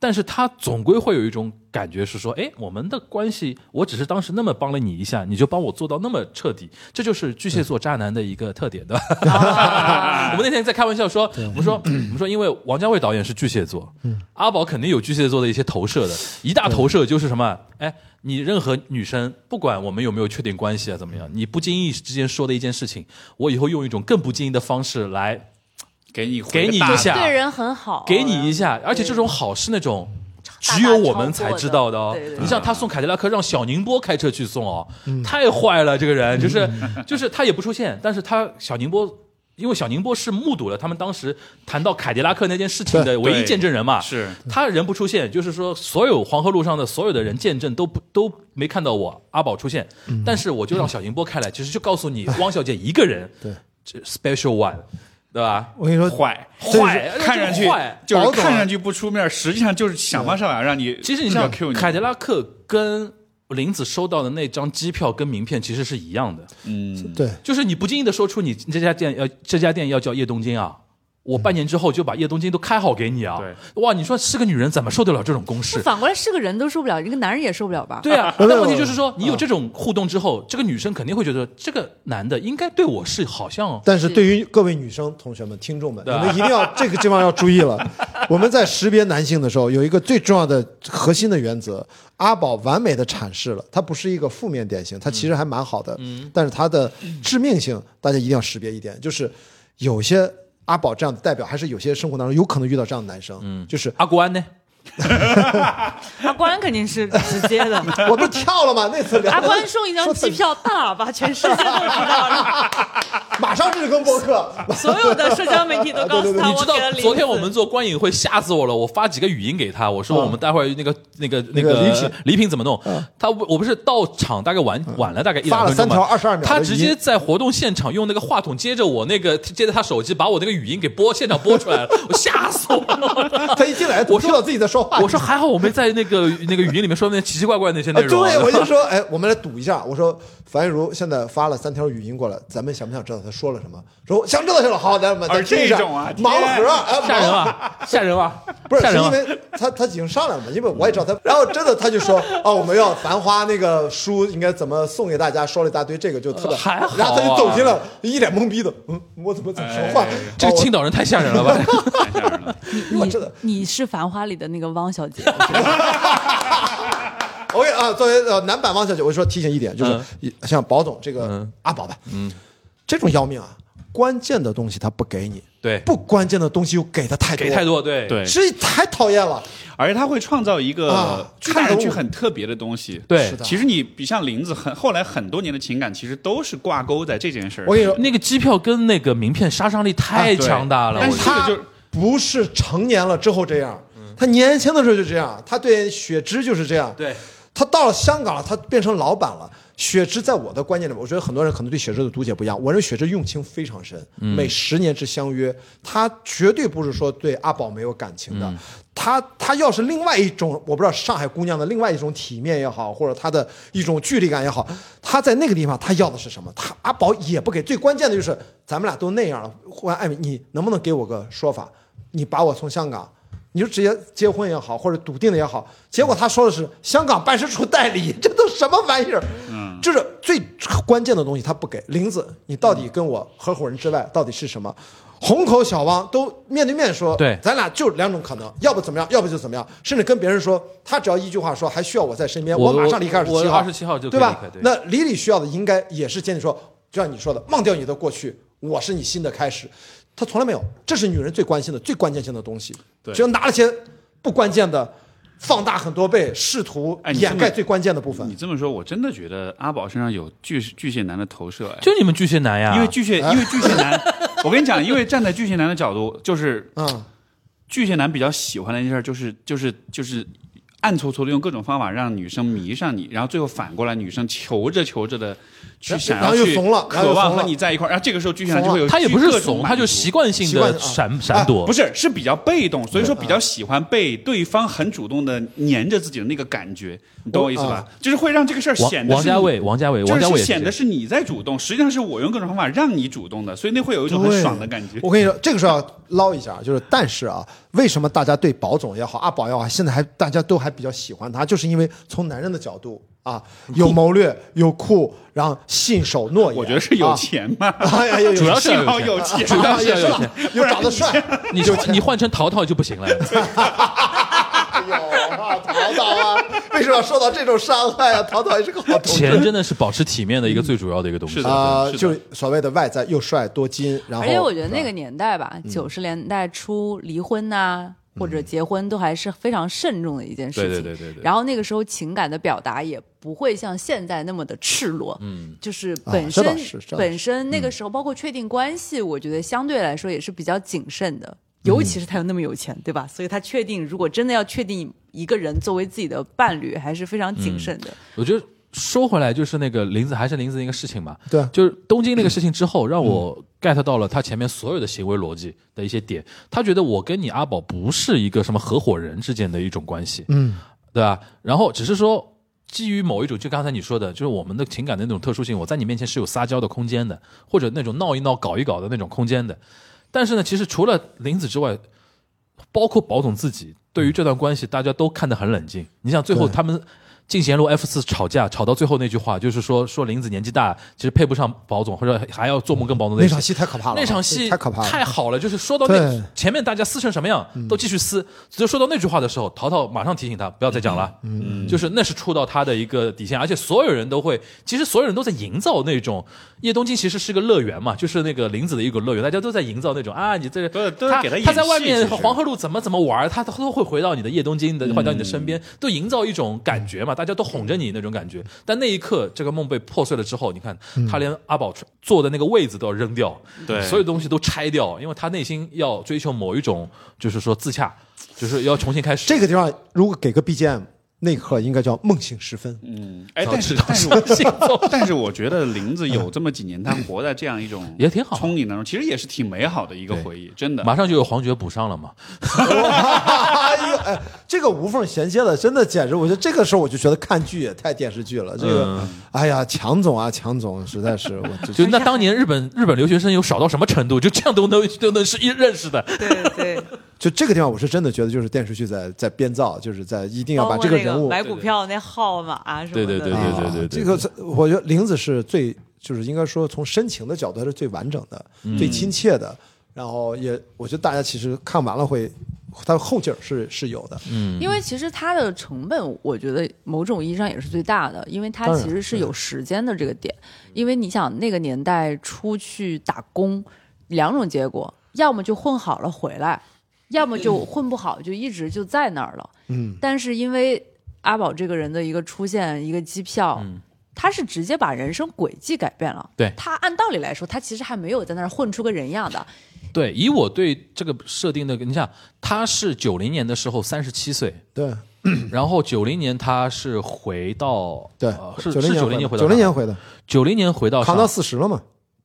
[SPEAKER 2] 但是他总归会有一种感觉是说，哎，我们的关系，我只是当时那么帮了你一下，你就帮我做到那么彻底，这就是巨蟹座渣男的一个特点，对吧？ 我们那天在开玩笑说，我们说 我们说，因为王家卫导演是巨蟹座，阿宝肯定有巨蟹座的一些投射的，一大投射就是什么？哎，你任何女生，不管我们有没有确定关系啊，怎么样，你不经意之间说的一件事情，我以后用一种更不经意的方式来
[SPEAKER 5] 给你回
[SPEAKER 2] 给
[SPEAKER 5] 个
[SPEAKER 2] 你
[SPEAKER 5] 大
[SPEAKER 2] 一下，
[SPEAKER 4] 对人很好，
[SPEAKER 2] 啊给你一下，而且这种好是那种。只有我们才知道的哦
[SPEAKER 4] 大大超过的对对，对
[SPEAKER 2] 你像他送凯迪拉克，让小宁波开车去送哦，
[SPEAKER 5] 嗯
[SPEAKER 2] 太坏了，这个人就是就是他也不出现，但是他小宁波，因为小宁波是目睹了他们当时谈到凯迪拉克那件事情的唯一
[SPEAKER 5] 对
[SPEAKER 2] 见证人嘛，
[SPEAKER 5] 是
[SPEAKER 2] 他人不出现，就是说所有黄河路上的所有的人见证都不都没看到我阿宝出现，
[SPEAKER 5] 嗯
[SPEAKER 2] 但是我就让小宁波开来，其实就告诉你
[SPEAKER 5] 哎
[SPEAKER 2] 汪小姐一个人，
[SPEAKER 3] 对，
[SPEAKER 2] 这 special one，对吧？
[SPEAKER 3] 我跟你说，
[SPEAKER 5] 坏
[SPEAKER 2] 坏
[SPEAKER 5] 看上去
[SPEAKER 2] 这个坏
[SPEAKER 5] 就是
[SPEAKER 3] 保总
[SPEAKER 5] 看上去不出面，实际上就是想方设法让你。
[SPEAKER 2] 其实你
[SPEAKER 5] 要
[SPEAKER 2] 像
[SPEAKER 5] Q 你，
[SPEAKER 2] 凯迪拉克跟林子收到的那张机票跟名片其实是一样的，
[SPEAKER 5] 嗯，
[SPEAKER 3] 对，
[SPEAKER 2] 就是你不经意的说出你这家店要呃这家店要叫叶东京啊。我半年之后就把叶东京都开好给你啊！
[SPEAKER 5] 对
[SPEAKER 2] 哇，你说是个女人怎么受得了这种攻势？
[SPEAKER 4] 反过来是个人都受不了，一个男人也受不了吧？
[SPEAKER 2] 对啊，
[SPEAKER 3] 不是
[SPEAKER 2] 但问题就是说，你有这种互动之后，这个女生肯定会觉得这个男的应该对我是好像哦
[SPEAKER 3] 但是对于各位女生同学们、听众们，你
[SPEAKER 2] 对啊
[SPEAKER 3] 们一定要这个地方要注意了。我们在识别男性的时候，有一个最重要的核心的原则，阿宝完美的阐释了，他不是一个负面典型，他其实还蛮好的，
[SPEAKER 2] 嗯
[SPEAKER 3] 但是他的致命性，大家一定要识别一点，就是有些阿宝这样的代表，还是有些生活当中有可能遇到这样的男生，
[SPEAKER 2] 嗯
[SPEAKER 3] 就是
[SPEAKER 2] 阿国安呢？
[SPEAKER 6] 阿关肯定是直接 的，
[SPEAKER 3] 我不是跳了吗？那次聊
[SPEAKER 6] 阿
[SPEAKER 3] 的
[SPEAKER 6] 关送一张机票，大喇叭，全世界都知道了，
[SPEAKER 3] 马上这就跟播 客，
[SPEAKER 6] 所有的社交媒体都告 诉他，
[SPEAKER 2] 你知
[SPEAKER 6] 我
[SPEAKER 2] 道
[SPEAKER 6] 给了林子
[SPEAKER 2] 昨天我们做观影会吓死我了，我发几个语音给他，我说我们待会儿那个那个
[SPEAKER 3] 那个
[SPEAKER 2] 个
[SPEAKER 3] 礼品
[SPEAKER 2] 礼品怎么弄？他我不是到场大概晚晚了大概一两
[SPEAKER 3] 嗯发了
[SPEAKER 2] 分钟
[SPEAKER 3] 三
[SPEAKER 2] 嘛
[SPEAKER 3] 条22秒的
[SPEAKER 2] 他直
[SPEAKER 3] 语
[SPEAKER 2] 接
[SPEAKER 3] 音
[SPEAKER 2] 在活动现场用那个话筒接着我那个接着他手机把我那个语音给播现场播出来了，我吓死我 了。
[SPEAKER 3] 他一进来，我听到自己在说话，
[SPEAKER 2] 我说还好我没在那个那个语音里面说那奇奇怪怪那些内
[SPEAKER 3] 啊，
[SPEAKER 2] 容。
[SPEAKER 3] 对，我就说，哎，我们来赌一下。我说樊玉茹现在发了三条语音过来，咱们想不想知道她说说了什么，说我想知道什么，好，咱
[SPEAKER 2] 哦
[SPEAKER 3] 们再
[SPEAKER 5] 而
[SPEAKER 3] 听一下
[SPEAKER 5] 这种啊
[SPEAKER 3] 盲
[SPEAKER 5] 天
[SPEAKER 3] 盒，哎
[SPEAKER 2] 吓人吧？吓人吧？
[SPEAKER 3] 不是，
[SPEAKER 2] 吓
[SPEAKER 3] 是
[SPEAKER 2] 人啊
[SPEAKER 3] 因
[SPEAKER 2] 吧？
[SPEAKER 3] 为他他已经上来了嘛，因为我也知道他，然后真的他就 说，哦，我们要《繁花》那个书应该怎么送给大家，说了一大堆，这个就特
[SPEAKER 2] 呃
[SPEAKER 3] 别，
[SPEAKER 2] 还好啊
[SPEAKER 3] 然后他就走进了，一脸懵逼的，嗯，我怎么怎么什么话
[SPEAKER 5] 哎？
[SPEAKER 2] 这个青
[SPEAKER 3] 青
[SPEAKER 2] 岛人太吓人 了吧？
[SPEAKER 5] 太吓人了。
[SPEAKER 3] 我
[SPEAKER 4] 你
[SPEAKER 3] 知道
[SPEAKER 4] 你是《繁花》里的那个汪 小姐，
[SPEAKER 3] ，OK 啊，作为呃男版汪小姐，我说提醒一点，就是像宝总这个
[SPEAKER 2] 嗯
[SPEAKER 3] 阿宝吧，嗯，这种要命啊，关键的东西他不给你，
[SPEAKER 2] 对
[SPEAKER 3] 不关键的东西又给的太多，
[SPEAKER 2] 给太，多，对
[SPEAKER 5] 对
[SPEAKER 3] 这太讨厌了。
[SPEAKER 5] 而且它会创造一个
[SPEAKER 3] 啊
[SPEAKER 5] 巨大的
[SPEAKER 3] 看
[SPEAKER 5] 剧
[SPEAKER 3] 着我
[SPEAKER 5] 很特别的东西。
[SPEAKER 2] 对
[SPEAKER 3] 是的
[SPEAKER 5] 其实你比像林子很后来很多年的情感，其实都是挂钩在这件事儿。
[SPEAKER 3] 我跟你说，
[SPEAKER 2] 那个机票跟那个名片杀伤力太
[SPEAKER 5] 啊对
[SPEAKER 2] 强大了，
[SPEAKER 5] 但
[SPEAKER 2] 我
[SPEAKER 5] 是
[SPEAKER 2] 觉
[SPEAKER 5] 这个
[SPEAKER 3] 他
[SPEAKER 5] 就
[SPEAKER 3] 不是成年了之后这样，
[SPEAKER 2] 嗯
[SPEAKER 3] 他年轻的时候就这样，他对雪芝就是这样。
[SPEAKER 2] 得对。
[SPEAKER 3] 他到了香港了，他变成老板了。雪芝在我的观念里面，我觉得很多人可能对雪芝的读解不一样。我认为雪芝用情非常深，
[SPEAKER 2] 嗯
[SPEAKER 3] 每十年之相约，他绝对不是说对阿宝没有感情的。
[SPEAKER 2] 嗯
[SPEAKER 3] 他他要是另外一种，我不知道上海姑娘的另外一种体面也好，或者她的一种距离感也好，他在那个地方他要的是什么？他阿宝也不给。最关键的就是咱们俩都那样了，忽然艾米，你能不能给我个说法？你把我从香港你就直接结婚也好，或者笃定的也好，结果他说的是香港办事处代理， 这都什么玩意儿？嗯，就是最关键的东西他不给。林子，你到底跟我合伙人之外到底是什么？虹口小汪都面对面说，
[SPEAKER 2] 对
[SPEAKER 3] 咱俩就两种可能，要不怎么样，要不就怎么样，甚至跟别人说，他只要一句话说还需要我在身边，
[SPEAKER 2] 我
[SPEAKER 3] 马上离开二十
[SPEAKER 2] 我
[SPEAKER 3] 七
[SPEAKER 2] 我
[SPEAKER 3] 号，
[SPEAKER 2] 27号就可以
[SPEAKER 3] 对吧
[SPEAKER 2] 离开对？
[SPEAKER 3] 那李李需要的应该也是坚定说，就像你说的，忘掉你的过去，我是你新的开始。他从来没有，这是女人最关心的、最关键性的东西。
[SPEAKER 5] 对
[SPEAKER 3] 只要拿了些不关键的，放大很多倍，试图
[SPEAKER 5] 哎你这么
[SPEAKER 3] 掩盖最关键的部分
[SPEAKER 5] 你。这么说，我真的觉得阿宝身上有巨巨蟹男的投射。哎
[SPEAKER 2] 就啊你们巨蟹男呀，
[SPEAKER 5] 因为巨蟹，因为巨蟹男，我跟你讲，因为站在巨蟹男的角度，就是
[SPEAKER 3] 嗯，
[SPEAKER 5] 巨蟹男比较喜欢的一件事儿，就是就是就是暗搓搓的用各种方法让女生迷上你，然后最后反过来女生求着求着的去想
[SPEAKER 3] 然
[SPEAKER 5] 要
[SPEAKER 3] 后又
[SPEAKER 5] 去
[SPEAKER 3] 怂了然后
[SPEAKER 5] 渴
[SPEAKER 3] 又
[SPEAKER 5] 望
[SPEAKER 3] 怂
[SPEAKER 5] 和
[SPEAKER 3] 了
[SPEAKER 5] 你在一块儿，然后这个时候巨蟹男就
[SPEAKER 3] 怂
[SPEAKER 5] 会
[SPEAKER 3] 了
[SPEAKER 5] 有
[SPEAKER 2] 他也
[SPEAKER 5] 巨
[SPEAKER 2] 不是
[SPEAKER 5] 各种
[SPEAKER 2] 怂，
[SPEAKER 5] 满
[SPEAKER 2] 他就
[SPEAKER 5] 足
[SPEAKER 2] 习惯性
[SPEAKER 3] 习惯
[SPEAKER 2] 的
[SPEAKER 3] 性啊
[SPEAKER 2] 闪闪躲，
[SPEAKER 5] 不是，是比较被动，所以说比
[SPEAKER 3] 嗯
[SPEAKER 5] 较喜欢被对方很主动的粘着自己的那个感觉，你懂我意思
[SPEAKER 3] 哦
[SPEAKER 5] 吧？就是会让这个事儿
[SPEAKER 2] 王
[SPEAKER 5] 显得
[SPEAKER 2] 王
[SPEAKER 5] 是
[SPEAKER 2] 家
[SPEAKER 5] 你
[SPEAKER 2] 卫，王家卫，
[SPEAKER 5] 就
[SPEAKER 2] 王家卫
[SPEAKER 5] 是
[SPEAKER 2] 也
[SPEAKER 5] 显得
[SPEAKER 2] 是
[SPEAKER 5] 是你在主动，实际上是我用各种方法让你主动的，所以那会有一种很
[SPEAKER 3] 对
[SPEAKER 5] 爽的感觉。
[SPEAKER 3] 我跟你说，这个时候要捞一下，就是但是啊，为什么大家对宝总也好，阿宝也好，现在还大家都还比较喜欢他，就是因为从男人的角度啊，有谋略，有酷，然后信守诺言。
[SPEAKER 5] 我觉得是有
[SPEAKER 3] 啊
[SPEAKER 5] 钱嘛，
[SPEAKER 3] 哎呀，有
[SPEAKER 2] 主要是
[SPEAKER 5] 幸好有钱，主
[SPEAKER 3] 啊也是了，又长得 帅。
[SPEAKER 2] 你你换成淘淘就不行了，
[SPEAKER 3] 有啊，淘淘啊，为什么要受到这种伤害啊？淘淘也是个好同志
[SPEAKER 2] 钱真的是保持体面的一个最主要的一个东西
[SPEAKER 5] 是。的
[SPEAKER 3] 啊、
[SPEAKER 5] 是的
[SPEAKER 3] 就是所谓的外在又帅多金，然后嗯
[SPEAKER 4] 而且我觉得那个年代吧，九十年代初离婚呐、或者结婚都还是非常慎重的一件事情。
[SPEAKER 2] 对对对对对
[SPEAKER 4] 然后那个时候情感的表达也不会像现在那么的赤裸，嗯，就是本
[SPEAKER 3] 啊
[SPEAKER 4] 身、
[SPEAKER 3] 这倒是嗯这倒是
[SPEAKER 4] 本身那个时候包括确定关系，我觉得相对来说也是比较谨慎的。
[SPEAKER 3] 嗯
[SPEAKER 4] 尤其是他又那么有钱，对吧？所以他确定，如果真的要确定一个人作为自己的伴侣，还是非常
[SPEAKER 3] 嗯
[SPEAKER 4] 谨慎 的。
[SPEAKER 2] 我觉得说回来就是那个林子还是林子那个事情嘛，
[SPEAKER 3] 对啊
[SPEAKER 2] 就是东京那个事情之后，让
[SPEAKER 5] 嗯
[SPEAKER 2] 我 get 到了他前面所有的行为逻辑的一些点。他觉得我跟你阿宝不是一个什么合伙人之间的一种关系，嗯，对吧？然后只是说。基于某一种，就刚才你说的，就是我们的情感的那种特殊性，我在你面前是有撒娇的空间的，或者那种闹一闹、搞一搞的那种空间的。但是呢，其实除了林子之外，包括宝总自己，对于这段关系，大家都看得很冷静。你想，最后
[SPEAKER 3] 对
[SPEAKER 2] 他们进贤路 F 四吵架，吵到最后那句话，就是说说林子年纪大，其实配不上宝总，或者还要做梦跟宝总在
[SPEAKER 3] 那
[SPEAKER 2] 一起
[SPEAKER 3] 场戏太可怕了，啊
[SPEAKER 2] 那场戏
[SPEAKER 3] 太可怕了，
[SPEAKER 2] 太好了。就是说到那
[SPEAKER 3] 对嗯
[SPEAKER 2] 前面大家撕成什么样，都继续撕。只有说到那句话的时候，淘淘马上提醒他不要再讲了。嗯，就是那是触到他的一个底线，而且所有人都会，其实所有人都在营造那种叶东京其实是个乐园嘛，就是那个林子的一个乐园，大家都在营造那种啊，你这
[SPEAKER 5] 都都
[SPEAKER 2] 他
[SPEAKER 5] 给他演
[SPEAKER 2] 他在外
[SPEAKER 5] 戏
[SPEAKER 2] 面
[SPEAKER 5] 其实
[SPEAKER 2] 黄河路怎么怎么玩，他都会回到你的叶东京的，回到你的身边，都营造一种感觉嘛，大家都哄着你那种感觉。但那一刻，这个梦被破碎了之后，你看他连阿宝坐的那个位子都要扔掉，
[SPEAKER 5] 对
[SPEAKER 2] 所有东西都拆掉，因为他内心要追求某一种，就是说自洽，就是要重新开始。
[SPEAKER 3] 这个地方如果给个 BGM，那一刻应该叫梦醒时分。
[SPEAKER 5] 嗯，哎，
[SPEAKER 2] 早
[SPEAKER 5] 但
[SPEAKER 2] 知
[SPEAKER 5] 是
[SPEAKER 2] 道
[SPEAKER 5] 但是
[SPEAKER 2] 伤心
[SPEAKER 5] 我 但是我觉得林子有这么几年，他活在这样一种
[SPEAKER 2] 也挺好
[SPEAKER 5] 聪明当中，其实也是挺美好的一个回忆，真的。
[SPEAKER 2] 马上就有黄觉补上了嘛，
[SPEAKER 3] 哎呦，哎，这个无缝衔接的，真的简直，我觉得这个时候我就觉得看剧也太电视剧了。这个，哎呀，强总啊，强总，实在是我就
[SPEAKER 2] 嗯就那当年日本日本留学生有少到什么程度，就这样都能都能是一认识的。
[SPEAKER 6] 对对，
[SPEAKER 3] 就这个地方，我是真的觉得就是电视剧在在编造，就是在一定要
[SPEAKER 6] 包
[SPEAKER 3] 把
[SPEAKER 6] 括
[SPEAKER 3] 这
[SPEAKER 6] 那
[SPEAKER 3] 人物
[SPEAKER 6] 买股票那号码啊什么的，
[SPEAKER 2] 对对对
[SPEAKER 3] 啊，
[SPEAKER 2] 对对对
[SPEAKER 3] 这个是我觉得玲子是最，就是应该说从深情的角度，它是最完整的、
[SPEAKER 2] 嗯
[SPEAKER 3] 最亲切的。然后也，我觉得大家其实看完了会，它后劲儿是是有的。
[SPEAKER 2] 嗯
[SPEAKER 4] 因为其实它的成本，我觉得某种意义上也是最大的，因为它
[SPEAKER 3] 当然
[SPEAKER 4] 其实是有时间的这个点。因为你想那个年代出去打工，两种结果，要么就混好了 回来，要么就混不好就一直就在那儿了。
[SPEAKER 3] 嗯，
[SPEAKER 4] 但是因为阿宝这个人的一个出现，一个机票。他是直接把人生轨迹改变了。
[SPEAKER 2] 嗯对
[SPEAKER 4] 他按道理来说，他其实还没有在那儿混出个人样的。
[SPEAKER 2] 对，以我对这个设定的，你想，他是九零年的时候三十七岁，
[SPEAKER 3] 对
[SPEAKER 2] 然后九零年他是回到
[SPEAKER 3] 对
[SPEAKER 2] 呃，是
[SPEAKER 3] 九
[SPEAKER 2] 是九零
[SPEAKER 3] 零
[SPEAKER 2] 年
[SPEAKER 3] 回
[SPEAKER 2] 回
[SPEAKER 3] 九
[SPEAKER 2] 到
[SPEAKER 3] 零年回的，
[SPEAKER 2] 九零年回到上
[SPEAKER 3] 扛到四十了嘛，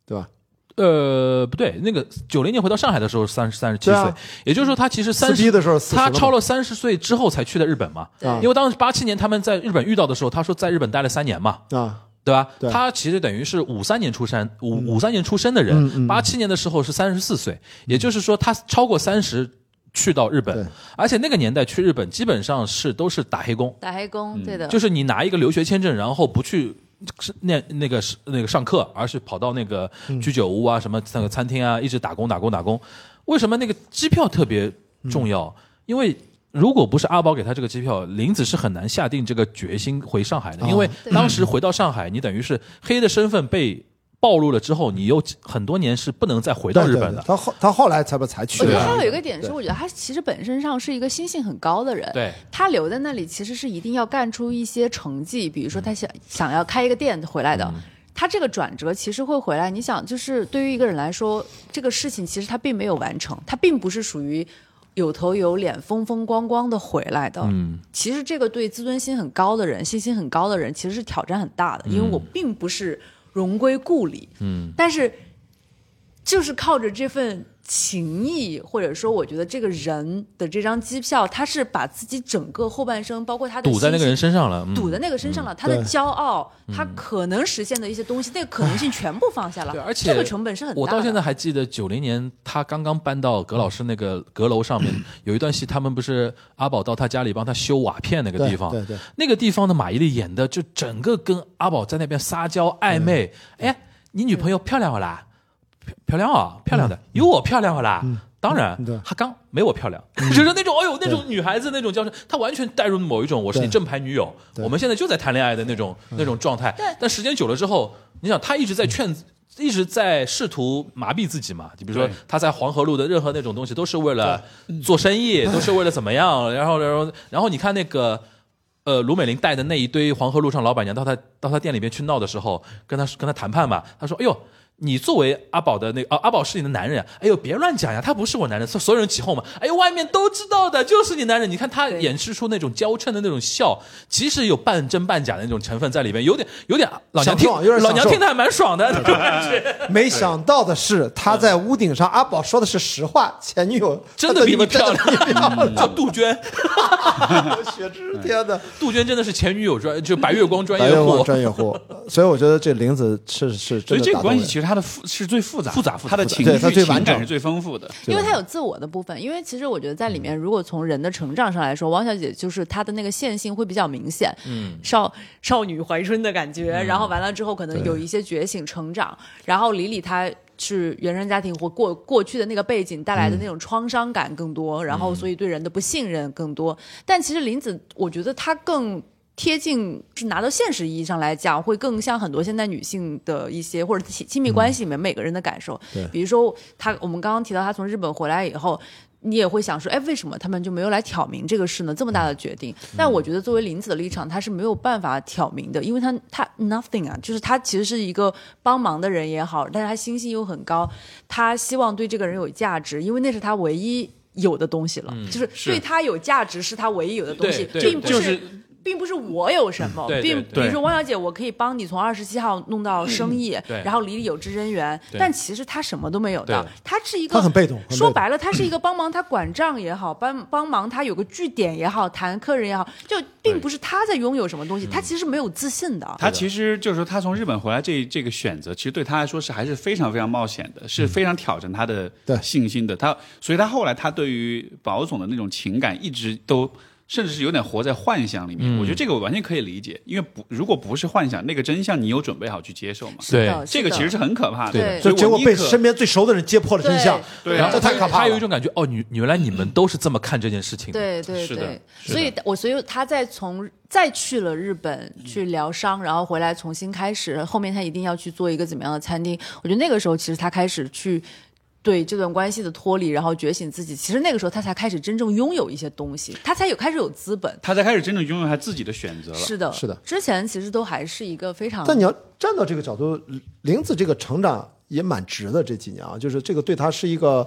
[SPEAKER 3] 对吧？
[SPEAKER 2] 呃不对，那个九零年回到上海的时候三三十七
[SPEAKER 3] 对
[SPEAKER 2] 岁，
[SPEAKER 3] 啊
[SPEAKER 2] 也就是说他其实三
[SPEAKER 3] 逼
[SPEAKER 2] 十
[SPEAKER 3] 的时候40
[SPEAKER 2] 他
[SPEAKER 3] 了嘛啊
[SPEAKER 2] 超了三十岁之后才去的日本嘛，
[SPEAKER 3] 对
[SPEAKER 2] 因为当时八七年他们在日本遇到的时候，他说在日本待了三年嘛，
[SPEAKER 3] 啊，
[SPEAKER 2] 对吧？
[SPEAKER 3] 对嗯
[SPEAKER 2] 他其实等于是五三年出生，五五三年出生的人，八七、年的时候是三十四岁，也就是说他超过三十去到日
[SPEAKER 3] 嗯对
[SPEAKER 2] 本，而且那个年代去日本基本上是都是打黑工，
[SPEAKER 4] 打黑工，
[SPEAKER 2] 嗯
[SPEAKER 4] 对的，
[SPEAKER 2] 就是你拿一个留学签证，然后不去。是那那个是那个上课，而是跑到那个居酒屋啊，什么那个餐厅啊，一直打工打工打工。为什么那个机票特别重要？因为如果不是阿宝给他这个机票，林子是很难下定这个决心回上海的。因为当时回到上海，你等于是黑的身份被暴露了之后，你有很多年是不能再回
[SPEAKER 3] 对
[SPEAKER 2] 到日
[SPEAKER 3] 对
[SPEAKER 2] 本
[SPEAKER 3] 对
[SPEAKER 2] 的。
[SPEAKER 3] 他后他后来才把才去
[SPEAKER 4] 我觉
[SPEAKER 3] 的
[SPEAKER 4] 得
[SPEAKER 2] 啊
[SPEAKER 4] 还有一个点是，我觉得他其实本身上是一个心性很高的人。
[SPEAKER 2] 对，
[SPEAKER 4] 他留在那里其实是一定要干出一些成绩，比如说他想、
[SPEAKER 2] 嗯
[SPEAKER 4] 想要开一个店回来的。他这个转折其实会回来，你想，就是对于一个人来说，这个事情其实他并没有完成，他并不是属于有头有脸、风风光光的回来的。嗯，其实这个对自尊心很高的人、信心很高的人，其实是挑战很大的，因为我
[SPEAKER 2] 嗯
[SPEAKER 4] 并不是荣归故里。嗯，但是就是靠着这份情谊，或者说我觉得这个人的这张机票，他是把自己整个后半生，包括他的
[SPEAKER 2] 堵在那个人
[SPEAKER 4] 心
[SPEAKER 2] 身上了，
[SPEAKER 4] 情
[SPEAKER 2] 嗯
[SPEAKER 4] 堵在那个身上了，他的
[SPEAKER 3] 对
[SPEAKER 4] 骄傲，他可能实现的一些东西，那个可 能性全部放下了。
[SPEAKER 2] 对，而且
[SPEAKER 4] 这个成本是很大的。
[SPEAKER 2] 我到现在还记得九零年他刚刚搬到葛老师那个阁楼上面，有一段戏，他们不是阿宝到他家里帮他修瓦片那个地方，
[SPEAKER 3] 对对对
[SPEAKER 2] 那个地方的马伊琍演的就整个跟阿宝在那边撒娇暧昧，
[SPEAKER 3] 嗯
[SPEAKER 2] 哎，你女朋友漂亮不啦？漂漂亮啊，漂亮的，有我漂亮不啦？当然
[SPEAKER 3] 嗯对，嗯
[SPEAKER 2] 她刚没我漂亮，就是那种，哎呦，那种女孩子那种娇生，她完全带入某一种我是你
[SPEAKER 3] 对嗯
[SPEAKER 2] 正牌女友，我们现在就在谈恋爱的那种那种状态。但时间久了之后，你想，她一直在劝，一直在试图麻痹自己嘛。就比如说
[SPEAKER 5] 对，
[SPEAKER 2] 她在黄河路的任何那种东西，都是为了
[SPEAKER 3] 嗯
[SPEAKER 2] 做生意，都是为了怎么样。然后，然后，然后你看那个。呃，卢美玲带的那一堆黄河路上老板娘到她到她店里边去闹的时候，跟她跟她谈判嘛，她说：“哎呦，你作为阿宝的那个、啊阿宝是你的男人啊，哎呦，别乱讲呀，他不是我男人。”所所有人起哄嘛，哎呦，外面都知道的，就是你男人。你看他
[SPEAKER 4] 对
[SPEAKER 2] 演示出那种娇嗔的那种笑，其实有半真半假的那种成分在里边，有点有点老娘
[SPEAKER 3] 享
[SPEAKER 2] 听
[SPEAKER 3] 受有点享
[SPEAKER 2] 老娘
[SPEAKER 3] 受
[SPEAKER 2] 听的还蛮爽 的，那种感觉
[SPEAKER 3] 没想到的是，他在屋顶上，阿宝说的是实话，前女友
[SPEAKER 2] 真的比你
[SPEAKER 3] 真
[SPEAKER 2] 漂
[SPEAKER 3] 的
[SPEAKER 2] 亮嗯
[SPEAKER 3] 比 你漂亮。
[SPEAKER 2] 叫杜鹃，
[SPEAKER 3] 雪之天的
[SPEAKER 2] 杜鹃真的是前女友专就白月光专
[SPEAKER 3] 白
[SPEAKER 2] 业
[SPEAKER 3] 月光
[SPEAKER 2] 户，
[SPEAKER 3] 专业户，所以我觉得这玲子是是
[SPEAKER 5] 所
[SPEAKER 3] 真
[SPEAKER 5] 以
[SPEAKER 3] 的
[SPEAKER 5] 这
[SPEAKER 3] 打动
[SPEAKER 5] 个关系
[SPEAKER 3] 人
[SPEAKER 5] 其。实它的复是最复杂，
[SPEAKER 2] 复杂复杂
[SPEAKER 5] 它的
[SPEAKER 2] 复杂
[SPEAKER 5] 情
[SPEAKER 3] 对它
[SPEAKER 5] 绪
[SPEAKER 3] 最完
[SPEAKER 5] 情
[SPEAKER 3] 整
[SPEAKER 5] 感是最丰富的。
[SPEAKER 4] 因为他有自我的部分。因为其实我觉得在里
[SPEAKER 2] 嗯
[SPEAKER 4] 面，如果从人的成长上来说，王小姐就是她的那个线性会比较明显，嗯，少少女怀春的感觉，
[SPEAKER 2] 嗯
[SPEAKER 4] 然后完了之后可能有一些觉醒成长，然后李李她。是原生家庭或过过去的那个背景带来
[SPEAKER 2] 嗯
[SPEAKER 4] 的那种创伤感更多，然后所以对人的不信任更多。但其实林子，我觉得她更贴近，是拿到现实意义上来讲，会更像很多现代女性的一些或者亲亲密关系里面每个人的感受。比如说她，我们刚刚提到她从日本回来以后。你也会想说，哎，为什么他们就没有来挑明这个事呢？这么大的决定，但我觉得作为林子的立场，他是没有办法挑明的，因为他他 nothing 啊，就是他其实是一个帮忙的人也好，但是他心性又很高，他希望对这个人有价值，因为那是他唯一有的东西了，就是对他有价值是他唯一有的东西，
[SPEAKER 2] 对对
[SPEAKER 4] 并不
[SPEAKER 5] 就是是
[SPEAKER 6] 并不是我有什么，
[SPEAKER 2] 对对
[SPEAKER 6] 并比
[SPEAKER 2] 对嗯
[SPEAKER 6] 如说汪小姐，我可以帮你从二十七号弄到生意，
[SPEAKER 2] 对
[SPEAKER 6] 然后里里有知人员，
[SPEAKER 2] 对
[SPEAKER 6] 但其实她什么都没有的
[SPEAKER 2] 对，
[SPEAKER 6] 她是一个
[SPEAKER 3] 她很被动很被动
[SPEAKER 6] 说白了，她是一个帮忙她管账也好，帮帮忙她有个据点也好，谈客人也好，就并不是她在拥有什么
[SPEAKER 2] 嗯
[SPEAKER 6] 东西，她其实没有自信的。
[SPEAKER 5] 他其实就是说，他从日本回来这这个选择，其实对他来说是还是非常非常冒险的，是非常挑战他的
[SPEAKER 3] 嗯对
[SPEAKER 5] 信心的。他所以，他后来他对于保总的那种情感，一直都甚至是有点活在幻想里面。
[SPEAKER 3] 嗯
[SPEAKER 5] 我觉得这个我完全可以理解，因为不如果不是幻想，那个真相你有准备好去接受吗？
[SPEAKER 2] 对
[SPEAKER 6] 的
[SPEAKER 5] 这个
[SPEAKER 6] 的
[SPEAKER 5] 其实是很可怕
[SPEAKER 2] 对
[SPEAKER 5] 的。
[SPEAKER 2] 的
[SPEAKER 5] 所
[SPEAKER 3] 就
[SPEAKER 5] 以
[SPEAKER 3] 结果
[SPEAKER 5] 我宁
[SPEAKER 3] 被
[SPEAKER 5] 可
[SPEAKER 3] 身边最熟的人揭破了真相，
[SPEAKER 5] 对
[SPEAKER 2] 然后
[SPEAKER 3] 啊这太可怕
[SPEAKER 2] 他有一
[SPEAKER 3] 了。
[SPEAKER 2] 种感觉，哦，你你原来你们都是这么看这件事情的，
[SPEAKER 6] 对对
[SPEAKER 5] 是的
[SPEAKER 6] 对，
[SPEAKER 5] 是
[SPEAKER 6] 所以我所以他再从再去了日本去疗伤，然后回来重新开始，后面他一定要去做一个怎么样的餐厅？我觉得那个时候其实他开始去。对这段关系的脱离，然后觉醒自己，其实那个时候他才开始真正拥有一些东西，他才有开始有资本。
[SPEAKER 5] 他才开始真正拥有他自己的选择了。
[SPEAKER 6] 是的，
[SPEAKER 3] 是的
[SPEAKER 6] 之前其实都还是一个非
[SPEAKER 5] 啊
[SPEAKER 6] 常，
[SPEAKER 3] 但你要站到这个角度，玲子这个成长也蛮值的。这几年啊，就是这个对她是一个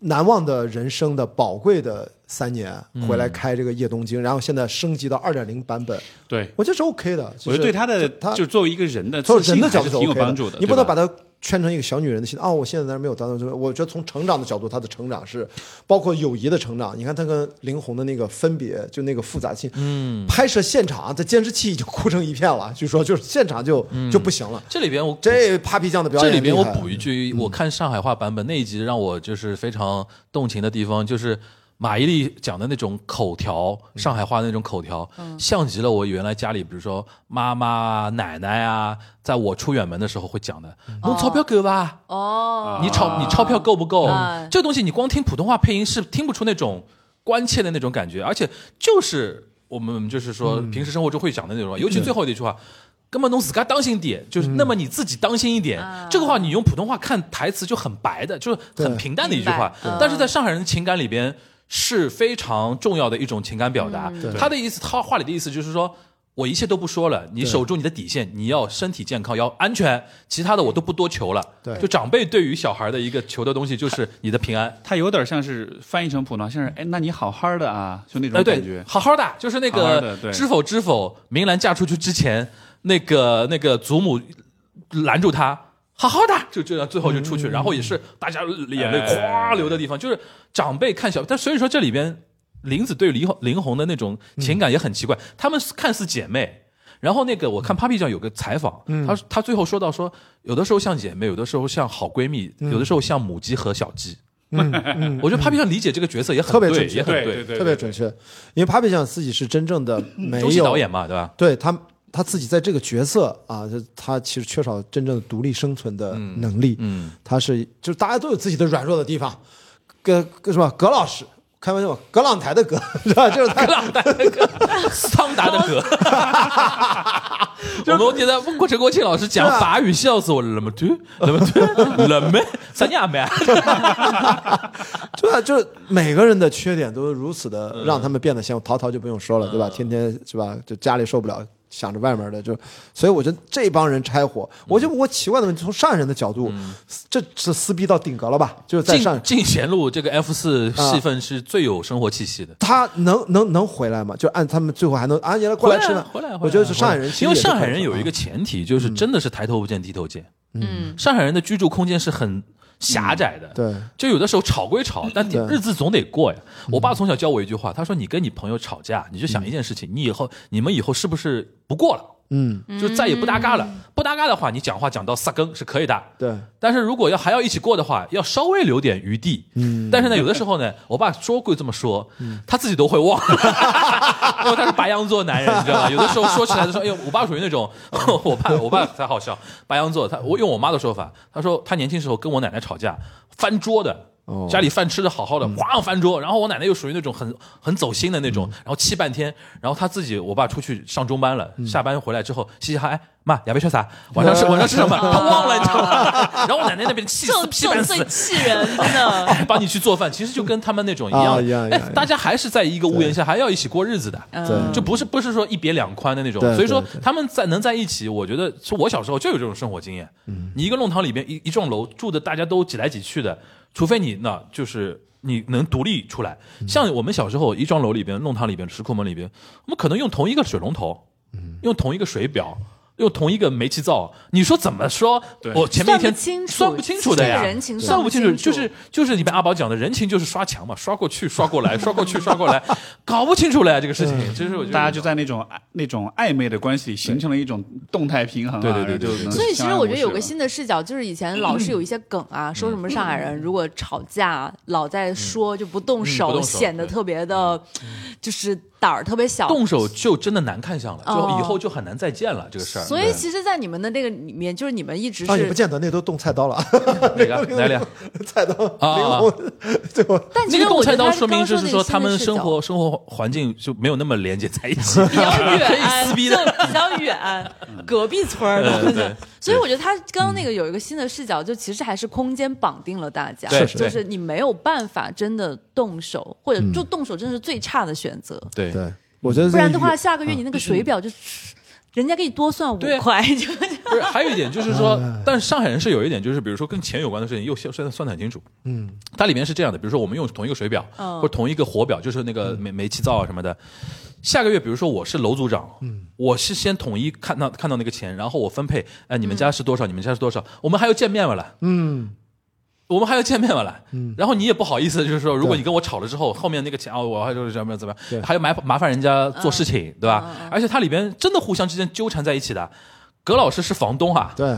[SPEAKER 3] 难忘的人生的宝贵的三年。回来开这个夜东京，然后现在升级到二点零版本，
[SPEAKER 5] 对，
[SPEAKER 3] 我觉得是 OK 的。
[SPEAKER 5] 我觉得对他的
[SPEAKER 3] 他
[SPEAKER 5] 就作为一个人的
[SPEAKER 3] 从
[SPEAKER 5] 自
[SPEAKER 3] 人
[SPEAKER 5] 信
[SPEAKER 3] 的
[SPEAKER 5] 还
[SPEAKER 3] 角度
[SPEAKER 5] 是
[SPEAKER 3] 是
[SPEAKER 5] 挺有
[SPEAKER 3] OK
[SPEAKER 5] 帮助的。
[SPEAKER 3] 你不
[SPEAKER 5] 对
[SPEAKER 3] 能把
[SPEAKER 5] 吧
[SPEAKER 3] 它圈成一个小女人的心。哦，我现在在那儿没有担当，就是我觉得从成长的角度，她的成长是包括友谊的成长。你看她跟林红的那个分别，就那个复杂性。嗯，拍摄现场啊在监视器已经哭成一片了，据说就是现场就、
[SPEAKER 5] 嗯
[SPEAKER 3] 就不行了。
[SPEAKER 2] 这里边我
[SPEAKER 3] 这 Papi 酱的表
[SPEAKER 2] 这
[SPEAKER 3] 演
[SPEAKER 2] 里边
[SPEAKER 3] 厉
[SPEAKER 2] 我
[SPEAKER 3] 害嗯
[SPEAKER 2] 补一句，我看上海话版本那一集让我就是非常动情的地方，就是马伊琍讲的那种口条，上海话的那种口条，像极了我原来家里，比如说妈妈啊、奶奶啊，在我出远门的时候会讲的，弄钞票够吧？
[SPEAKER 4] 啊
[SPEAKER 6] 哦，
[SPEAKER 2] 你钞你钞票够不够
[SPEAKER 6] 嗯？
[SPEAKER 2] 这东西你光听普通话配音是听不出那种关切的那种感觉，而且就是我们就是说平时生活中会讲的那种话，尤其最后的一句话。根本侬自家当心点，就是那么你自己当心一点。这个话你用普通话看台词就很白的，就是很平淡的一句话
[SPEAKER 6] 明白，嗯
[SPEAKER 2] 但是在上海人的情感里边是非常重要的一种情感表
[SPEAKER 6] 嗯
[SPEAKER 2] 达。他的意思，他话里的意思就是说。我一切都不说了，你守住你的底线，你要身体健康，要安全，其他的我都不多求了。
[SPEAKER 3] 对
[SPEAKER 2] 就长辈对于小孩的一个求的东西就是你的平安。
[SPEAKER 5] 他有点像是翻译成普通话，像是哎，那你好好的啊，就那
[SPEAKER 2] 哎，
[SPEAKER 5] 种感
[SPEAKER 2] 对
[SPEAKER 5] 觉，。
[SPEAKER 2] 好好的，就是那
[SPEAKER 5] 好好
[SPEAKER 2] 个
[SPEAKER 5] 的对
[SPEAKER 2] 知否知否，明兰嫁出去之前，那个那个祖母拦住她，好好的，就这样，最后就出去，然后也是大家眼泪
[SPEAKER 5] 嗯哎
[SPEAKER 2] 咵流的地方，就是长辈看小，但所以说这里边林子对林红林红的那种情感也很奇怪，他们看似姐妹。然后那个，我
[SPEAKER 5] 嗯
[SPEAKER 2] 看 Papi 酱有个采访，她她最后说到说，有的时候像姐妹，有的时候像好闺蜜，有的时候像母鸡和小鸡。嗯，我觉得 Papi 酱理解这个角色也很
[SPEAKER 3] 特别
[SPEAKER 2] 对，
[SPEAKER 3] 准确
[SPEAKER 2] 也很
[SPEAKER 5] 对对嗯
[SPEAKER 3] 特别准确，因为 Papi 酱自己是真正的没
[SPEAKER 2] 中
[SPEAKER 3] 有
[SPEAKER 2] 戏导演嘛，对吧？
[SPEAKER 3] 对他他自己在这个角色啊，就他其实缺少真正独立生存的能力。
[SPEAKER 2] 嗯
[SPEAKER 3] 他是就是大家都有自己的软弱的地方，跟跟什么葛老师开玩笑，葛朗台的葛 是吧？就是他
[SPEAKER 2] 格朗达的歌，桑达的 歌。我们觉得问过陈国庆老师讲
[SPEAKER 3] 啊
[SPEAKER 2] 法语，笑死我了。么对，那么 对，冷妹，三亚啊妹。
[SPEAKER 3] 对啊，就是每个人的缺点都是如此的
[SPEAKER 2] 嗯
[SPEAKER 3] 让他们变得像淘淘就不用说了，对吧？天天是吧？就家里受不了，想着外面的就，所以我觉得这帮人拆伙，我
[SPEAKER 2] 嗯
[SPEAKER 3] 就我奇怪的问题，从上海人的角度，这是撕逼到顶格了吧？就是在上啊
[SPEAKER 2] 进进贤路这个 F 四戏份是最有生活气息的。
[SPEAKER 3] 他能能能回来吗？就按他们最后还能啊，你来过
[SPEAKER 2] 回
[SPEAKER 3] 来吃
[SPEAKER 2] 来
[SPEAKER 3] 饭，
[SPEAKER 2] 啊，回来啊，
[SPEAKER 3] 我觉得是上海人，
[SPEAKER 2] 因为上海人有一个，前提，就是
[SPEAKER 3] 嗯
[SPEAKER 2] 真的是抬头不见低头见。
[SPEAKER 6] 嗯，
[SPEAKER 2] 上海人的居住空间是很狭窄的，
[SPEAKER 3] 对
[SPEAKER 2] 就有的时候吵归 吵，但你
[SPEAKER 3] 对嗯
[SPEAKER 2] 日子总得过呀。我爸从小教我一句话，他说：“你跟你朋友吵架，你就想一件事情，你以后你们以后是不是不过了？
[SPEAKER 3] 嗯，
[SPEAKER 2] 就再也不搭嘎了。不搭嘎的话，你讲话讲到撒更是可以的。
[SPEAKER 3] 对，
[SPEAKER 2] 但是如果要还要一起过的话，要稍微留点余地。嗯，但是呢，有的时候呢，我爸说过这么说，
[SPEAKER 3] 嗯
[SPEAKER 2] 他自己都会忘了， 因为他是白羊座男人，你知道吗？有的时候说起来的时候，因哎为我爸属于那种， 我爸我爸才好笑，白羊座，他我用我妈的说法，他说他年轻时候跟我奶奶吵架，翻桌的。
[SPEAKER 3] 哦
[SPEAKER 2] 家里饭吃的好好的，哐翻桌，然后我奶奶又属于那种很很走心的那种，然后气半天，然后他自己，我爸出去上中班了，
[SPEAKER 3] 嗯
[SPEAKER 2] 下班回来之后嘻嘻哈哈，哎妈，夜饭吃啥？ 晚上吃晚上吃 什么？他忘了，你知道吗？然后我奶奶那边气
[SPEAKER 6] 这
[SPEAKER 2] 死
[SPEAKER 6] 种
[SPEAKER 2] 气
[SPEAKER 6] 这种
[SPEAKER 2] 半死
[SPEAKER 6] 最，气人的。
[SPEAKER 2] 哎帮你去做饭，其实就跟他们那种一样
[SPEAKER 3] 啊一样一
[SPEAKER 2] 哎
[SPEAKER 3] 样一样
[SPEAKER 2] 大家还是在一个屋檐下，还要一起过日子的。
[SPEAKER 4] 嗯
[SPEAKER 3] 对
[SPEAKER 2] 就不是不是说一别两宽的那种
[SPEAKER 3] 对，
[SPEAKER 2] 所以说
[SPEAKER 3] 对对
[SPEAKER 2] 他们在能在一起，我觉得是我小时候就有这种生活经验。你一个弄堂里边一一幢楼住的大家都挤来挤去的，除非你那就是你能独立出来。像我们小时候，一庄楼里边、弄堂里边、石库门里边，我们可能用同一个水龙头，用同一个水表。用同一个煤气灶，你说怎么说？
[SPEAKER 5] 对
[SPEAKER 2] 我前面一天
[SPEAKER 4] 算不清楚
[SPEAKER 2] 算不清楚的呀，
[SPEAKER 4] 这个人情
[SPEAKER 2] 算
[SPEAKER 4] 算
[SPEAKER 2] 不
[SPEAKER 4] 不
[SPEAKER 2] 清
[SPEAKER 4] 清
[SPEAKER 2] 楚，
[SPEAKER 4] 楚
[SPEAKER 2] 就是就是你们阿宝讲的人情，就是刷墙嘛，刷过去，刷过来，刷过去，刷过来，搞不清楚了呀，这个事情。其实我觉得
[SPEAKER 5] 嗯大家就在那种暧那种暧昧的关系里形成了一种动态平衡啊，
[SPEAKER 2] 对对对对
[SPEAKER 5] 然后就能
[SPEAKER 4] 所以其
[SPEAKER 5] 相
[SPEAKER 4] 实
[SPEAKER 5] 安
[SPEAKER 4] 我
[SPEAKER 5] 无
[SPEAKER 4] 觉得有个
[SPEAKER 5] 事
[SPEAKER 4] 新的视角，就是以前老是有一些梗 啊，说什么上海人如果吵架老在说就不动
[SPEAKER 2] 嗯嗯不
[SPEAKER 4] 手，
[SPEAKER 2] 动手嗯
[SPEAKER 4] 显得特别的，就是胆儿特别小。
[SPEAKER 2] 动手就真的难看上了，就
[SPEAKER 4] 哦
[SPEAKER 2] 以后就很难再见了这个事儿。
[SPEAKER 4] 所以其实，在你们的那个里面，就是你们一直
[SPEAKER 3] 啊，也不
[SPEAKER 4] 是，
[SPEAKER 3] 见得，那都动菜刀了，
[SPEAKER 2] 对哪个哪俩？
[SPEAKER 3] 菜刀
[SPEAKER 2] 啊啊
[SPEAKER 3] 玲珑，最后
[SPEAKER 4] 但其
[SPEAKER 2] 那
[SPEAKER 4] 实
[SPEAKER 2] 个动
[SPEAKER 4] 我
[SPEAKER 2] 菜
[SPEAKER 4] 觉得
[SPEAKER 2] 刀
[SPEAKER 4] 他
[SPEAKER 2] 说明
[SPEAKER 4] 刚
[SPEAKER 2] 就
[SPEAKER 4] 说
[SPEAKER 2] 是
[SPEAKER 4] 那
[SPEAKER 2] 说
[SPEAKER 4] 个
[SPEAKER 2] 他们
[SPEAKER 4] 新的视
[SPEAKER 2] 生
[SPEAKER 4] 角
[SPEAKER 2] 活生活环境就没有那么连接在一 起。
[SPEAKER 4] 比较远，
[SPEAKER 2] 撕 逼的嗯
[SPEAKER 4] 就比较远，隔壁村儿
[SPEAKER 2] 对
[SPEAKER 4] 的。
[SPEAKER 2] 对嗯
[SPEAKER 4] 所以我觉得他刚刚那个有一个新的视角，就其实还是空间绑定了大家，
[SPEAKER 2] 对嗯是
[SPEAKER 4] 就是你没有办法真的动手，或者就动手真的是最差的选择。
[SPEAKER 2] 对
[SPEAKER 3] 对，我觉得
[SPEAKER 4] 不然的话，
[SPEAKER 3] 这
[SPEAKER 4] 下个月你那个水嗯表就，人家给你多算五
[SPEAKER 2] 对
[SPEAKER 4] 块， 就
[SPEAKER 2] 不是，还有一点就是说，但是上海人是有一点，就是比如说跟钱有关的事情，又算算算得很清楚。嗯，它里面是这样的，比如说我们用同一个水表、
[SPEAKER 4] 嗯
[SPEAKER 2] 或者同一个火表，就是那个煤煤气灶啊什么的。下个月，比如说我是楼组长，我是先统一看到看到那个钱，然后我分配，哎，你们家是多少，你们家是多少，我们还要见面了，嗯，我们还要见面了，嗯，然后你也不好意思，就是说，如果你跟我吵了之后，后面那个钱啊，我还就是怎么样怎么
[SPEAKER 3] 对
[SPEAKER 2] 样，还要麻麻烦人家做事情，对吧？而且它里边真的互相之间纠缠在一起的。葛老师是房东啊，
[SPEAKER 3] 对，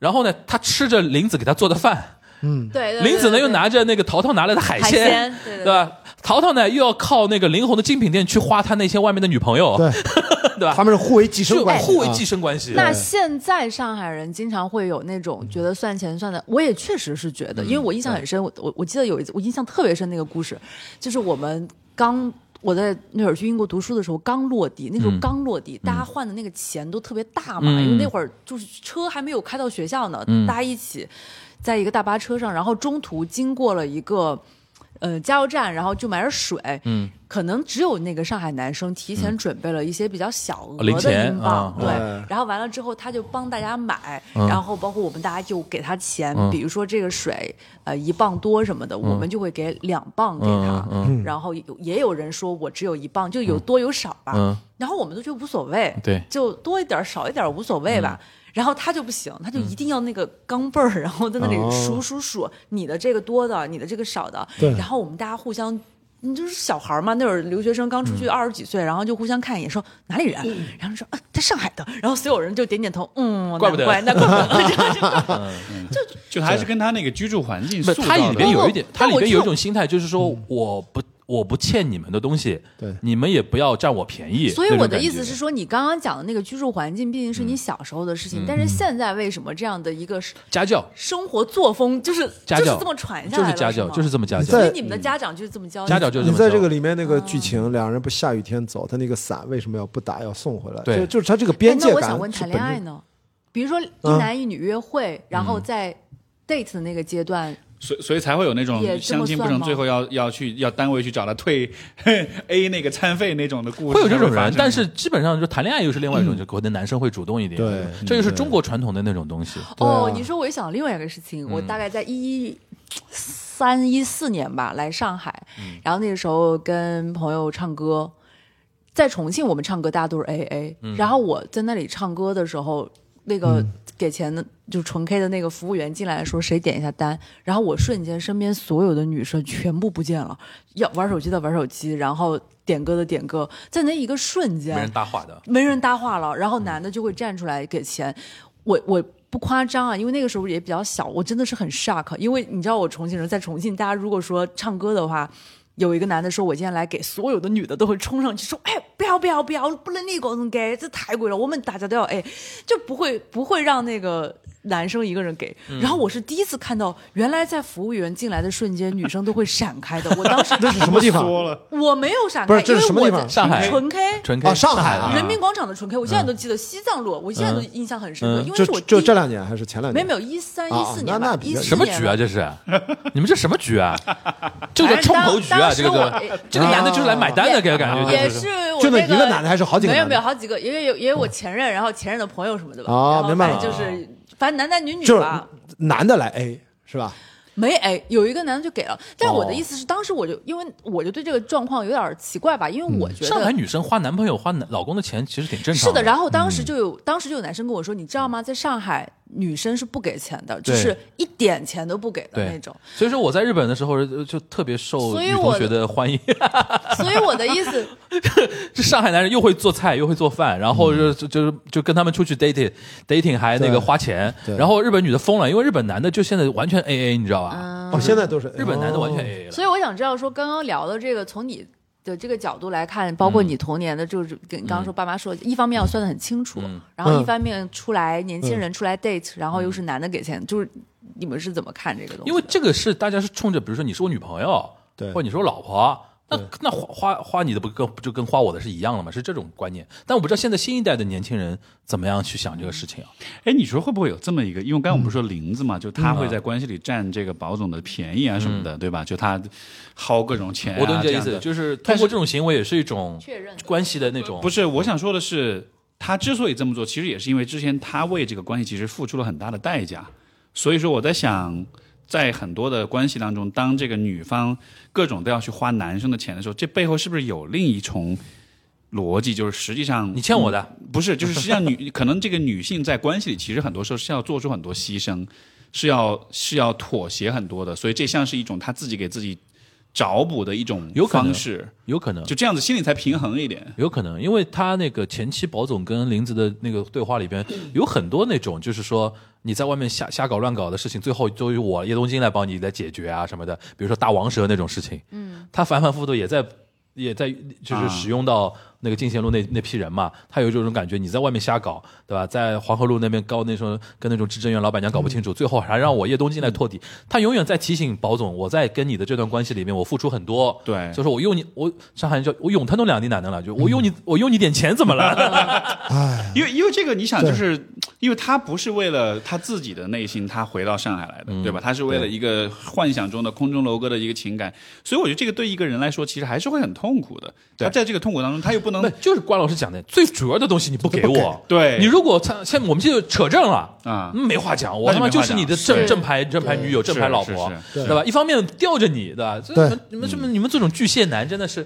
[SPEAKER 2] 然后呢，他吃着林子给他做的饭，
[SPEAKER 3] 嗯，
[SPEAKER 4] 对
[SPEAKER 2] 林子呢又拿着那个淘淘拿来的海
[SPEAKER 4] 海
[SPEAKER 2] 鲜，
[SPEAKER 4] 鲜，对
[SPEAKER 2] 对吧？淘淘呢又要靠那个林红的精品店去花他那些外面的女朋友，
[SPEAKER 3] 对
[SPEAKER 2] 对吧
[SPEAKER 3] 他？们是互为寄生
[SPEAKER 2] 就
[SPEAKER 3] 关系，啊
[SPEAKER 2] 互为寄
[SPEAKER 3] 生，
[SPEAKER 2] 生关系。
[SPEAKER 4] 那现在上海人经常会有那种觉得算钱算的，我也确实是觉得，
[SPEAKER 2] 嗯
[SPEAKER 4] 因为我印象很深，我我我记得有一次我印象特别深那个故事，就是我们刚。我在那会儿去英国读书的时候，刚落地，那时候
[SPEAKER 2] 嗯
[SPEAKER 4] 刚落地，大家换的那个钱都特别大嘛，
[SPEAKER 2] 嗯
[SPEAKER 4] 因为那会儿就是车还没有开到学校呢，
[SPEAKER 2] 嗯
[SPEAKER 4] 大家一起在一个大巴车上，然后中途经过了一个呃加油站，然后就买点水，
[SPEAKER 2] 嗯，
[SPEAKER 4] 可能只有那个上海男生提前准备了一些比较小额的
[SPEAKER 2] 哦零钱
[SPEAKER 4] 英镑，
[SPEAKER 2] 啊
[SPEAKER 4] 对
[SPEAKER 3] 嗯，
[SPEAKER 4] 然后完了之后他就帮大家买，
[SPEAKER 2] 嗯
[SPEAKER 4] 然后包括我们大家就给他钱，
[SPEAKER 2] 嗯
[SPEAKER 4] 比如说这个水呃一磅多什么的，我们就会给两磅给他，
[SPEAKER 2] 嗯嗯
[SPEAKER 4] 然后有也有人说我只有一磅，就有多有少吧，
[SPEAKER 2] 嗯
[SPEAKER 4] 然后我们都觉得无所谓，
[SPEAKER 2] 对嗯
[SPEAKER 4] 就多一点儿少一点儿无所谓吧。然后他就不行，他就一定要那个钢镚儿，然 后在那里
[SPEAKER 3] 哦
[SPEAKER 4] 数数数，你的这个多的，你的这个少的。
[SPEAKER 3] 对
[SPEAKER 4] 然后我们大家互相，嗯就是小孩儿嘛，那会儿留学生刚出
[SPEAKER 2] 嗯
[SPEAKER 4] 去二十几岁，然后就互相看一眼，说哪里人？然后说啊，在上海的。然后所有人就点点头，嗯，
[SPEAKER 2] 怪不得
[SPEAKER 4] 难怪那怪不得这样就。
[SPEAKER 5] 就还是跟他那个居住环境
[SPEAKER 2] 不是，
[SPEAKER 5] 塑造
[SPEAKER 2] 它里边
[SPEAKER 5] 的
[SPEAKER 2] 有一点，它
[SPEAKER 4] 但
[SPEAKER 2] 里
[SPEAKER 4] 我
[SPEAKER 2] 边有一
[SPEAKER 4] 就
[SPEAKER 2] 种心态，就是说我不我不欠你们的东西，
[SPEAKER 3] 对
[SPEAKER 2] 你们也不要占我便宜。
[SPEAKER 4] 所以
[SPEAKER 2] 那种
[SPEAKER 4] 我的
[SPEAKER 2] 感
[SPEAKER 4] 意
[SPEAKER 2] 觉嗯
[SPEAKER 4] 思是，说，你刚刚讲的那个居住环境毕竟是你小时候的事情，但是现在为什么这样的一个
[SPEAKER 2] 家教
[SPEAKER 4] 生活作风就是
[SPEAKER 2] 家
[SPEAKER 4] 就是
[SPEAKER 2] 教
[SPEAKER 4] 这么传下来
[SPEAKER 2] 就是
[SPEAKER 4] 了
[SPEAKER 2] 家教，
[SPEAKER 4] 吗
[SPEAKER 2] 就是这么家
[SPEAKER 3] 你
[SPEAKER 2] 教
[SPEAKER 4] 所
[SPEAKER 3] 在，
[SPEAKER 4] 以你们的家长就是这么教哎
[SPEAKER 2] 家长就是这
[SPEAKER 3] 你
[SPEAKER 2] 么
[SPEAKER 3] 在
[SPEAKER 2] 教
[SPEAKER 3] 这个里面那个剧情，两人不下雨天走，他那个伞为什么要不打要送回来？
[SPEAKER 2] 对
[SPEAKER 3] 就就是他这个边界
[SPEAKER 4] 哎那
[SPEAKER 3] 感。
[SPEAKER 4] 我想问，谈恋爱？呢？比如说一
[SPEAKER 3] 嗯
[SPEAKER 4] 男一女约会，然后在 date 的那个阶段，
[SPEAKER 5] 所以所以才会有那
[SPEAKER 4] 也这
[SPEAKER 5] 种
[SPEAKER 4] 么
[SPEAKER 5] 相亲不
[SPEAKER 4] 算
[SPEAKER 5] 成，
[SPEAKER 4] 吗
[SPEAKER 5] 最后要要去要单位去找他退 哎 A 那个餐费那种的故事，
[SPEAKER 2] 会有这种人，但是基本上就谈恋爱又是另外一种，就可能男生会主动一点。
[SPEAKER 3] 对
[SPEAKER 2] 这就是中国传统的那种东西。
[SPEAKER 3] 对啊
[SPEAKER 4] 哦，你说我也想另外一个事情，我大概在一三一四年吧来上海，然后那个时候跟朋友唱歌，在重庆我们唱歌大家都是 A A，、然后我在那里唱歌的时候，那个给钱的、就纯 K 的那个服务员进来说谁点一下单，然后我瞬间身边所有的女生全部不见了，要玩手机的玩手机，然后点歌的点歌，在那一个瞬间
[SPEAKER 2] 没人搭话的，
[SPEAKER 4] 没人搭话了，然后男的就会站出来给钱。我我不夸张啊，因为那个时候也比较小，我真的是很 shock，因为你知道我重庆人，在重庆大家如果说唱歌的话。有一个男的说：“我今天来给所有的女的都会冲上去说，哎，不要不要不要，不能那个人给，这太贵了，我们大家都要哎，就不会不会让那个男生一个人给。然后我是第一次看到，原来在服务员进来的瞬间，女生都会闪开的。我当时
[SPEAKER 3] 这是什么地方
[SPEAKER 5] 说了，
[SPEAKER 4] 我没有闪
[SPEAKER 3] 不
[SPEAKER 4] 开，
[SPEAKER 3] 是这
[SPEAKER 4] 因
[SPEAKER 3] 是
[SPEAKER 4] 为
[SPEAKER 3] 什么地
[SPEAKER 4] 我在
[SPEAKER 3] 方
[SPEAKER 2] 上海
[SPEAKER 4] 纯 K
[SPEAKER 2] 纯 K
[SPEAKER 3] 啊上海
[SPEAKER 2] 啊
[SPEAKER 3] 啊，
[SPEAKER 4] 人民广场的纯 K，我现在都记得西藏路，我现在都印象很深刻，
[SPEAKER 2] 嗯
[SPEAKER 4] 因为
[SPEAKER 3] 就是
[SPEAKER 4] 我
[SPEAKER 3] 就
[SPEAKER 4] 第一
[SPEAKER 3] 这两年还是前两
[SPEAKER 4] 没有
[SPEAKER 3] 年？
[SPEAKER 4] 没有一三
[SPEAKER 3] 啊
[SPEAKER 4] 一四
[SPEAKER 3] 那
[SPEAKER 4] 年
[SPEAKER 3] 那
[SPEAKER 4] 吧，
[SPEAKER 3] 比
[SPEAKER 4] 一
[SPEAKER 3] 较
[SPEAKER 4] 四
[SPEAKER 2] 什么局啊？这是？你们这什么局 啊？这个叫冲头局啊！
[SPEAKER 4] 哎当
[SPEAKER 2] 这个
[SPEAKER 4] 当时
[SPEAKER 2] 叫
[SPEAKER 3] 呃
[SPEAKER 4] 我
[SPEAKER 2] 这个男的就是来买单的，给我感觉
[SPEAKER 4] 也
[SPEAKER 2] 就是
[SPEAKER 4] 我
[SPEAKER 3] 啊就那
[SPEAKER 4] 这
[SPEAKER 3] 一个男的还是好几个
[SPEAKER 4] 没有没有
[SPEAKER 3] 男的
[SPEAKER 4] 好几个，因为有也有我前任，然后前任的朋友什么的吧。
[SPEAKER 3] 哦
[SPEAKER 4] 然后
[SPEAKER 3] 明白了
[SPEAKER 4] 反正就是反正男男女女
[SPEAKER 3] 就是
[SPEAKER 4] 吧。
[SPEAKER 3] 男的来 A 是吧？
[SPEAKER 6] 没 A，有一个男的就给了。但是我的
[SPEAKER 2] 哦
[SPEAKER 6] 意思是，当时我就因为我就对这个状况有点奇怪吧，因为
[SPEAKER 3] 嗯
[SPEAKER 6] 我觉得、
[SPEAKER 2] 上海女生花男朋友花男老公的钱其实挺正常
[SPEAKER 6] 是的，然
[SPEAKER 2] 后
[SPEAKER 6] 后当
[SPEAKER 3] 嗯
[SPEAKER 6] 时就有、当时就有男生跟我说，你知道吗？在上海，女生是不给钱的，就
[SPEAKER 2] 对
[SPEAKER 6] 是一点钱都不给的
[SPEAKER 2] 对
[SPEAKER 6] 那种。
[SPEAKER 2] 所以说我在日本的时候呃就特别受
[SPEAKER 6] 所以
[SPEAKER 2] 女同
[SPEAKER 6] 我
[SPEAKER 2] 学的欢迎。
[SPEAKER 6] 所以我的意思，
[SPEAKER 2] 这上海男人又会做菜又会做饭，然后就就就就跟他们出去 dating dating 还那
[SPEAKER 3] 嗯对
[SPEAKER 2] 个花钱，
[SPEAKER 3] 对
[SPEAKER 2] 然后日本女的疯了，因为日本男的就现在完全 A A，你知道吧？
[SPEAKER 6] 嗯
[SPEAKER 3] 哦，现在都是
[SPEAKER 2] 日本男的完全
[SPEAKER 3] 哦
[SPEAKER 2] A A 了。
[SPEAKER 6] 所以我想知道说，刚刚聊的这个，从你的这个角度来看，包括
[SPEAKER 2] 嗯
[SPEAKER 6] 你童年的，就是跟你刚刚说爸妈说，一方面要算得很清楚，
[SPEAKER 2] 嗯
[SPEAKER 6] 然后一方面出来年轻人出来 date，、然后又是男的给钱，就是你们是怎么看这个东西？
[SPEAKER 2] 因为这个是大家是冲着，比如说你是我女朋友，
[SPEAKER 3] 对
[SPEAKER 2] 或者你是我老婆，那那花花花你的不跟不就跟花我的是一样的吗？是这种观念。但我不知道现在新一代的年轻人怎么样去想这个事情啊？
[SPEAKER 5] 哎，你说会不会有这么一个？因为刚才我们说林子嘛，就他会在关系里占这个保总的便宜啊什么的，对吧？就他薅各种钱、啊。
[SPEAKER 2] 我懂你
[SPEAKER 5] 这
[SPEAKER 2] 意
[SPEAKER 5] 样
[SPEAKER 2] 思，
[SPEAKER 5] 的
[SPEAKER 2] 就是通过这种行为也是一种
[SPEAKER 6] 确认
[SPEAKER 2] 关系的那种，
[SPEAKER 5] 不是，我想说的是，他之所以这么做，其实也是因为之前他为这个关系其实付出了很大的代价。所以说我在想，在很多的关系当中，当这个女方各种都要去花男生的钱的时候，这背后是不是有另一重逻辑？就是实际上嗯
[SPEAKER 2] 你欠我的。
[SPEAKER 5] 不是，就是实际上女 可能这个女性在关系里，其实很多时候是要做出很多牺牲，是要是要妥协很多的，所以这像是一种她自己给自己找补的一种
[SPEAKER 2] 有可能嗯
[SPEAKER 5] 方式，
[SPEAKER 2] 有可能，
[SPEAKER 5] 就这样子心里才平衡一点。
[SPEAKER 2] 有可能，因为他那个前期保总跟林子的那个对话里边，有很多那种就是说你在外面瞎瞎搞乱搞的事情，最后都由我叶东京来帮你来解决啊什么的。比如说大王蛇那种事情，嗯，他反反复复也在也在就是使用到那个进贤路那那批人嘛，他有这种感觉，你在外面瞎搞，对吧？在黄河路那边搞那种跟那种质证院老板娘搞不清楚，最后还让我叶东京来托底，他永远在提醒保总，我在跟你的这段关系里面，我付出很多，
[SPEAKER 5] 对
[SPEAKER 2] 就是我用你，我上海人叫我用他弄两地哪能了？就我用你，我用你点钱怎么了？
[SPEAKER 3] 哦哎
[SPEAKER 5] 因为因为这个，你想，
[SPEAKER 3] 对
[SPEAKER 5] 就是因为她不是为了她自己的内心，她回到上海来的，嗯对吧？她是为了一个幻想中的空中楼阁的一个情感，所以我觉得这个对一个人来说，其实还是会很痛苦的。她在这个痛苦当中，她又不能
[SPEAKER 2] 不就是关老师讲的，最主要的东西你不给
[SPEAKER 3] 嗯不给
[SPEAKER 2] 我，
[SPEAKER 5] 对
[SPEAKER 2] 你如果像像我们就扯证了。
[SPEAKER 5] 啊，
[SPEAKER 2] 没话讲，
[SPEAKER 5] 那
[SPEAKER 2] 我
[SPEAKER 5] 就
[SPEAKER 2] 他妈
[SPEAKER 5] 没话
[SPEAKER 2] 就是
[SPEAKER 5] 讲
[SPEAKER 2] 你的正
[SPEAKER 6] 是
[SPEAKER 2] 正牌正牌女友、正牌老婆
[SPEAKER 5] 是，
[SPEAKER 2] 对吧？一方面吊着你，对吧？这你们
[SPEAKER 3] 对
[SPEAKER 2] 你们这么你们这种巨蟹男真的是，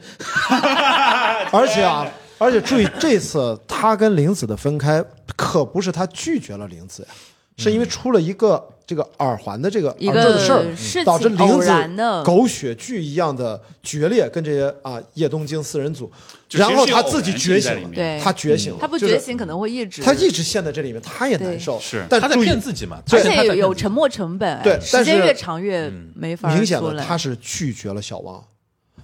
[SPEAKER 3] 而且啊，而且注意，这次他跟玲子的分开，可不是他拒绝了玲子呀，是因为出了一个这个耳环的这个
[SPEAKER 6] 嗯一
[SPEAKER 3] 耳坠的
[SPEAKER 6] 个
[SPEAKER 3] 事儿，
[SPEAKER 6] 事情
[SPEAKER 3] 导致玲
[SPEAKER 6] 偶
[SPEAKER 3] 子
[SPEAKER 6] 然的
[SPEAKER 3] 狗血剧一样的决裂，跟这些啊叶东京四人组，
[SPEAKER 5] 就其实
[SPEAKER 3] 然后
[SPEAKER 5] 是有
[SPEAKER 3] 他
[SPEAKER 5] 偶
[SPEAKER 3] 自己
[SPEAKER 5] 然
[SPEAKER 3] 觉醒
[SPEAKER 5] 性在里
[SPEAKER 3] 了，
[SPEAKER 5] 面
[SPEAKER 6] 对嗯
[SPEAKER 3] 他觉醒了，
[SPEAKER 6] 他不
[SPEAKER 3] 就是
[SPEAKER 6] 觉醒可能会一直，
[SPEAKER 3] 他一直陷在这里面，他也难受。
[SPEAKER 5] 是
[SPEAKER 3] 但
[SPEAKER 2] 他在
[SPEAKER 3] 注意
[SPEAKER 2] 骗自己嘛，
[SPEAKER 6] 而
[SPEAKER 2] 他
[SPEAKER 6] 且有
[SPEAKER 2] 在
[SPEAKER 6] 有
[SPEAKER 2] 骗自己
[SPEAKER 6] 沉没成本，哎
[SPEAKER 3] 对
[SPEAKER 6] 时
[SPEAKER 3] 但
[SPEAKER 6] 间
[SPEAKER 3] 是
[SPEAKER 6] 越长越
[SPEAKER 2] 嗯
[SPEAKER 6] 没法
[SPEAKER 3] 明显
[SPEAKER 6] 出
[SPEAKER 3] 的
[SPEAKER 6] 来
[SPEAKER 3] 他是拒绝了小王。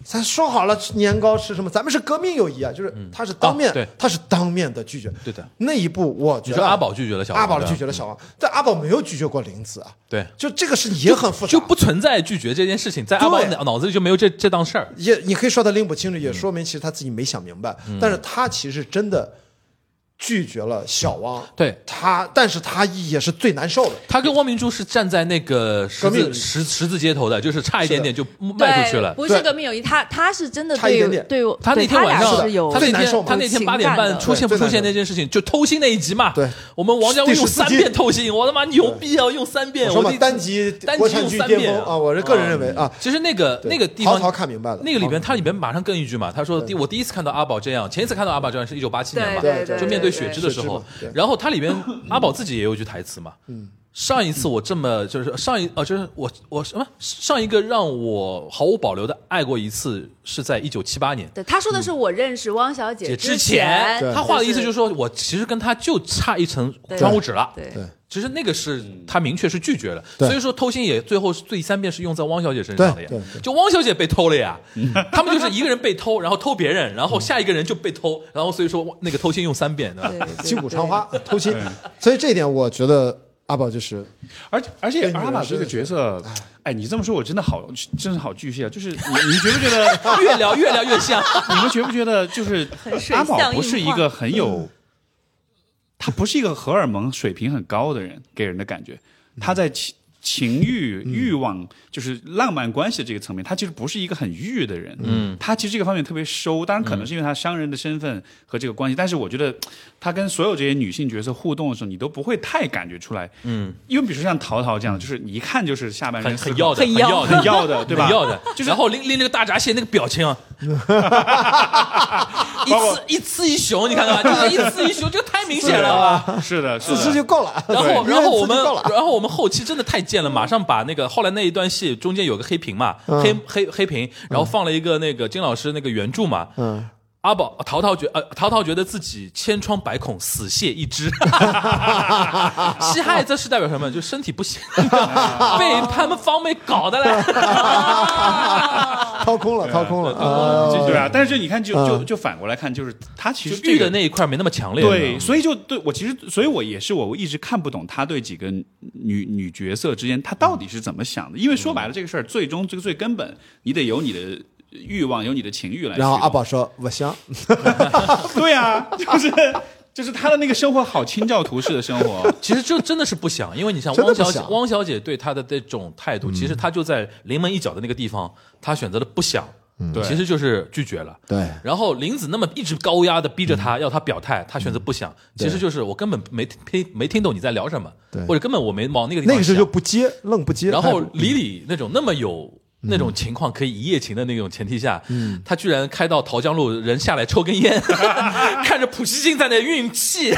[SPEAKER 3] 咱说好了吃年糕吃什么，咱们是革命友谊啊，就是他是当面，
[SPEAKER 2] 啊对
[SPEAKER 3] 他是当面的拒绝。
[SPEAKER 2] 对的，
[SPEAKER 3] 那一步我
[SPEAKER 2] 你
[SPEAKER 3] 觉得
[SPEAKER 2] 说阿宝拒绝了小王
[SPEAKER 3] 阿宝
[SPEAKER 2] 对吧嗯
[SPEAKER 3] 拒绝了小王，但阿宝没有拒绝过林子啊，
[SPEAKER 2] 对，
[SPEAKER 3] 就这个事情也很复杂，
[SPEAKER 2] 就不存在拒绝这件事情，在阿宝
[SPEAKER 3] 对
[SPEAKER 2] 脑脑子里就没有这这档事儿。
[SPEAKER 3] 也你可以说他拎不清楚，
[SPEAKER 2] 嗯
[SPEAKER 3] 也说明其实他自己没想明白，但是他其实真的拒绝了小王，
[SPEAKER 2] 嗯对
[SPEAKER 3] 他，但是他也是最难受的。
[SPEAKER 2] 他跟汪明珠是站在那个十
[SPEAKER 3] 革命
[SPEAKER 2] 字十十字街头的，就是差一点点就
[SPEAKER 6] 对
[SPEAKER 2] 迈出去了。
[SPEAKER 6] 不是
[SPEAKER 3] 对
[SPEAKER 6] 革命友谊，他他是真的
[SPEAKER 3] 差一
[SPEAKER 6] 对
[SPEAKER 3] 点点
[SPEAKER 6] 对我，
[SPEAKER 2] 他那
[SPEAKER 6] 对
[SPEAKER 2] 天晚
[SPEAKER 6] 俩
[SPEAKER 2] 上
[SPEAKER 6] 是有，
[SPEAKER 2] 他那
[SPEAKER 3] 最难受
[SPEAKER 2] 天
[SPEAKER 3] 嘛
[SPEAKER 2] 他那天
[SPEAKER 6] 有
[SPEAKER 2] 八点
[SPEAKER 6] 情感
[SPEAKER 2] 半
[SPEAKER 6] 的
[SPEAKER 2] 出现不
[SPEAKER 3] 对
[SPEAKER 2] 出现
[SPEAKER 3] 最难受
[SPEAKER 2] 那件事情，就偷心那一集嘛。
[SPEAKER 3] 对
[SPEAKER 2] 我们王家卫
[SPEAKER 3] 第
[SPEAKER 2] 用
[SPEAKER 3] 十四
[SPEAKER 2] 三
[SPEAKER 3] 集
[SPEAKER 2] 遍偷心，我他妈牛逼啊，用三遍。
[SPEAKER 3] 我说嘛
[SPEAKER 2] 第，
[SPEAKER 3] 单集
[SPEAKER 2] 单
[SPEAKER 3] 国
[SPEAKER 2] 集
[SPEAKER 3] 产
[SPEAKER 2] 用
[SPEAKER 3] 剧
[SPEAKER 2] 三
[SPEAKER 3] 巅
[SPEAKER 2] 遍
[SPEAKER 3] 峰啊，我是个人认为啊，
[SPEAKER 2] 其实那个
[SPEAKER 3] 对
[SPEAKER 2] 那个地方，
[SPEAKER 3] 曹操看明白了
[SPEAKER 2] 那个里边，
[SPEAKER 3] 曹
[SPEAKER 2] 它里边马上跟一句嘛，他说第我第一次看到阿宝这样，前一次看到阿宝这样是一九八七年嘛，
[SPEAKER 6] 对
[SPEAKER 3] 对对
[SPEAKER 2] 就面对雪芝的时
[SPEAKER 3] 雪芝
[SPEAKER 2] 候
[SPEAKER 3] 嘛对，嗯
[SPEAKER 2] 然后它里边阿宝自己也有一句台词嘛，上一次我这么就是上一哦、就是我我什么上一个让我毫无保留的爱过一次是在一九七八年。
[SPEAKER 6] 对，他说的是我认识汪小姐
[SPEAKER 2] 之
[SPEAKER 6] 前，
[SPEAKER 2] 他话的意思就是
[SPEAKER 6] 是
[SPEAKER 2] 说，我其实跟他就差一层
[SPEAKER 6] 对
[SPEAKER 2] 窗户纸了。
[SPEAKER 6] 对。
[SPEAKER 2] 其实那个是他明确是拒绝了，
[SPEAKER 3] 对
[SPEAKER 2] 所以说偷心也最后最三遍是用在汪小姐身上的呀
[SPEAKER 3] 对对对。
[SPEAKER 2] 就汪小姐被偷了呀，他们就是一个人被偷，然后偷别人，然后下一个人就被偷，然后所以说那个偷心用三遍，对吧？
[SPEAKER 6] 对
[SPEAKER 3] 击鼓传花偷亲，所以这一点我觉得阿宝就是
[SPEAKER 5] 而且而
[SPEAKER 3] 对
[SPEAKER 5] 且阿
[SPEAKER 3] 女
[SPEAKER 5] 玛
[SPEAKER 3] 人
[SPEAKER 5] 这个
[SPEAKER 3] 是
[SPEAKER 5] 角色，哎，你这么说，我真的好，真是好巨蟹啊！就是你，你觉不觉 得？
[SPEAKER 2] 越聊越聊越像，
[SPEAKER 5] 你们觉不觉得，就是
[SPEAKER 6] 水
[SPEAKER 5] 阿宝
[SPEAKER 6] 象
[SPEAKER 5] 不是
[SPEAKER 6] 硬
[SPEAKER 5] 一
[SPEAKER 6] 化
[SPEAKER 5] 个很
[SPEAKER 2] 嗯
[SPEAKER 5] 有，
[SPEAKER 2] 嗯
[SPEAKER 5] 他不是一个荷尔蒙水平很高的人，给人的感觉，他在其情欲、欲望，就是浪漫关系的这个层面，他其实不是一个很愉悦的人。嗯，他其实这个方面特别收，当然
[SPEAKER 2] 嗯
[SPEAKER 5] 可能是因为他商人的身份和这个关系，但是我觉得他跟所有这些女性角色互动的时候，你都不会太感觉出来。嗯，因为比如说像淘淘这样，就是你一看就是下半
[SPEAKER 2] 很
[SPEAKER 5] 身
[SPEAKER 2] 很要的，
[SPEAKER 5] 很
[SPEAKER 2] 很要的，
[SPEAKER 5] 很要的，对吧？
[SPEAKER 2] 很要的，
[SPEAKER 5] 就是
[SPEAKER 2] 然后拎拎那个大闸蟹那个表情 啊，一
[SPEAKER 5] 括
[SPEAKER 2] 次一次一雄，你看看，就是一次一雄，这个太明显了
[SPEAKER 3] 啊
[SPEAKER 2] 吧？
[SPEAKER 5] 是的，是
[SPEAKER 3] 自
[SPEAKER 5] 的，
[SPEAKER 3] 私就够了。
[SPEAKER 2] 然后，
[SPEAKER 3] 对
[SPEAKER 2] 然后我
[SPEAKER 3] 一个
[SPEAKER 2] 们
[SPEAKER 3] 人自私就 够了，
[SPEAKER 2] 然后我们后期真的太贱了，马上把那个后来那一段戏中间有个黑屏嘛，
[SPEAKER 5] 嗯
[SPEAKER 2] 黑黑黑屏，然后放了一个那个金老师那个原著嘛，
[SPEAKER 3] 嗯，
[SPEAKER 2] 阿宝淘淘觉呃淘淘觉得自己千疮百孔，死蟹一只。 西嗨这是代表什么？就身体不行， 被他们方妹搞的 嘞。
[SPEAKER 3] 掏空了，掏空了
[SPEAKER 5] 就
[SPEAKER 3] 啊！
[SPEAKER 5] 对啊，但是你看就，就
[SPEAKER 3] 嗯
[SPEAKER 5] 就反过来看，就是他其
[SPEAKER 2] 就
[SPEAKER 5] 实这
[SPEAKER 2] 玉
[SPEAKER 5] 个
[SPEAKER 2] 的那一块没那么强烈。
[SPEAKER 5] 对，
[SPEAKER 2] 是吧
[SPEAKER 5] 所以就对我其实，所以我也是我一直看不懂他对几个女女角色之间他到底是怎么想的，因为说
[SPEAKER 3] 嗯
[SPEAKER 5] 白了这个事儿，最终这个最根本，你得由你的欲望，由你的情欲来驱动。
[SPEAKER 3] 然后阿啊宝说：“我香。
[SPEAKER 5] 对啊，就是就是他的那个生活好清教徒式的生活，
[SPEAKER 2] 其实就真的是不想，因为你像
[SPEAKER 3] 真的
[SPEAKER 2] 汪
[SPEAKER 3] 不
[SPEAKER 2] 小姐，
[SPEAKER 3] 想嗯
[SPEAKER 2] 汪小姐对他的这种态度，其实她就在临门一脚的那个地方，她选择了不想，
[SPEAKER 5] 对
[SPEAKER 2] 其实就是拒绝了”。
[SPEAKER 3] 嗯对，
[SPEAKER 2] 然后林子那么一直高压的逼着他，要他表态，他选择不想，
[SPEAKER 3] 对
[SPEAKER 2] 其实就是我根本没听没听懂你在聊什么
[SPEAKER 3] 对，
[SPEAKER 2] 或者根本我没往那个地方
[SPEAKER 3] 那个时候
[SPEAKER 2] 想
[SPEAKER 3] 就不接，愣不接。
[SPEAKER 2] 然后嗯
[SPEAKER 3] 太不
[SPEAKER 2] 李李那种那么有那种情况可以一夜情的那种前提下，
[SPEAKER 5] 嗯
[SPEAKER 2] 他居然开到桃江路，人下来抽根烟， 看着普希金在那运气，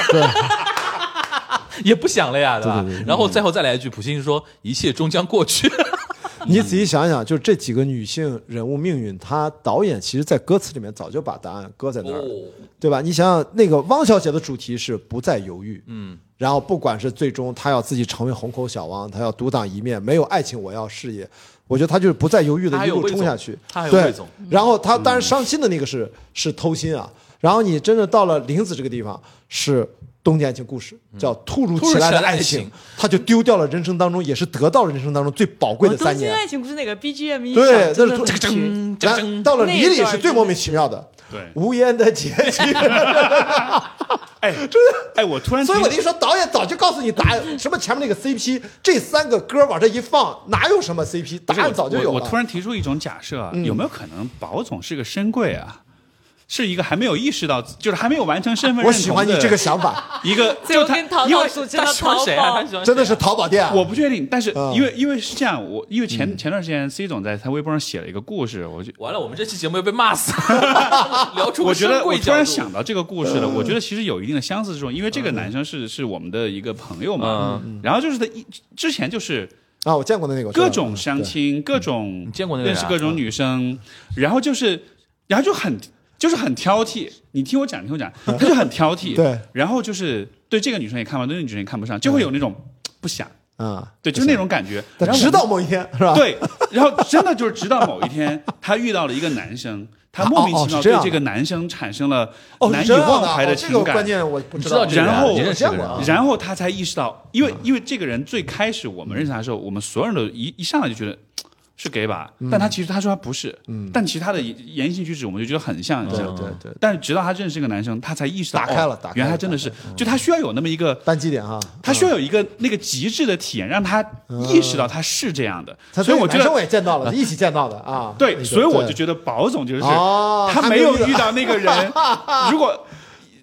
[SPEAKER 2] 也不想了呀，对吧？然
[SPEAKER 5] 嗯
[SPEAKER 2] 后最后再来一句，普希金说：“一切终将过 去。
[SPEAKER 3] 你仔细想想，就是这几个女性人物命运，她导演其实在歌词里面早就把答案搁在那儿
[SPEAKER 2] 哦
[SPEAKER 3] 了，
[SPEAKER 5] 哦
[SPEAKER 3] 对吧？你想想，那个汪小姐的主题是不再犹豫，嗯，然后不管是最终她要自己成为虹口小王，她要独当一面，没有爱情我要事业，我觉得她就是不再犹豫
[SPEAKER 2] 她
[SPEAKER 3] 的
[SPEAKER 2] 还
[SPEAKER 3] 一
[SPEAKER 2] 有
[SPEAKER 3] 路
[SPEAKER 2] 魏
[SPEAKER 3] 冲
[SPEAKER 2] 总
[SPEAKER 3] 下去，
[SPEAKER 2] 她还有魏
[SPEAKER 3] 对
[SPEAKER 2] 总，
[SPEAKER 7] 嗯
[SPEAKER 2] 嗯
[SPEAKER 3] 然后她当然伤心的那个是是偷心啊，然后你真的到了林子这个地方是。东京爱情故事叫突如
[SPEAKER 2] 嗯突如
[SPEAKER 3] 其来
[SPEAKER 2] 其
[SPEAKER 3] 的
[SPEAKER 2] 来的
[SPEAKER 3] 爱
[SPEAKER 2] 爱
[SPEAKER 3] 情
[SPEAKER 2] 情，
[SPEAKER 3] 她就丢掉了人生当中，也是得到了人生当中最宝贵的
[SPEAKER 7] 哦东
[SPEAKER 3] 三
[SPEAKER 7] 京
[SPEAKER 3] 年。
[SPEAKER 7] 爱情故事那个 BGM 一响，
[SPEAKER 3] 对
[SPEAKER 7] 真
[SPEAKER 3] 那
[SPEAKER 7] 的
[SPEAKER 3] 是
[SPEAKER 7] 很绝
[SPEAKER 2] 嗯”这
[SPEAKER 3] 然到了李李是最莫名其妙的，
[SPEAKER 5] 对，
[SPEAKER 3] 无言的结 局。
[SPEAKER 5] 哎，真的，哎，我突然
[SPEAKER 3] 所以我
[SPEAKER 5] 听
[SPEAKER 3] 跟你说，导演早就告诉你答案，什么前面那个 CP，这三个歌往这一放，哪有什么 CP？答案早就有
[SPEAKER 5] 我
[SPEAKER 3] 了。嗯
[SPEAKER 5] 我突然提出一种假设啊，有没有可能宝总是个深柜啊？是一个还没有意识到，就是还没有完成身份认
[SPEAKER 3] 啊
[SPEAKER 5] 同
[SPEAKER 3] 我喜欢你
[SPEAKER 5] 的
[SPEAKER 3] 这个想 法，
[SPEAKER 5] 一个，
[SPEAKER 7] 最
[SPEAKER 5] 就
[SPEAKER 7] 后
[SPEAKER 5] 他
[SPEAKER 7] 跟淘
[SPEAKER 5] 因
[SPEAKER 7] 淘
[SPEAKER 5] 为
[SPEAKER 7] 组织
[SPEAKER 2] 他
[SPEAKER 7] 了
[SPEAKER 2] 喜欢
[SPEAKER 7] 淘
[SPEAKER 2] 谁啊？
[SPEAKER 7] 宝
[SPEAKER 2] 他，喜欢
[SPEAKER 3] 真的是淘宝店啊。
[SPEAKER 5] 我不确定，但是
[SPEAKER 3] 嗯
[SPEAKER 5] 因为因为是这样，我因为
[SPEAKER 2] 嗯
[SPEAKER 5] 前前段时间 C 总在他微博上写了一个故事，我就
[SPEAKER 2] 完了，我们这期节目要被骂死， 聊出
[SPEAKER 5] 我
[SPEAKER 2] 个
[SPEAKER 5] 觉得
[SPEAKER 2] 深
[SPEAKER 5] 我
[SPEAKER 2] 贵
[SPEAKER 5] 突
[SPEAKER 2] 角
[SPEAKER 5] 然
[SPEAKER 2] 度
[SPEAKER 5] 想到这个故事
[SPEAKER 2] 嗯
[SPEAKER 5] 了，我觉得其实有一定的相似之处，因为这个男生是是我们的一个朋友
[SPEAKER 2] 嗯
[SPEAKER 5] 嘛，嗯然后就是他一之前就是
[SPEAKER 3] 啊，我见过的那个我知道
[SPEAKER 5] 各种相亲，各种
[SPEAKER 2] 嗯你见过那个
[SPEAKER 5] 认
[SPEAKER 2] 人
[SPEAKER 5] 识
[SPEAKER 2] 啊
[SPEAKER 5] 各种女生，然后就是，然后就很就是很挑剔。你听我讲，你听我 讲，他就很挑剔，
[SPEAKER 3] 对，
[SPEAKER 5] 然后就是对这个女生也看不上，对那个女生也看不上，就会有那种不想，
[SPEAKER 3] 啊，
[SPEAKER 5] 对，就是那种感觉。然
[SPEAKER 3] 但
[SPEAKER 5] 后我
[SPEAKER 3] 直到某一天是吧？，
[SPEAKER 5] 对，然后真的就是直到某一天，他遇到了一个男生，他莫名
[SPEAKER 3] 哦哦
[SPEAKER 5] 其妙
[SPEAKER 3] 是这
[SPEAKER 5] 对
[SPEAKER 3] 样
[SPEAKER 5] 这个男生产生了
[SPEAKER 3] 哦，
[SPEAKER 5] 难以
[SPEAKER 3] 是这样
[SPEAKER 5] 忘怀
[SPEAKER 3] 的哦这
[SPEAKER 5] 情
[SPEAKER 3] 个
[SPEAKER 5] 感
[SPEAKER 3] 关。键我不
[SPEAKER 2] 你
[SPEAKER 3] 知
[SPEAKER 2] 知道
[SPEAKER 3] 道。
[SPEAKER 2] 这个人啊，
[SPEAKER 5] 然后
[SPEAKER 2] 你认识这个
[SPEAKER 3] 我
[SPEAKER 2] 人
[SPEAKER 3] 见过
[SPEAKER 2] 啊
[SPEAKER 3] 啊
[SPEAKER 5] 然后他才意识到，因为因为这个人最开始我们认识他的时候，我们所有人都一一上来就觉得是 gay 吧，
[SPEAKER 3] 嗯
[SPEAKER 5] 但他其实他说他不是，但其实他的言行举止我们就觉得很像，
[SPEAKER 3] 对
[SPEAKER 5] 你知道吗
[SPEAKER 3] 嗯对对，
[SPEAKER 5] 但是直到他认识这个男生，他才意识到
[SPEAKER 3] 打开了
[SPEAKER 5] 哦
[SPEAKER 3] 打开了
[SPEAKER 5] 原来他真的是，就他需要有那么一个。
[SPEAKER 3] 单机点哈，
[SPEAKER 5] 他需要有一个那个极致的体验，让他意识到他是这样的，
[SPEAKER 3] 他
[SPEAKER 5] 所以我觉
[SPEAKER 3] 男生
[SPEAKER 5] 得
[SPEAKER 3] 我也见到 了，一起见到的啊。那
[SPEAKER 5] 对，
[SPEAKER 3] 个
[SPEAKER 5] 所以我就
[SPEAKER 3] 对
[SPEAKER 5] 觉得宝总就是
[SPEAKER 3] 哦
[SPEAKER 5] 他
[SPEAKER 3] 他
[SPEAKER 5] 没
[SPEAKER 3] 没
[SPEAKER 5] 有
[SPEAKER 3] 遇到嗯
[SPEAKER 5] 遇到那 个人，如果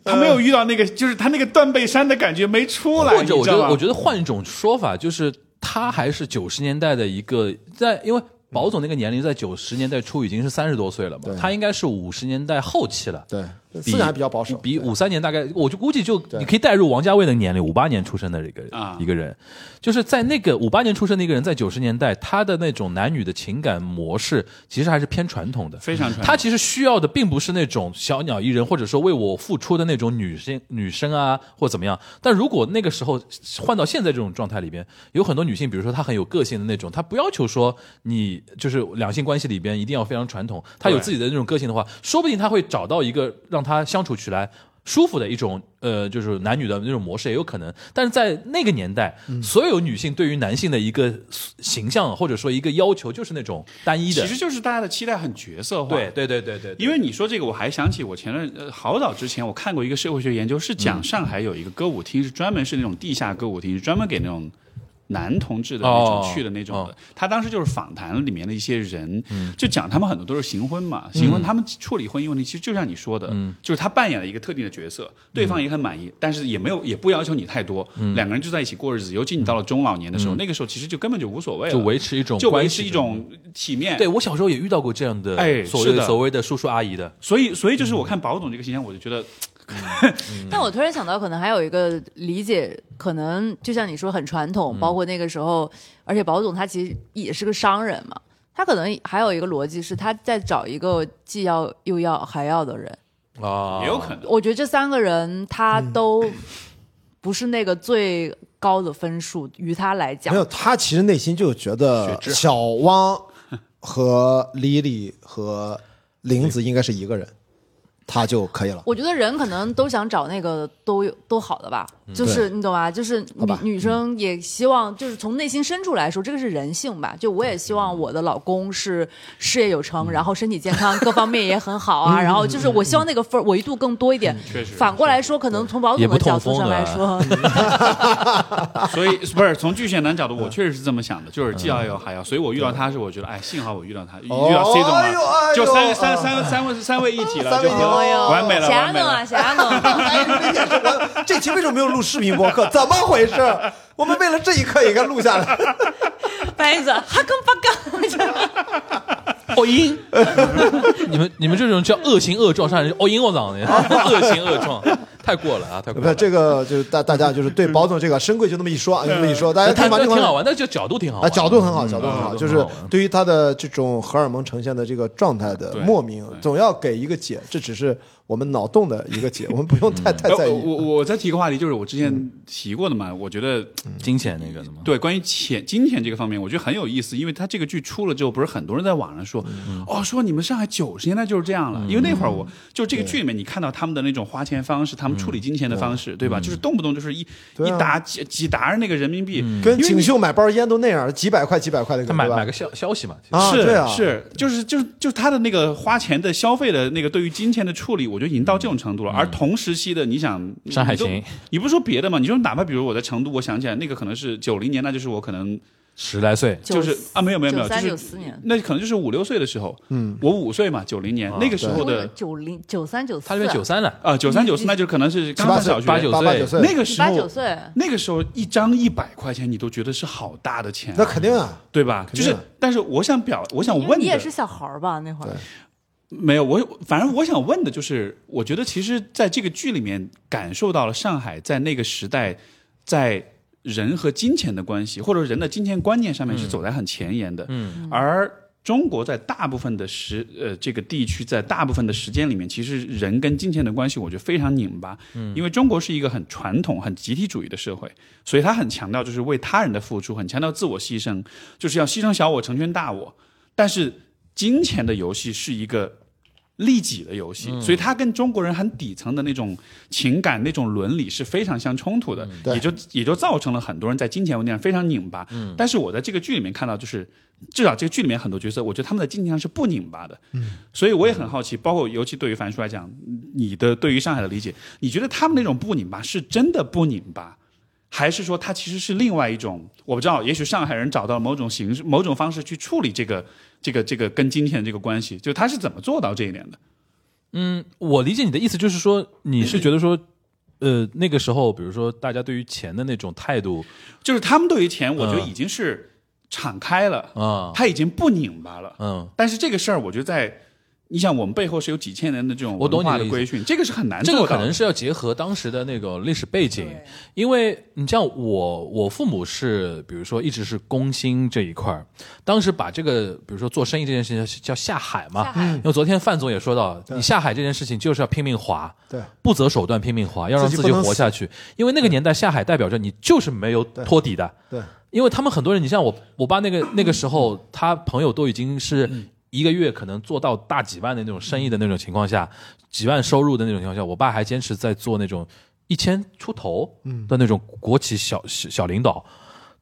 [SPEAKER 5] 他没有遇到那个，就是他那个断背山的感觉没出来，
[SPEAKER 2] 或者
[SPEAKER 5] 你
[SPEAKER 2] 我觉
[SPEAKER 5] 知道
[SPEAKER 2] 得，
[SPEAKER 5] 吧
[SPEAKER 2] 我觉得换一种说法，就是他还是九十年代的一个在，因为宝总那个年龄在九十年代初已经是三十多岁了嘛，他应该是五十年代后期了。
[SPEAKER 3] 对思想还比较保守，
[SPEAKER 2] 比
[SPEAKER 3] 对
[SPEAKER 2] 五三年大概，我就估计就你可以代入王家卫的年龄，五八年出生的一个、
[SPEAKER 5] 啊
[SPEAKER 2] 一个人，就是在那个五八年出生的一个人，在九十年代，他的那种男女的情感模式其实还是偏传统的，
[SPEAKER 5] 非常传统
[SPEAKER 2] 他其实需要的并不是那种小鸟依人，或者说为我付出的那种女性女生啊，或怎么样。但如果那个时候换到现在这种状态里边，有很多女性，比如说她很有个性的那种，她不要求说你就是两性关系里边一定要非常传统，她有
[SPEAKER 5] 对
[SPEAKER 2] 自己的那种个性的话，说不定她会找到一个让她相处起来。舒服的一种，呃，就是男女的那种模式也有可能，但是在那个年代，所有女性对于男性的一个形象或者说一个要求就是那种单一的，
[SPEAKER 5] 其实就是大家的期待很角色化。
[SPEAKER 2] 对，对对对对，对
[SPEAKER 5] 因为你说这个，我还想起我前段呃好早之前我看
[SPEAKER 2] 嗯
[SPEAKER 5] 过一个社会学研究，是讲上海有一个歌舞厅，是专门是那种地下歌舞厅，是专门给那种男同志的那
[SPEAKER 2] 哦嗯
[SPEAKER 5] 种去的那种的。他当时就是访谈里面的一些人，就讲他们很多都是行婚嘛，行婚他们处理婚姻问题，其实就像你说的，
[SPEAKER 2] 嗯
[SPEAKER 5] 就是他扮演了一个特定的角色，对方也很满意，但是也没有也不要求你太多，
[SPEAKER 2] 嗯
[SPEAKER 5] 两个人就在一起过日子。尤其你到了中老年的时候，那个时候其实就根本就无所谓了，
[SPEAKER 2] 就维持一种
[SPEAKER 5] 啊就维
[SPEAKER 2] 关
[SPEAKER 5] 持
[SPEAKER 2] 系
[SPEAKER 5] 一种体面。
[SPEAKER 2] 对我小时候也遇到过这样的，
[SPEAKER 5] 哎
[SPEAKER 2] 所谓
[SPEAKER 5] 是的
[SPEAKER 2] 所谓的叔叔阿姨的，
[SPEAKER 5] 所以所以就是我看宝总这个形象，我就觉得
[SPEAKER 6] 但我突然想到，可能还有一个理解，可能就像你说很传
[SPEAKER 3] 嗯
[SPEAKER 6] 统，包括那个时候，而且宝总他其实也是个商人嘛，他可能还有一个逻辑是他在找一个既要又要还要的人。
[SPEAKER 2] 啊，
[SPEAKER 5] 也有可能。
[SPEAKER 6] 我觉得这三个人他
[SPEAKER 3] 嗯
[SPEAKER 6] 都不是那个最高的分数，于他来讲
[SPEAKER 3] 没，有，他其实内心就觉得小汪和李李和玲子应该是一个人，他就可以了。
[SPEAKER 6] 我觉得人可能都想找那个都有都好的吧，就是你懂吧？就是
[SPEAKER 3] 好
[SPEAKER 6] 女
[SPEAKER 3] 吧
[SPEAKER 6] 女生也希望，就是从内心深处来说，这个是人性吧。就我也希望我的老公是事业有成，然后身体健康，各方面也很好啊。然后就是我希望那个分儿维度更多一点。
[SPEAKER 5] 嗯确实
[SPEAKER 6] 反过来说，可能从保
[SPEAKER 2] 也
[SPEAKER 6] 总
[SPEAKER 2] 不
[SPEAKER 6] 的
[SPEAKER 2] 痛
[SPEAKER 6] 角度
[SPEAKER 2] 风
[SPEAKER 6] 上
[SPEAKER 2] 的
[SPEAKER 6] 来说，
[SPEAKER 5] 所以不是从巨蟹男角度，我确实是这么想的，就是既要有还要。所以我遇到他是，我觉得哎，幸好我遇到他，遇到 C 总
[SPEAKER 3] 哎呦哎呦
[SPEAKER 5] 了，就三
[SPEAKER 3] 哎
[SPEAKER 5] 三
[SPEAKER 3] 呦
[SPEAKER 5] 三三位三位一体了，
[SPEAKER 3] 三
[SPEAKER 5] 就
[SPEAKER 3] 位一体了哎呦
[SPEAKER 5] 完美了，
[SPEAKER 6] 谁
[SPEAKER 5] 完美
[SPEAKER 6] 弄啊？
[SPEAKER 5] 了。
[SPEAKER 6] 谁弄？
[SPEAKER 3] 这期为什么没有录视频播客？怎么回事？ 我们为了这一刻也该录下来。
[SPEAKER 6] 翻译者哈根巴根。
[SPEAKER 2] 哦音， 你们你们这种叫恶行恶状，上来就哦音我脑 呢，恶行恶状，太过了啊，太过
[SPEAKER 3] 不
[SPEAKER 2] 了。
[SPEAKER 3] 是这个，就是大大家就是对宝总这个深贵就那么一说，啊，就那么一说，大家
[SPEAKER 2] 但
[SPEAKER 3] 听完
[SPEAKER 2] 但
[SPEAKER 3] 这个
[SPEAKER 2] 挺好玩，但就角度挺好
[SPEAKER 3] 啊，
[SPEAKER 2] 玩，
[SPEAKER 3] 角度很好，角度很好，
[SPEAKER 2] 嗯
[SPEAKER 3] 就是对于他的这种荷尔蒙呈现的这个状态的
[SPEAKER 5] 对
[SPEAKER 3] 莫名，
[SPEAKER 5] 对
[SPEAKER 3] 总要给一个解，这只是我们脑洞的一个解，我们不用太太
[SPEAKER 5] 哎
[SPEAKER 3] 在
[SPEAKER 5] 我
[SPEAKER 3] 意。嗯
[SPEAKER 5] 我我再提个话题，就是我之前提过的嘛，我觉得
[SPEAKER 2] 金钱那个什么，
[SPEAKER 5] 对，关于钱、金钱这个方面，我觉得很有意思，因为他这个剧出了之后，不是很多人在网上说，
[SPEAKER 3] 嗯
[SPEAKER 5] 哦，说你们上海九十年代就是这样了。因为那会儿我就这个剧里面，你看到他们的那种花钱方式，他们处理金钱的方式，对吧？就是动不动就是一
[SPEAKER 3] 嗯对
[SPEAKER 5] 一
[SPEAKER 3] 啊嗯
[SPEAKER 5] 沓几几沓那个人民币，
[SPEAKER 2] 嗯
[SPEAKER 3] 跟锦绣买包烟都那样，几百块几百块的，
[SPEAKER 2] 他买
[SPEAKER 3] 对吧
[SPEAKER 2] 买个消消息嘛，其实
[SPEAKER 3] 啊，
[SPEAKER 5] 是
[SPEAKER 3] 对啊，
[SPEAKER 5] 是，就是就是就是他的那个花钱的消费的那个对于金钱的处理，我觉得已经到这种程
[SPEAKER 3] 嗯
[SPEAKER 5] 度了。而同时期的，你想你
[SPEAKER 2] 山海
[SPEAKER 5] 你都
[SPEAKER 2] 情
[SPEAKER 5] 你不说别的嘛，你说哪怕比如我在成都，我想起来那个可能是九零年，那就是我可能
[SPEAKER 2] 十来岁，
[SPEAKER 5] 就是啊没有没有没有，
[SPEAKER 6] 九
[SPEAKER 5] 就
[SPEAKER 6] 三
[SPEAKER 5] 是
[SPEAKER 6] 九四年，
[SPEAKER 5] 那可能就是五六岁的时候，嗯，我五岁嘛，九零
[SPEAKER 3] 啊
[SPEAKER 5] 年那个时候的
[SPEAKER 6] 九零九三九四，
[SPEAKER 2] 他那边九三了，
[SPEAKER 5] 啊，九三九四，那就可能是
[SPEAKER 3] 十
[SPEAKER 5] 刚
[SPEAKER 3] 八
[SPEAKER 5] 上
[SPEAKER 3] 岁
[SPEAKER 5] 小学，
[SPEAKER 2] 八九
[SPEAKER 3] 八
[SPEAKER 2] 岁
[SPEAKER 3] 九岁，
[SPEAKER 5] 那个时
[SPEAKER 6] 八九
[SPEAKER 5] 候，
[SPEAKER 6] 岁。
[SPEAKER 5] 那个时候一张一百块钱，你都觉得是好大的钱啊，
[SPEAKER 3] 那肯定啊，
[SPEAKER 5] 对吧？就
[SPEAKER 3] 定
[SPEAKER 5] 是
[SPEAKER 3] 啊，
[SPEAKER 5] 但是我想表，我想
[SPEAKER 6] 因为
[SPEAKER 5] 问
[SPEAKER 6] 你也
[SPEAKER 5] 的
[SPEAKER 6] 是小孩儿吧？那会儿
[SPEAKER 3] 对
[SPEAKER 5] 没有，我反正我想问的就是，我觉得其实在这个剧里面感受到了上海在那个时代，在人和金钱的关系，或者人的金钱观念上面是走在很前沿的。嗯，而中国在大部分的时呃这个地区，在大部分的时间里面，其实人跟金钱的关系，我觉得非常拧巴。嗯，因为中国是一个很传统、很集体主义的社会，所以他很强调就是为他人的付出，很强调自我牺牲，就是要牺牲小我成全大我。但是金钱的游戏是一个利己的游戏，所以它跟中国人很底层的那种情感、那种伦理是非常相冲突的，
[SPEAKER 3] 对
[SPEAKER 5] 也就也就造成了很多人在金钱问题上非常拧巴。但是我在这个剧里面看到，就是至少这个剧里面很多角色，我觉得他们在金钱上是不拧巴的。所以我也很好奇，包括尤其对于樊叔来讲，你的对于上海的理解，你觉得他们那种不拧巴是真的不拧巴？还是说它其实是另外一种，我不知道，也许上海人找到了某种形式、某种方式去处理这个、这个、这个跟金钱的这个关系，就他是怎么做到这一点的？
[SPEAKER 2] 嗯我理解你的意思，就是说你是觉得说，呃，那个时候，比如说大家对于钱的那种态度
[SPEAKER 5] 就是他们对于钱，我觉得
[SPEAKER 2] 嗯
[SPEAKER 5] 已经是敞开了，
[SPEAKER 2] 啊，
[SPEAKER 5] 他已经不拧巴了。
[SPEAKER 2] 嗯，
[SPEAKER 5] 但是这个事儿，我觉得在你想，我们背后是有几千年的这种
[SPEAKER 2] 我懂
[SPEAKER 5] 文化
[SPEAKER 2] 你的
[SPEAKER 5] 的
[SPEAKER 2] 意思
[SPEAKER 5] 规训，这个是很难
[SPEAKER 2] 这个
[SPEAKER 5] 做
[SPEAKER 2] 可
[SPEAKER 5] 到
[SPEAKER 2] 能
[SPEAKER 5] 的。
[SPEAKER 2] 是要结合当时的那个历史背景，因为你像我，我父母是，比如说一直是工薪这一块儿，当时把这个，比如说做生意这件事情叫叫下海嘛，因为昨天范总也说到，你下海这件事情就是要拼命划，
[SPEAKER 3] 对，
[SPEAKER 2] 不择手段拼命划，要让
[SPEAKER 3] 自己
[SPEAKER 2] 自
[SPEAKER 3] 不
[SPEAKER 2] 己
[SPEAKER 3] 能
[SPEAKER 2] 活
[SPEAKER 3] 死
[SPEAKER 2] 下去，因为那个年代下海代表着你就是没有托底的，
[SPEAKER 3] 对，
[SPEAKER 2] 因为他们很多人，你像我，我爸那个那个时候，他朋友都已经是一个月可能做到大几万的那种生意的那种情况下，几万收入的那种情况下，我爸还坚持在做那种一千出头的那种国企小小小领导，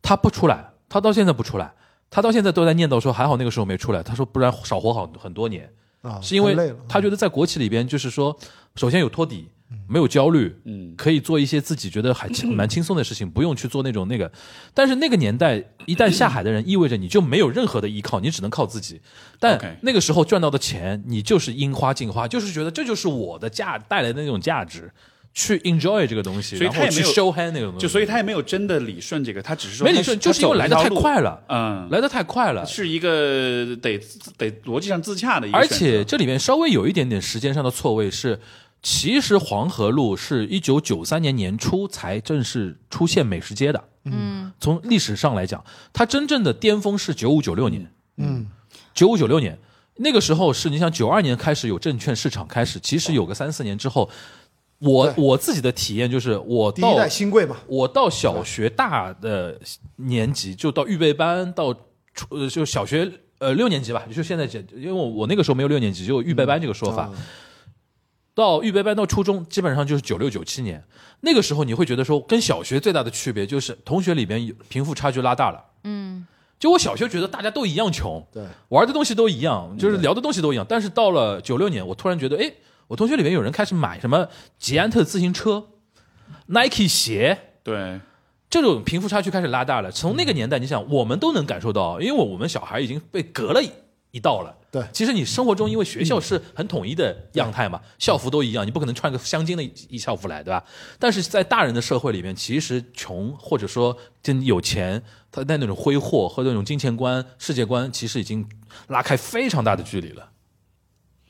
[SPEAKER 2] 他不出来，他到现在不出来，他到现在都在念叨说还好那个时候没出来，他说不然少活好很多年。
[SPEAKER 3] 啊，
[SPEAKER 2] 是因为
[SPEAKER 3] 太累了，嗯
[SPEAKER 2] 他觉得在国企里边，就是说，首先有托底，没有焦虑，
[SPEAKER 5] 嗯，
[SPEAKER 2] 可以做一些自己觉得还轻蛮轻松的事情，不用去做那种那个。但是那个年代，一旦下海的人，意味着你就没有任何的依靠，你只能靠自己。但
[SPEAKER 5] OK
[SPEAKER 2] 那个时候赚到的钱，你就是樱花尽花，就是觉得这就是我的价带来的那种价值，去 enjoy 这个东西，
[SPEAKER 5] 所以
[SPEAKER 2] 然
[SPEAKER 5] 他
[SPEAKER 2] 后
[SPEAKER 5] 也
[SPEAKER 2] 去
[SPEAKER 5] 没有
[SPEAKER 2] show hand 那种东西。
[SPEAKER 5] 就所以他也没有真的理顺这个，他只是说
[SPEAKER 2] 没理
[SPEAKER 5] 他
[SPEAKER 2] 顺，
[SPEAKER 5] 他
[SPEAKER 2] 就是因为
[SPEAKER 5] 走
[SPEAKER 2] 来的
[SPEAKER 5] 一条
[SPEAKER 2] 太
[SPEAKER 5] 路
[SPEAKER 2] 快了，
[SPEAKER 5] 嗯，
[SPEAKER 2] 来的太快了。
[SPEAKER 5] 是一个得得逻辑上自洽的一个
[SPEAKER 2] 而
[SPEAKER 5] 选择，
[SPEAKER 2] 且这里面稍微有一点点时间上的错位是，其实黄河路是一九九三年年初才正式出现美食街的。嗯，从历史上来讲，它真正的巅峰是九五九六年。
[SPEAKER 3] 嗯，
[SPEAKER 2] 九五九六年那个时候是你想九二年开始有证券市场开始，其实有个三四年之后，我
[SPEAKER 3] 对
[SPEAKER 2] 我自己的体验就是我
[SPEAKER 3] 第
[SPEAKER 2] 到
[SPEAKER 3] 一代新贵嘛，
[SPEAKER 2] 我到小学大的年级，就到预备班，到初呃就小学呃六年级吧，就现在简，因为我我那个时候没有六年级，就有预备班这个说法。
[SPEAKER 3] 嗯
[SPEAKER 2] 到预备班到初中，基本上就是九六九七年那个时候，你会觉得说，跟小学最大的区别就是同学里边有贫富差距拉大了。嗯，就我小学觉得大家都一样穷，
[SPEAKER 3] 对，嗯
[SPEAKER 2] 玩的东西都一样，就是聊的东西都一样。但是到了九六年，我突然觉得，哎，我同学里面有人开始买什么捷安特自行车、Nike 鞋，
[SPEAKER 5] 对
[SPEAKER 2] 这种贫富差距开始拉大了。从那个年代，你想，我们都能感受到，因为我我们小孩已经被隔了一一道了。
[SPEAKER 3] 对
[SPEAKER 2] 其实你生活中，因为学校是很统一的样态嘛，校服都一样，你不可能穿个镶金的一一校服来，对吧？但是在大人的社会里面，其实穷或者说真有钱，他的那种挥霍和那种金钱观、世界观，其实已经拉开非常大的距离了。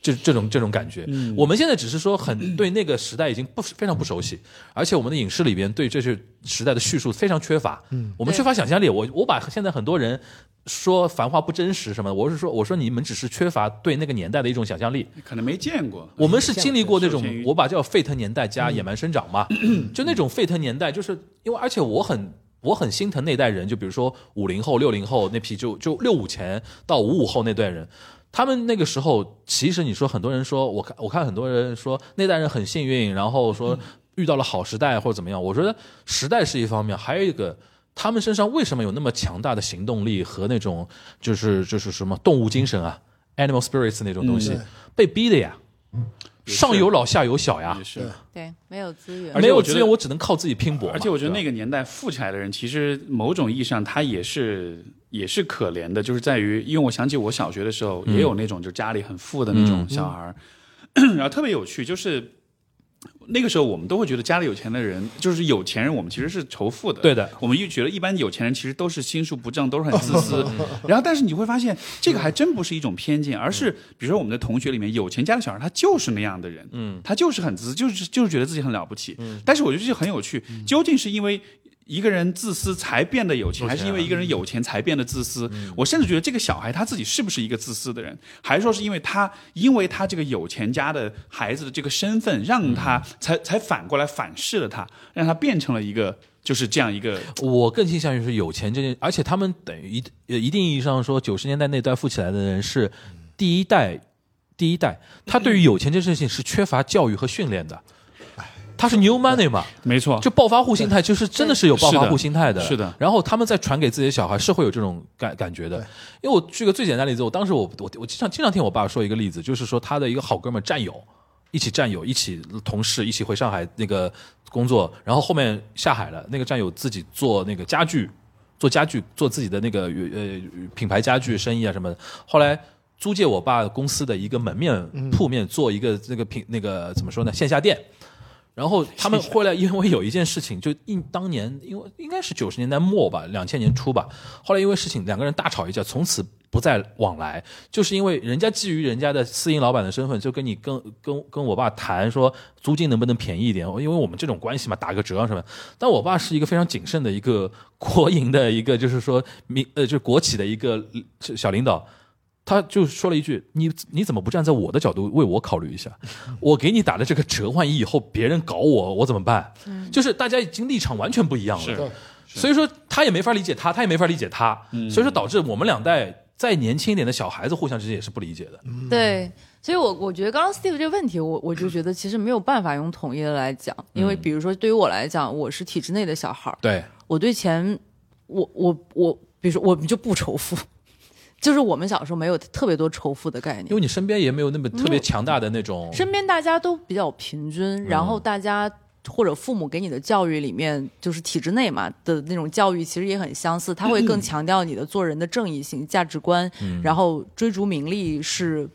[SPEAKER 2] 这这种这种感觉，我们现在只是说很对那个时代已经不非常不熟悉，而且我们的影视里边对这些时代的叙述非常缺乏，嗯，我们缺乏想象力。我我把现在很多人说《繁花》不真实什么的，我是说我说你们只是缺乏对那个年代的一种想象力。
[SPEAKER 5] 可能没见过，
[SPEAKER 2] 我们是经历过那种
[SPEAKER 5] 受限于，嗯
[SPEAKER 2] 我把叫沸腾年代加野蛮生长嘛，就那种沸腾年代，就是因为而且我很我很心疼那代人，就比如说五零后、六零后那批就，就六五前到五五后那代人，他们那个时候，其实你说很多人说，我看我看很多人说那代人很幸运，然后
[SPEAKER 5] 嗯
[SPEAKER 2] 说遇到了好时代或者怎么样，我觉得时代是一方面，还有一个。他们身上为什么有那么强大的行动力和那种就是就是什么动物精神啊，animal spirits 那种东
[SPEAKER 5] 嗯
[SPEAKER 2] 西，被逼的呀，上有老下有小呀
[SPEAKER 5] 也，是
[SPEAKER 3] 对。
[SPEAKER 6] 对，没有资源
[SPEAKER 5] 而。
[SPEAKER 2] 没
[SPEAKER 5] 且
[SPEAKER 2] 有
[SPEAKER 5] 我觉
[SPEAKER 2] 资
[SPEAKER 5] 得
[SPEAKER 2] 源我只能靠自己拼搏嘛。
[SPEAKER 5] 而且我觉得
[SPEAKER 2] 对
[SPEAKER 5] 那
[SPEAKER 2] 吧
[SPEAKER 5] 个年代富起来的人，其实某种意义上他也是也是可怜的，就是在于，因为我想起我小学的时候，
[SPEAKER 2] 嗯
[SPEAKER 5] 也有那种就家里很富的那种小孩儿， 然后特别有趣，就是。那个时候，我们都会觉得家里有钱的人，就是有钱人，我们其实是仇富的。
[SPEAKER 2] 对的，
[SPEAKER 5] 我们又觉得一般有钱人其实都是心术不正，都是很自私。然后，但是你会发现，这个还真不是一种偏见，而是比如说我们的同学里面，有钱家的小孩，他就是那样的人，嗯，他就是很自私，就是就是觉得自己很了不起。但是我觉得这很有趣，究竟是因为。一个人自私才变得有钱，啊嗯还是因为一个人有钱才变得自私？我甚至觉得这个小孩他自己是不是一个自私的人，还是说是因为他因为他这个有钱家的孩子的这个身份，让他
[SPEAKER 2] 嗯
[SPEAKER 5] 才才反过来反噬了他，让他变成了一个就是这样一个
[SPEAKER 2] 我更倾向于是有钱这件，而且他们等于一呃一定意义上说，九十年代那代富起来的人是
[SPEAKER 5] 嗯
[SPEAKER 2] 第一代，第一代，他对于有钱这件事情是缺乏教育和训练的，他是 new money 嘛，
[SPEAKER 5] 没错，
[SPEAKER 2] 就暴发户心态，就是真的是有暴发户心态的，
[SPEAKER 5] 是的是的
[SPEAKER 2] 然后他们再传给自己的小孩，是会有这种感感觉的。因为我举个最简单的例子，我当时我我我经常经常听我爸说一个例子，就是说他的一个好哥们儿战友，一起战友，一起同事，一起回上海那个工作，然后后面下海了，那个战友自己做那个家具，做家具，做自己的那个呃品牌家具生意啊什么的，后来。租借我爸公司的一个门面
[SPEAKER 5] 嗯
[SPEAKER 2] 铺面做一个那个品那个怎么说呢线下店，然后他们后来因为有一件事情，就应当年因为应该是九十年代末吧，两千年初吧，后来因为事情两个人大吵一架，从此不再往来，就是因为人家基于人家的私营老板的身份，就跟你跟跟跟我爸谈说租金能不能便宜一点，因为我们这种关系嘛，打个折啊什么。但我爸是一个非常谨慎的一个国营的一个就是说民呃就是国企的一个呃小领导。他就说了一句：“你你怎么不站在我的角度为我考虑一下？我给你打的这个折，万一以后别人搞我，我怎么办？”就是大家已经立场完全不一样了。
[SPEAKER 5] 是
[SPEAKER 3] 对
[SPEAKER 2] 所以说他也没法理解他，他也没法理解他，
[SPEAKER 3] 嗯
[SPEAKER 2] 所以说导致我们两代再年轻一点的小孩子互相之间也是不理解的。
[SPEAKER 6] 对，所以我我觉得刚刚 Steve 这个问题，我我就觉得其实没有办法用统一的来讲，因为比如说对于我来讲，我是体制内的小孩儿，
[SPEAKER 2] 对，
[SPEAKER 6] 我对钱，我我我，比如说我们就不仇富，
[SPEAKER 4] 就是我们小时候没有特别多仇富的概
[SPEAKER 2] 因
[SPEAKER 4] 念，
[SPEAKER 2] 为你身边也没有那么特别强大的那种，
[SPEAKER 4] 身边大家都比较平
[SPEAKER 2] 嗯
[SPEAKER 4] 均，然后大家。或者父母给你的教育里面，就是体制内嘛的那种教育，其实也很相似。他会更强调你的做人的正义性、价值观，
[SPEAKER 2] 嗯
[SPEAKER 4] 然后追逐名利是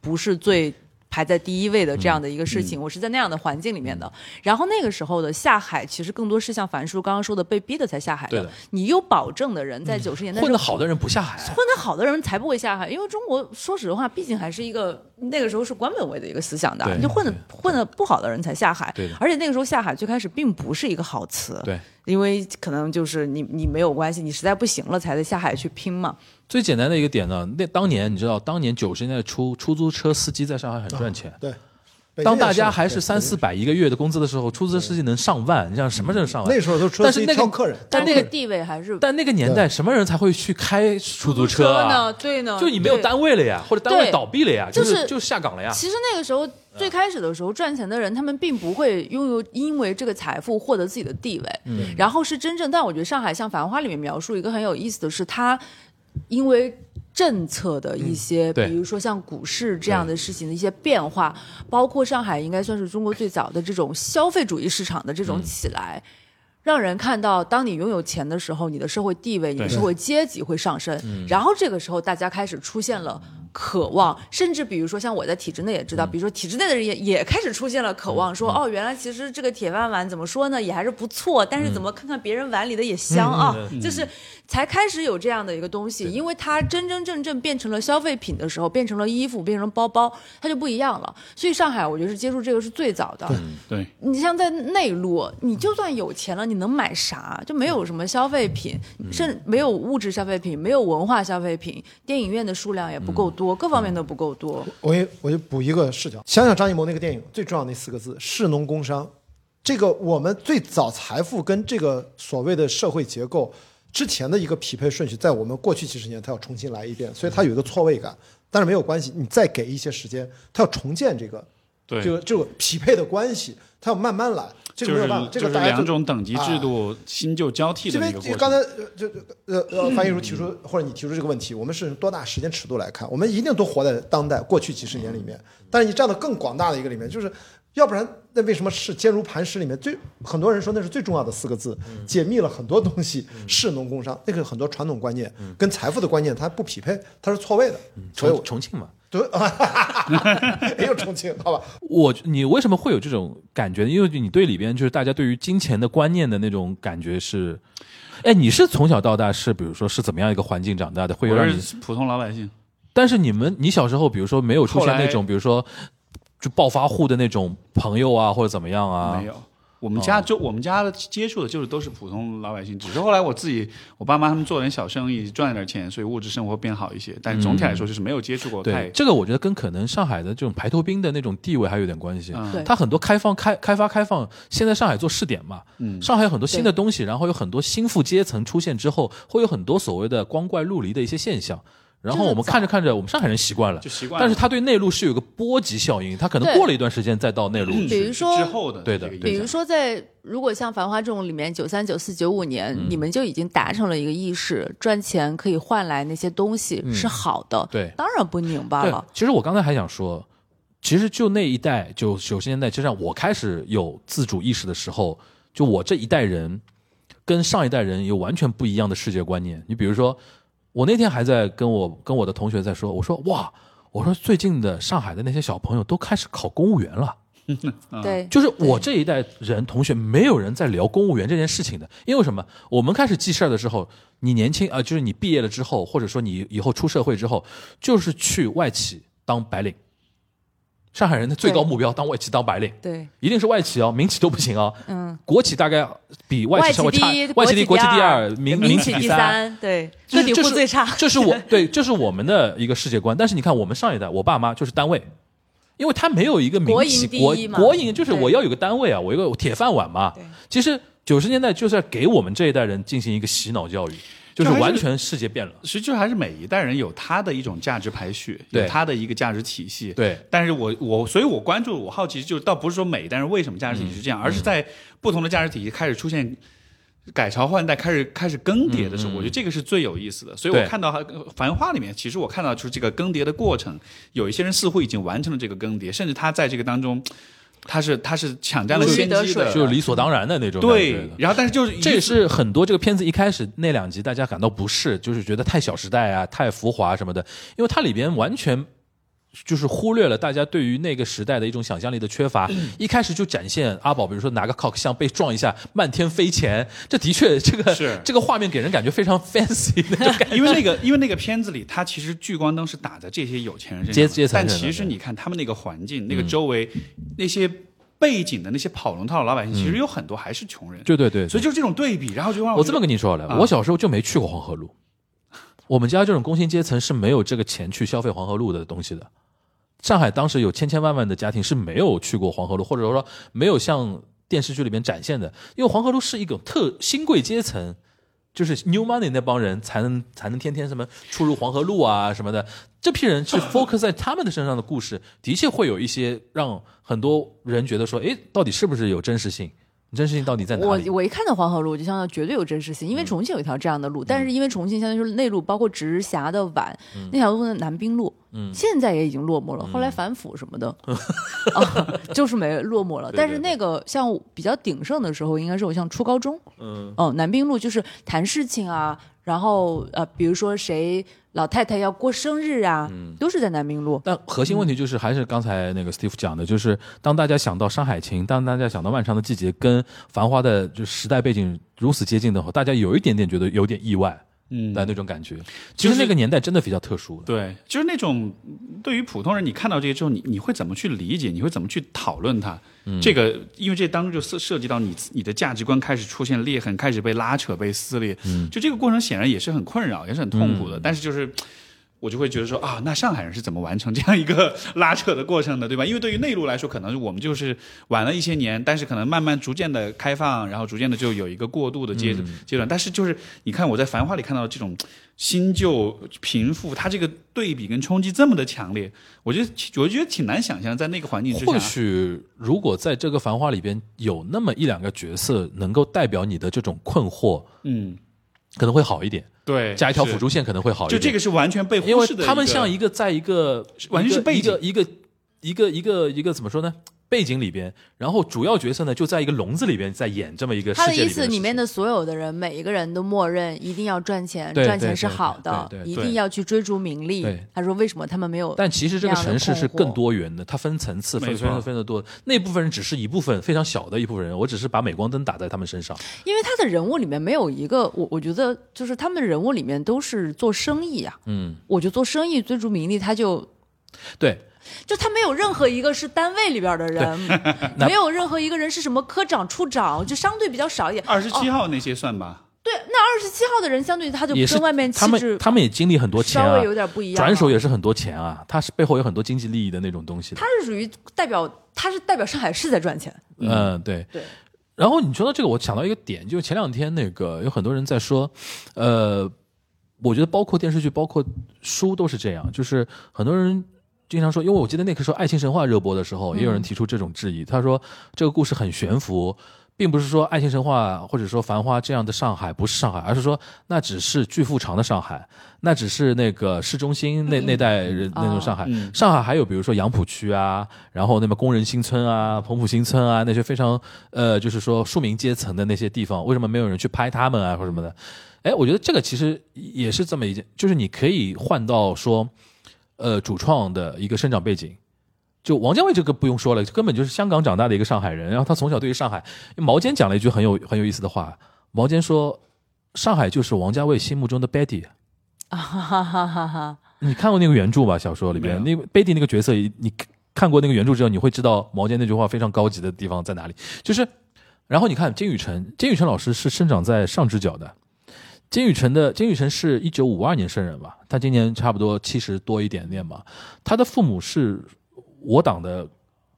[SPEAKER 4] 不是最排在第一位的这样的一个事
[SPEAKER 2] 嗯
[SPEAKER 4] 情。我是在那样的环境里面的。然后那个时候的下海，其实更多是像樊叔刚刚说的，被逼的才下海
[SPEAKER 2] 对
[SPEAKER 4] 的
[SPEAKER 2] 的。嗯
[SPEAKER 4] 你有保证的人，在九十年
[SPEAKER 3] 嗯
[SPEAKER 4] 代
[SPEAKER 2] 混
[SPEAKER 4] 是
[SPEAKER 2] 得好的人不下海，啊
[SPEAKER 4] 混得好的人才不会下海，因为中国说实话，毕竟还是一个那个时候是官本位的一个思想的啊，
[SPEAKER 2] 对
[SPEAKER 4] 你就混得
[SPEAKER 2] 对
[SPEAKER 4] 混得不好的人才下海
[SPEAKER 2] 对的。
[SPEAKER 4] 而且那个时候下海最开始并不是一个好词，
[SPEAKER 2] 对。
[SPEAKER 4] 因为可能就是你你没有关系，你实在不行了才得下海去拼嘛。
[SPEAKER 2] 最简单的一个点呢，那当年你知道，当年九十年代初，出租车司机在上海很赚钱。
[SPEAKER 3] 对，北京
[SPEAKER 2] 当大
[SPEAKER 3] 也
[SPEAKER 2] 家
[SPEAKER 3] 嘛
[SPEAKER 2] 还是
[SPEAKER 3] 嗯对
[SPEAKER 2] 三四百一个月的工资的时候，出租车司机能上万，你像什么人上万？
[SPEAKER 3] 那时候都车
[SPEAKER 2] 但
[SPEAKER 3] 司
[SPEAKER 2] 是
[SPEAKER 3] 机
[SPEAKER 2] 那个
[SPEAKER 3] 挑客人，
[SPEAKER 2] 但那个
[SPEAKER 4] 地位还是
[SPEAKER 2] 但那个年代，什么人才会去开出租车啊？
[SPEAKER 4] 对呢
[SPEAKER 2] 就你没有单位了呀，或者单位
[SPEAKER 4] 对
[SPEAKER 2] 倒闭了呀，就
[SPEAKER 4] 就是
[SPEAKER 2] 就下岗了呀。嗯
[SPEAKER 4] 其实那个时候最开始的时候，赚钱的人他们并不会拥有因为这个财富获得自己的地位，
[SPEAKER 2] 嗯
[SPEAKER 4] 然后是真正。但我觉得上海像《繁花》里面描述一个很有意思的是，他因为。政策的一些，
[SPEAKER 2] 嗯对
[SPEAKER 4] 比如说像股市这样的事情的一些变化，包括上海应该算是中国最早的这种消费主义市场的
[SPEAKER 2] 嗯
[SPEAKER 4] 这种起来，让人看到，当你拥有钱的时候，你的社会地位、你的社会阶级会上升，然后这个时候大家开始出现了渴望，甚至比如说像我在体制内也知道，比如说体制内的人也也开始出现了渴望，说哦，原来其实这个铁饭碗怎么说呢，也还是不错，但是怎么看看别人碗里的也香啊， 就是才开始有这样的一个东西，因为它真真正正变成了消费品的时候，变成了衣服，变成了包包，它就不一样了。所以上海，我觉得是接触这个是最早的。
[SPEAKER 5] 对，
[SPEAKER 4] 你像在内陆，你就算有钱了，你能买啥？就没有什么消费品，
[SPEAKER 2] 嗯
[SPEAKER 4] 甚没有物质消费品，没有文化消费品，电影院的数量也不
[SPEAKER 2] 嗯
[SPEAKER 4] 够多，各方面都不够多。
[SPEAKER 3] 我也我就补一个视角，想想张艺谋那个电影最重要的那四个字“士农工商”，这个我们最早财富跟这个所谓的社会结构之前的一个匹配顺序，在我们过去几十年它要重新来一遍，所以它有一个错位感，但是没有关系，你再给一些时间，它要重建这个
[SPEAKER 5] 对
[SPEAKER 3] 这个这个匹配的关系，它要慢慢来，这个
[SPEAKER 5] 就
[SPEAKER 3] 没有
[SPEAKER 5] 是
[SPEAKER 3] 办法，这
[SPEAKER 5] 就
[SPEAKER 3] 个
[SPEAKER 5] 是
[SPEAKER 3] 大家
[SPEAKER 5] 两
[SPEAKER 3] 就
[SPEAKER 5] 种等级制度新旧交替的
[SPEAKER 3] 因
[SPEAKER 5] 那
[SPEAKER 3] 为
[SPEAKER 5] 个过程。
[SPEAKER 3] 刚才呃就就呃呃，樊一茹提出
[SPEAKER 2] 嗯
[SPEAKER 3] 或者你提出这个问题，我们是多大时间尺度来看？我们一定都活在当代过去几十年里面，
[SPEAKER 2] 嗯
[SPEAKER 3] 但是你站到更广大的一个里面，就是要不然那为什么是坚如磐石里面最很多人说那是最重要的四个字，
[SPEAKER 2] 嗯
[SPEAKER 3] 解密了很多东西，士农工商，那个很多传统观念跟财富的观念它不匹配，它是错位的，所
[SPEAKER 2] 嗯重
[SPEAKER 3] 以我
[SPEAKER 2] 重庆嘛，
[SPEAKER 3] 对，也有重庆，好吧，
[SPEAKER 2] 我你为什么会有这种感觉？因为你对里边就是大家对于金钱的观念的那种感觉是，哎，你是从小到大是比如说是怎么样一个环境长大的？会让
[SPEAKER 5] 我
[SPEAKER 2] 你，
[SPEAKER 5] 是普通老百姓，
[SPEAKER 2] 但是你们你小时候比如说没有出
[SPEAKER 5] 后
[SPEAKER 2] 现
[SPEAKER 5] 来
[SPEAKER 2] 那种比如说就暴发户的那种朋友啊，或者怎么样啊？哦
[SPEAKER 5] 没有。我们家就我们家接触的就是都是普通老百姓，只是后来我自己，我爸妈他们做点小生意赚了点钱，所以物质生活变好一些。但总体来说就是没有接触过太
[SPEAKER 2] 嗯对，这个我觉得跟可能上海的这种排头兵的那种地位还有点关系。
[SPEAKER 5] 嗯
[SPEAKER 4] 对
[SPEAKER 2] 它很多开放开开发开放，现在上海做试点嘛，
[SPEAKER 5] 嗯
[SPEAKER 2] 上海有很多新的东西，然后有很多新富阶层出现之后，会有很多所谓的光怪陆离的一些现象。然后我们看着看着，我们上海人习惯了，
[SPEAKER 5] 就习惯了
[SPEAKER 2] 但是他对内陆是有一个波及效应，他可能
[SPEAKER 4] 对
[SPEAKER 2] 过了一段时间再到内陆
[SPEAKER 5] 嗯
[SPEAKER 4] 比
[SPEAKER 2] 去。
[SPEAKER 4] 如说
[SPEAKER 5] 之后的
[SPEAKER 2] 对的
[SPEAKER 5] 这个影响
[SPEAKER 4] 比如说在，如果像《繁花》这种里面，九三、九四、九五年，
[SPEAKER 2] 嗯
[SPEAKER 4] 你们就已经达成了一个意识，赚钱可以换来那些东西是好的，
[SPEAKER 2] 嗯对
[SPEAKER 4] 当然不拧巴
[SPEAKER 2] 对
[SPEAKER 4] 了，。
[SPEAKER 2] 其实我刚才还想说，其实就那一代，就九十年代，就像我开始有自主意识的时候，就我这一代人跟上一代人有完全不一样的世界观念。你比如说，我那天还在跟我跟我的同学在说，我说哇，我说最近的上海的那些小朋友都开始考公务员了。
[SPEAKER 4] 对，
[SPEAKER 2] 就是我这一代人同学，没有人在聊公务员这件事情的，因为什么？我们开始记事儿的时候，你年轻啊、呃就是你毕业了之后，或者说你以后出社会之后，就是去外企当白领。上海人的最高目标当外企当白领，
[SPEAKER 4] 对，
[SPEAKER 2] 一定是外企哦，民企都不行哦。嗯，国企大概比外企稍微
[SPEAKER 4] 企
[SPEAKER 2] 差
[SPEAKER 4] 第一，，
[SPEAKER 2] 外企第一，国
[SPEAKER 4] 企
[SPEAKER 2] 企第
[SPEAKER 4] 二
[SPEAKER 2] 二，，民
[SPEAKER 4] 民
[SPEAKER 2] 企
[SPEAKER 4] 第
[SPEAKER 2] 第三。，
[SPEAKER 4] 对，
[SPEAKER 2] 这
[SPEAKER 4] 个
[SPEAKER 2] 是
[SPEAKER 4] 体
[SPEAKER 2] 这
[SPEAKER 4] 户
[SPEAKER 2] 是
[SPEAKER 4] 最差。
[SPEAKER 2] 这是我 对，这是我们的一个世界观。但是你看，我们上一代，我爸妈就是单位，因为他没有一个民
[SPEAKER 4] 国
[SPEAKER 2] 企
[SPEAKER 4] 营第
[SPEAKER 2] 国
[SPEAKER 4] 一嘛
[SPEAKER 2] 国营就是
[SPEAKER 4] 对
[SPEAKER 2] 我要有个单位啊，我有个铁饭碗嘛。其实九十年代就是要给我们这一代人进行一个洗脑教育，就是
[SPEAKER 5] 还是
[SPEAKER 2] 完全世界变了。
[SPEAKER 5] 实际上还是每一代人有他的一种价值排序，
[SPEAKER 2] 对
[SPEAKER 5] 有他的一个价值体系。
[SPEAKER 2] 对
[SPEAKER 5] 但是我我所以，我关注
[SPEAKER 2] 嗯
[SPEAKER 5] 我好奇，就倒不是说每一代人为什么价值体系是这样，而是在不同的价值体系开始出现改朝换代开始开始更迭的时候，我觉得这个是最有意思的。所以我
[SPEAKER 2] 嗯对
[SPEAKER 5] 看到它《繁花》里面，其实我看到就是这个更迭的过程，有一些人似乎已经完成了这个更迭，甚至他在这个当中，他是他是抢占了
[SPEAKER 6] 如鱼
[SPEAKER 5] 先
[SPEAKER 6] 得
[SPEAKER 5] 机
[SPEAKER 6] 水
[SPEAKER 5] 的，
[SPEAKER 2] 就是理所当然的那种感觉
[SPEAKER 5] 对
[SPEAKER 2] 的。。
[SPEAKER 5] 然后但是就是
[SPEAKER 2] 这
[SPEAKER 5] 一
[SPEAKER 2] 也
[SPEAKER 5] 次
[SPEAKER 2] 是很多这个片子一开始那两集大家感到不适，就是觉得太小时代啊、太浮华什么的，因为它里边完全就是忽略了大家对于那个时代的一种想象力的缺乏。一开始就展现阿宝，比如说拿个 cock 像被撞一下，漫天飞钱，这的确这个
[SPEAKER 5] 是
[SPEAKER 2] 这个画面给人感觉非常 fancy 那种 感觉。
[SPEAKER 5] 因为那个，因为那个片子里，他其实聚光灯是打在这些有钱人身上
[SPEAKER 2] 阶
[SPEAKER 5] 的，
[SPEAKER 2] 阶层
[SPEAKER 5] 但
[SPEAKER 2] 上的嗯
[SPEAKER 5] 其实
[SPEAKER 2] 对
[SPEAKER 5] 你看他们那个环境，那个周围、那些背景的那些跑龙套的老百姓，其实有很多还是穷人，
[SPEAKER 2] 嗯对对对，
[SPEAKER 5] 所以就是这种对比，然后就让
[SPEAKER 2] 我这么
[SPEAKER 5] 个
[SPEAKER 2] 跟你说好了，
[SPEAKER 5] 啊
[SPEAKER 2] 我小时候就没去过黄河路。我们家这种工薪阶层是没有这个钱去消费黄河路的东西的。上海当时有千千万万的家庭是没有去过黄河路，或者说没有像电视剧里面展现的，因为黄河路是一种特新贵阶层，就是 new money 那帮人才能才能天天什么出入黄河路啊什么的。这批人是 focus 在他们的身上的故事，的确会有一些让很多人觉得说，诶，到底是不是有真实性？真实性到底在哪
[SPEAKER 4] 我
[SPEAKER 2] 里？嗯
[SPEAKER 4] 我一看到黄河路，我就想到绝对有真实性，因为重庆有一条这样的路，但是因为重庆相当于是内陆，包括直辖的皖、
[SPEAKER 2] 嗯
[SPEAKER 4] 那条路的南滨路，现在也已经落寞了。后来反腐什 么的，啊，就是没落寞了。
[SPEAKER 2] 对
[SPEAKER 4] 但是那个像比较鼎盛的时候，应该是我像初高中，
[SPEAKER 2] 嗯，
[SPEAKER 4] 哦，南滨路就是谈事情啊，然后呃，比如说谁老太太要过生日啊，
[SPEAKER 2] 嗯
[SPEAKER 4] 都是在南滨路。
[SPEAKER 2] 但核
[SPEAKER 5] 嗯
[SPEAKER 2] 心问题就是，还是刚才那个 Steve 讲的，就是当大家想到《山海情》，当大家想到《漫长的季节》跟《繁花》的就时代背景如此接近的话，大家有一点点觉得有点意外
[SPEAKER 5] 嗯
[SPEAKER 2] 的那种感觉。其实那个年代真的比较特殊了。
[SPEAKER 5] 对，就是那种对于普通人，你看到这些之后，你你会怎么去理解？你会怎么去讨论它？
[SPEAKER 2] 嗯
[SPEAKER 5] 这个，因为这当中就涉涉及到你你的价值观开始出现裂痕，开始被拉扯、被撕裂。
[SPEAKER 2] 嗯
[SPEAKER 5] 就这个过程显然也是很困扰，也是很痛苦的。但是就是。我就会觉得说啊，那上海人是怎么完成这样一个 拉扯的过程的，对吧？因为对于内陆来说，可能我们就是晚了一些年，但是可能慢慢逐渐的开放，然后逐渐的就有一个过渡的阶、阶段。但是就是你看我在《繁花》里看到这种新旧贫富，它这个对比跟冲击这么的强烈，我觉得我觉得挺难想象在那个环境之下，
[SPEAKER 2] 或许如果在这个《繁花》里边有那么一两个角色能够代表你的这种困惑，
[SPEAKER 5] 嗯，
[SPEAKER 2] 可能会好一点，
[SPEAKER 5] 对，
[SPEAKER 2] 加一条辅
[SPEAKER 5] 是
[SPEAKER 2] 助，线可能会好一
[SPEAKER 5] 就
[SPEAKER 2] 点。
[SPEAKER 5] 这个是完全被忽
[SPEAKER 2] 因为
[SPEAKER 5] 视的，
[SPEAKER 2] 他们像一个在一个
[SPEAKER 5] 完全是背景
[SPEAKER 2] 一个一个一个一个一个怎么说呢？背景里边，然后主要角色呢就在一个笼子里边在演这么一个世
[SPEAKER 6] 他的
[SPEAKER 2] 界
[SPEAKER 6] 意
[SPEAKER 2] 里边
[SPEAKER 6] 思，
[SPEAKER 2] 的
[SPEAKER 6] 里面
[SPEAKER 2] 事
[SPEAKER 6] 的所有的人，每一个人都默认一定要赚钱，
[SPEAKER 2] 对
[SPEAKER 6] 赚
[SPEAKER 2] 对
[SPEAKER 6] 钱是
[SPEAKER 2] 对
[SPEAKER 6] 好的
[SPEAKER 2] 对，对
[SPEAKER 6] 一
[SPEAKER 5] 对
[SPEAKER 6] 定要去追逐名利
[SPEAKER 2] 对。
[SPEAKER 6] 他说为什么他们没有
[SPEAKER 2] 情。？但其实这个
[SPEAKER 6] 这样的
[SPEAKER 2] 城市是
[SPEAKER 6] 困惑
[SPEAKER 2] 更多元的，它分层次、
[SPEAKER 5] 没
[SPEAKER 2] 分
[SPEAKER 5] 错
[SPEAKER 2] 分分分的多。那部分人只是一部分非常小的一部分人，我只是把镁光灯打在他们身上。
[SPEAKER 4] 因为他的人物里面没有一个，我我觉得就是他们人物里面都是做生意啊，
[SPEAKER 2] 嗯，
[SPEAKER 4] 我就做生意追逐名利，他就
[SPEAKER 2] 对，
[SPEAKER 4] 就他没有任何一个是单位里边的人， 没有任何一个人是什么科长、处长，就相对比较少一点。
[SPEAKER 5] 二十
[SPEAKER 2] 哦
[SPEAKER 5] 七号那些算吧。
[SPEAKER 4] 对，那二十七号的人相对他就
[SPEAKER 2] 也是
[SPEAKER 4] 跟外面
[SPEAKER 2] 他
[SPEAKER 4] 气质
[SPEAKER 2] 们他们也经历很多钱
[SPEAKER 4] 稍
[SPEAKER 2] 啊
[SPEAKER 4] 微，有点不一样、
[SPEAKER 2] 转手，也是很多钱啊，他是背后有很多经济利益的那种东西的。
[SPEAKER 4] 他是属于代表，他是代表上海市在赚钱。
[SPEAKER 2] 嗯，对
[SPEAKER 4] 对。
[SPEAKER 2] 然后你说到这个，我想到一个点，就是前两天那个有很多人在说，呃，我觉得包括电视剧、包括书都是这样，就是很多人经常说，因为我记得那个时候《爱情神话》热播的时候，也有人提出这种质疑，他说这个故事很悬浮，并不是说《爱情神话》或者说《繁花》这样的上海不是上海，而是说那只是巨富长的上海，那只是那个市中心那那代人那种上海。
[SPEAKER 5] 嗯
[SPEAKER 2] 上海还有比如说杨浦区啊，然后那么工人新村啊、彭浦新村啊那些非常呃，就是说庶民阶层的那些地方，为什么没有人去拍他们啊或什么的？哎，我觉得这个其实也是这么一件，就是你可以换到说，呃，主创的一个生长背景。就王家卫这个不用说了，根本就是香港长大的一个上海人，然后他从小对于上海，毛尖讲了一句很有很有意思的话，毛尖说，上海就是王家卫心目中的 Betty。
[SPEAKER 4] 哈哈哈哈！
[SPEAKER 2] 你看过那个原著吧？小说里边
[SPEAKER 5] 没
[SPEAKER 2] 那个 Betty 那个角色，你看过那个原著之后，你会知道毛尖那句话非常高级的地方在哪里。就是，然后你看金宇澄，金宇澄老师是生长在上直角的。金宇澄的金宇澄是一九五二年生人吧？他今年差不多七十多一点点吧。他的父母是我党的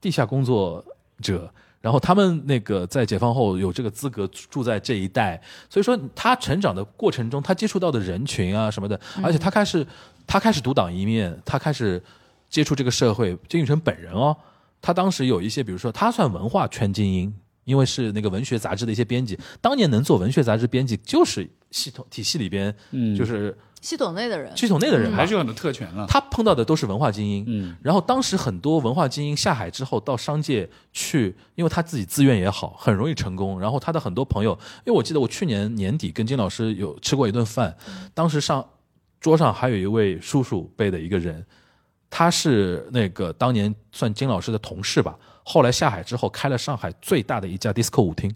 [SPEAKER 2] 地下工作者，然后他们那个在解放后有这个资格住在这一带，所以说他成长的过程中，他接触到的人群啊什么的，而且他开始他开始独当一面，他开始接触这个社会。金宇澄本人哦，他当时有一些，比如说他算文化圈精英。因为是那个文学杂志的一些编辑，当年能做文学杂志编辑就是系统体系里边，
[SPEAKER 5] 嗯
[SPEAKER 2] 就是
[SPEAKER 6] 系统内的人，
[SPEAKER 2] 系统内的人嘛
[SPEAKER 5] 还是有很多特权了。
[SPEAKER 2] 他碰到的都是文化精英，
[SPEAKER 5] 嗯，
[SPEAKER 2] 然后当时很多文化精英下海之后到商界去，因为他自己自愿也好，很容易成功。然后他的很多朋友，因为我记得我去年年底跟金老师有吃过一顿饭，当时上桌上还有一位叔叔辈的一个人，他是那个当年算金老师的同事吧，后来下海之后开了上海最大的一家 disco 舞厅。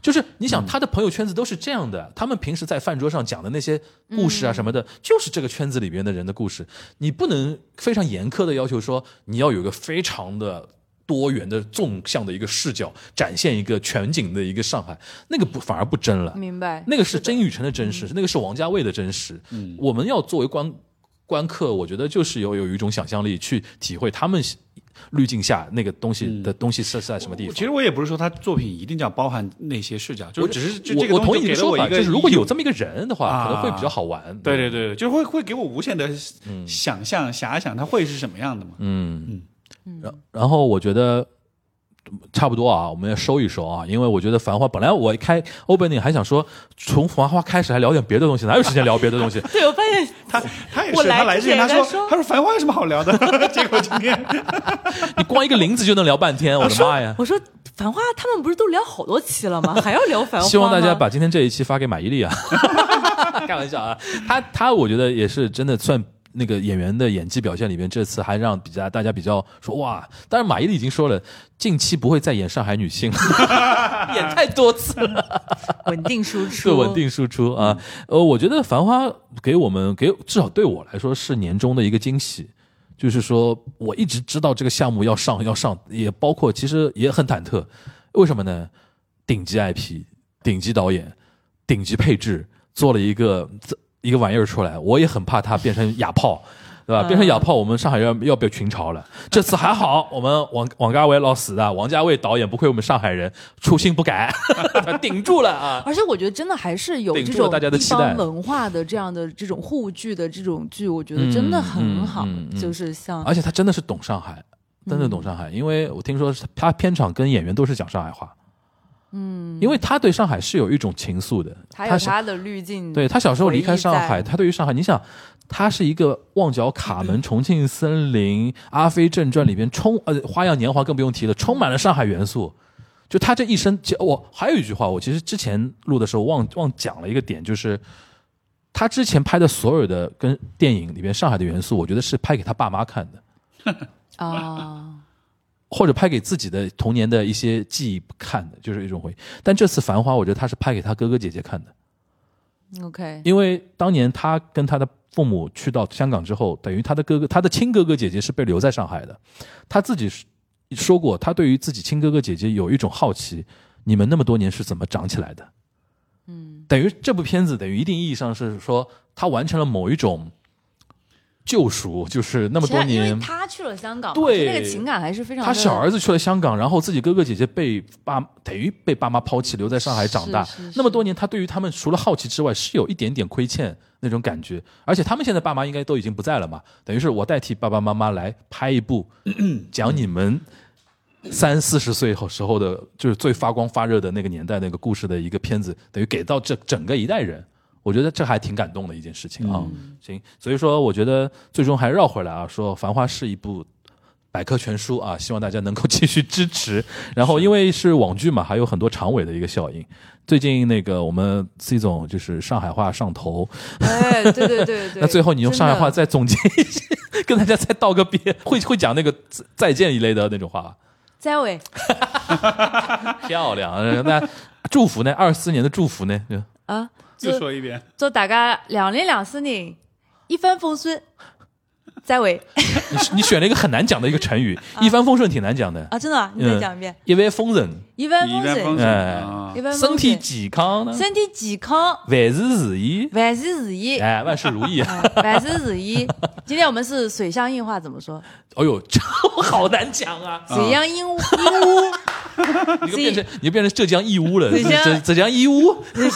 [SPEAKER 2] 就是你想，他的朋友圈子都是这样的，他们平时在饭桌上讲的那些故事啊什么的，就是这个圈子里边的人的故事。你不能非常严苛的要求说你要有一个非常的多元的纵向的一个视角，展现一个全景的一个上海，那个不反而不真了。
[SPEAKER 6] 明白？
[SPEAKER 2] 那个哎是曾雨辰的嗯真实，那个是王家卫的真实。我们要作为观观客，我觉得就是有有一种想象力去体会他们滤镜下那个东西的东西是在什么地方。
[SPEAKER 5] 其实我也不是说他作品一定要包含那些视角，就
[SPEAKER 2] 我
[SPEAKER 5] 只是就
[SPEAKER 2] 我
[SPEAKER 5] 这个
[SPEAKER 2] 我
[SPEAKER 5] 东
[SPEAKER 2] 同
[SPEAKER 5] 西
[SPEAKER 2] 意你
[SPEAKER 5] 给
[SPEAKER 2] 的
[SPEAKER 5] 了
[SPEAKER 2] 说
[SPEAKER 5] 我
[SPEAKER 2] 法，
[SPEAKER 5] 一个
[SPEAKER 2] 就是如果
[SPEAKER 5] 意义
[SPEAKER 2] 有这么一个人的话，
[SPEAKER 5] 啊
[SPEAKER 2] 可能会比较好玩。
[SPEAKER 5] 对对对，就是会会给我无限的想象、遐想，它会是什么样的嘛？
[SPEAKER 2] 嗯，然然后我觉得差不多啊，我们也收一收啊，因为我觉得《繁花》本来我一开 opening 还想说从《繁花》开始还聊点别的东西，哪有时间聊别的东西？
[SPEAKER 6] 对，我发现
[SPEAKER 5] 他他也
[SPEAKER 6] 我
[SPEAKER 5] 是，
[SPEAKER 6] 来
[SPEAKER 5] 他来
[SPEAKER 6] 之
[SPEAKER 5] 之前
[SPEAKER 6] 前
[SPEAKER 5] 他
[SPEAKER 6] 他
[SPEAKER 5] 说
[SPEAKER 6] 说
[SPEAKER 5] 他说《繁花》有什么好聊的？ 结果今天
[SPEAKER 2] 你光一个林子就能聊半天，我 的妈呀！
[SPEAKER 6] 我说繁花他们不是都聊好多期了吗？还要聊繁花吗？
[SPEAKER 2] 希望大家把今天这一期发给马伊琍啊， 开玩笑啊，她她我觉得也是真的算那个演员的演技表现里面，这次还让比较大家比较说哇，当然马伊琍已经说了，近期不会再演上海女性了，演太多次了。
[SPEAKER 6] 稳定 输
[SPEAKER 2] 是
[SPEAKER 6] 出，
[SPEAKER 2] 稳定输出啊。呃，我觉得《繁花》给我们给至少对我来说是年终的一个惊喜，就是说我一直知道这个项目要上要上，也包括其实也很忐忑，为什么呢？顶级 IP、顶级导演、顶级配置做了一个这一个玩意儿出来，我也很怕它变成哑炮。对吧？变成哑炮，我们上海要要被群嘲了。这次还好， 我们王王家卫老死的，王家卫导演不愧我们上海人，初心不改，顶住了啊！
[SPEAKER 6] 而且我觉得真的还是有
[SPEAKER 2] 顶
[SPEAKER 6] 这
[SPEAKER 2] 住了
[SPEAKER 6] 种
[SPEAKER 2] 大家的
[SPEAKER 6] 地
[SPEAKER 2] 期待
[SPEAKER 6] 方文化的这样的这种沪剧的这种剧，我觉得真的很好，
[SPEAKER 2] 嗯嗯嗯嗯
[SPEAKER 6] 就是像
[SPEAKER 2] 而且他真的是懂上海，真的懂
[SPEAKER 6] 嗯
[SPEAKER 2] 上海，因为我听说是他片场跟演员都是讲上海话，嗯，因为他对上海是有一种情愫的，
[SPEAKER 6] 还有
[SPEAKER 2] 是
[SPEAKER 6] 他的滤镜，
[SPEAKER 2] 对他小时候离开上
[SPEAKER 6] 回
[SPEAKER 2] 海，
[SPEAKER 6] 忆在
[SPEAKER 2] 他对于上海，你想，他是一个《旺角卡门》《重庆森林》 《阿飞正传》里边充呃《花样年华》更不用提了，充满了上海元素。就他这一生，其我还有一句话，我其实之前录的时候忘忘讲了一个点，就是他之前拍的所有的跟电影里边上海的元素，我觉得是拍给他爸妈看的。
[SPEAKER 6] 啊，
[SPEAKER 2] 或者拍给自己的童年的一些记忆看的，就是一种回忆。但这次《繁花》，我觉得他是拍给他哥哥姐姐看的，
[SPEAKER 6] OK，
[SPEAKER 2] 因为当年他跟他的父母去到香港之后，等于他的哥哥、他的亲哥哥姐姐是被留在上海的。他自己说过，他对于自己亲哥哥姐姐有一种好奇：你们那么多年是怎么长起来的？嗯，等于这部片子等于一定意义上是说，他完成了某一种救赎，就是那么
[SPEAKER 6] 其他
[SPEAKER 2] 多
[SPEAKER 6] 啊因为
[SPEAKER 2] 年。
[SPEAKER 6] 他去了香港嘛，
[SPEAKER 2] 对
[SPEAKER 6] 那个情感还是非常
[SPEAKER 2] 他
[SPEAKER 6] 的
[SPEAKER 2] 小儿子去了香港，然后自己哥哥姐姐被爸等于被爸妈抛弃，留在上海长大。
[SPEAKER 6] 是是是
[SPEAKER 2] 那么多年，他对于他们除了好奇之外，是有一点点亏欠那种感觉。而且他们现在爸妈应该都已经不在了嘛，等于是我代替爸爸妈妈来拍一部讲你们三四十岁后时候的，就是最发光发热的那个年代那个故事的一个片子，等于给到这整个一代人。我觉得这还挺感动的一件事情啊，行，所以说我觉得最终还绕回来啊，说《繁花》是一部百科全书啊，希望大家能够继续支持。然后因为是网剧嘛，还有很多长尾的一个效应。最近那个我们 C 总就是上海话上头，
[SPEAKER 6] 哎，对对对对，
[SPEAKER 2] 那最后你用上海话
[SPEAKER 6] 真的
[SPEAKER 2] 再总结一下，跟大家再道个别， 会会讲那个再再见一类的那种话。
[SPEAKER 6] 再伟，
[SPEAKER 2] 漂亮，呃那祝福呢？二四年的祝福呢？就
[SPEAKER 6] 啊，
[SPEAKER 5] 又说一遍，
[SPEAKER 6] 祝大家两零两四年一帆风顺，再伟
[SPEAKER 2] 你你选了一个很难讲的一个 成语，一帆风顺挺难讲的。嗯
[SPEAKER 6] 啊，真的啊啊，你再讲一遍，
[SPEAKER 2] 一帆风顺，
[SPEAKER 6] 一帆
[SPEAKER 5] 一
[SPEAKER 6] 风
[SPEAKER 5] 帆风
[SPEAKER 6] 顺，
[SPEAKER 5] 顺
[SPEAKER 2] 哎
[SPEAKER 5] 啊
[SPEAKER 6] 一，帆
[SPEAKER 2] 身
[SPEAKER 6] 风
[SPEAKER 2] 体
[SPEAKER 6] 顺，
[SPEAKER 2] 健康呢，
[SPEAKER 6] 身体健康，
[SPEAKER 2] 万事如意，
[SPEAKER 6] 万事如意。
[SPEAKER 2] 哎，万事 如意。哎
[SPEAKER 6] 百事如意。今天我们是水乡映画怎么说？
[SPEAKER 2] 哎呦，这我好难讲 啊！哎
[SPEAKER 6] 水乡映屋映
[SPEAKER 2] 你就变成你就变成浙江义乌了，
[SPEAKER 6] 浙江
[SPEAKER 2] 浙浙江义乌
[SPEAKER 6] 屋，水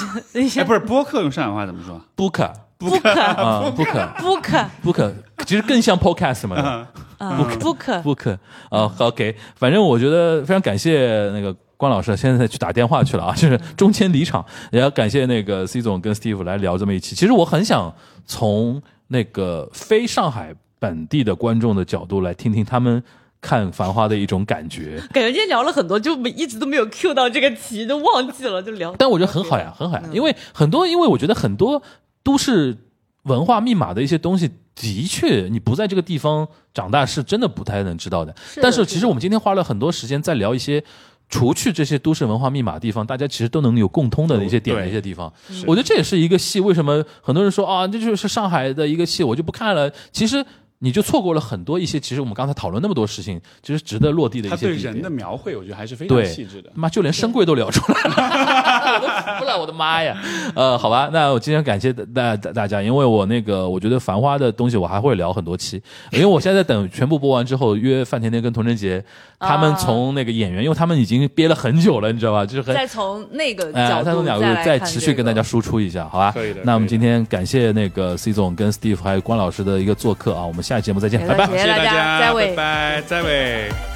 [SPEAKER 5] 哎，
[SPEAKER 6] 乡
[SPEAKER 5] 不是播客用上海话怎么说？
[SPEAKER 2] book
[SPEAKER 6] 不可
[SPEAKER 2] 啊 book
[SPEAKER 6] 不可
[SPEAKER 2] book，其实更像 podcast 嘛
[SPEAKER 6] 啊不可，
[SPEAKER 2] book 啊好 OK，反正我觉得非常感谢那个关老师现在去打电话去了啊，就是中间离场，也要感谢那个 C 总跟 Steve 来聊这么一期。其实我很想从那个非上海本地的观众的角度来听听他们看《繁花》的一种感觉，
[SPEAKER 6] 感觉今天聊了很多，就没一直都没有 cue 到这个题，都忘记了，就聊。
[SPEAKER 2] 但我觉得很好呀，很好呀，
[SPEAKER 6] 嗯
[SPEAKER 2] 因为很多，因为我觉得很多都市文化密码的一些东西，的确你不在这个地方长大是真的不太能知道的。
[SPEAKER 6] 的
[SPEAKER 2] 但
[SPEAKER 6] 是
[SPEAKER 2] 是
[SPEAKER 6] 的
[SPEAKER 2] 其实我们今天花了很多时间在聊一些。除去这些都市文化密码的地方，大家其实都能有共通的一些点的
[SPEAKER 5] 对
[SPEAKER 2] 一些地方。
[SPEAKER 6] 嗯
[SPEAKER 2] 我觉得这也是一个戏，为什么很多人说啊，这就是上海的一个戏，我就不看了。其实你就错过了很多一些，其实我们刚才讨论那么多事情，其实值得落地的一
[SPEAKER 5] 他
[SPEAKER 2] 些
[SPEAKER 5] 对
[SPEAKER 2] 地点
[SPEAKER 5] 人的描绘，我觉得还是非常
[SPEAKER 2] 对，
[SPEAKER 5] 细致的。
[SPEAKER 2] 妈，就连深柜都聊出来 了，我 都服了，我的妈呀！呃，好吧，那我今天感谢大大大家，因为我那个我觉得《繁花》的东西我还会聊很多期，因为我现在在等全部播完之后，约范甜甜跟童晨杰
[SPEAKER 6] 啊
[SPEAKER 2] 他们从那个演员，因为他们已经憋了很久了，你知道吧？就是很。
[SPEAKER 6] 再从那个
[SPEAKER 2] 哎，
[SPEAKER 6] 角
[SPEAKER 2] 他
[SPEAKER 6] 度
[SPEAKER 2] 们两
[SPEAKER 6] 再
[SPEAKER 2] 个
[SPEAKER 6] 来
[SPEAKER 2] 再
[SPEAKER 6] 看
[SPEAKER 2] 持
[SPEAKER 6] 这
[SPEAKER 2] 续
[SPEAKER 6] 个
[SPEAKER 2] 跟大家输出一下，好吧
[SPEAKER 5] 可以的？
[SPEAKER 2] 那我们
[SPEAKER 5] 可以
[SPEAKER 2] 今
[SPEAKER 5] 的
[SPEAKER 2] 天感谢那个 C 总跟 Steve 还有关老师的一个做客啊，我们下期节目再见，
[SPEAKER 6] 没
[SPEAKER 2] 拜
[SPEAKER 6] 问
[SPEAKER 2] 拜
[SPEAKER 6] 题。谢谢
[SPEAKER 5] 谢谢
[SPEAKER 6] 大
[SPEAKER 5] 大
[SPEAKER 6] 家
[SPEAKER 5] 家，
[SPEAKER 6] 再会
[SPEAKER 5] 拜拜，再会。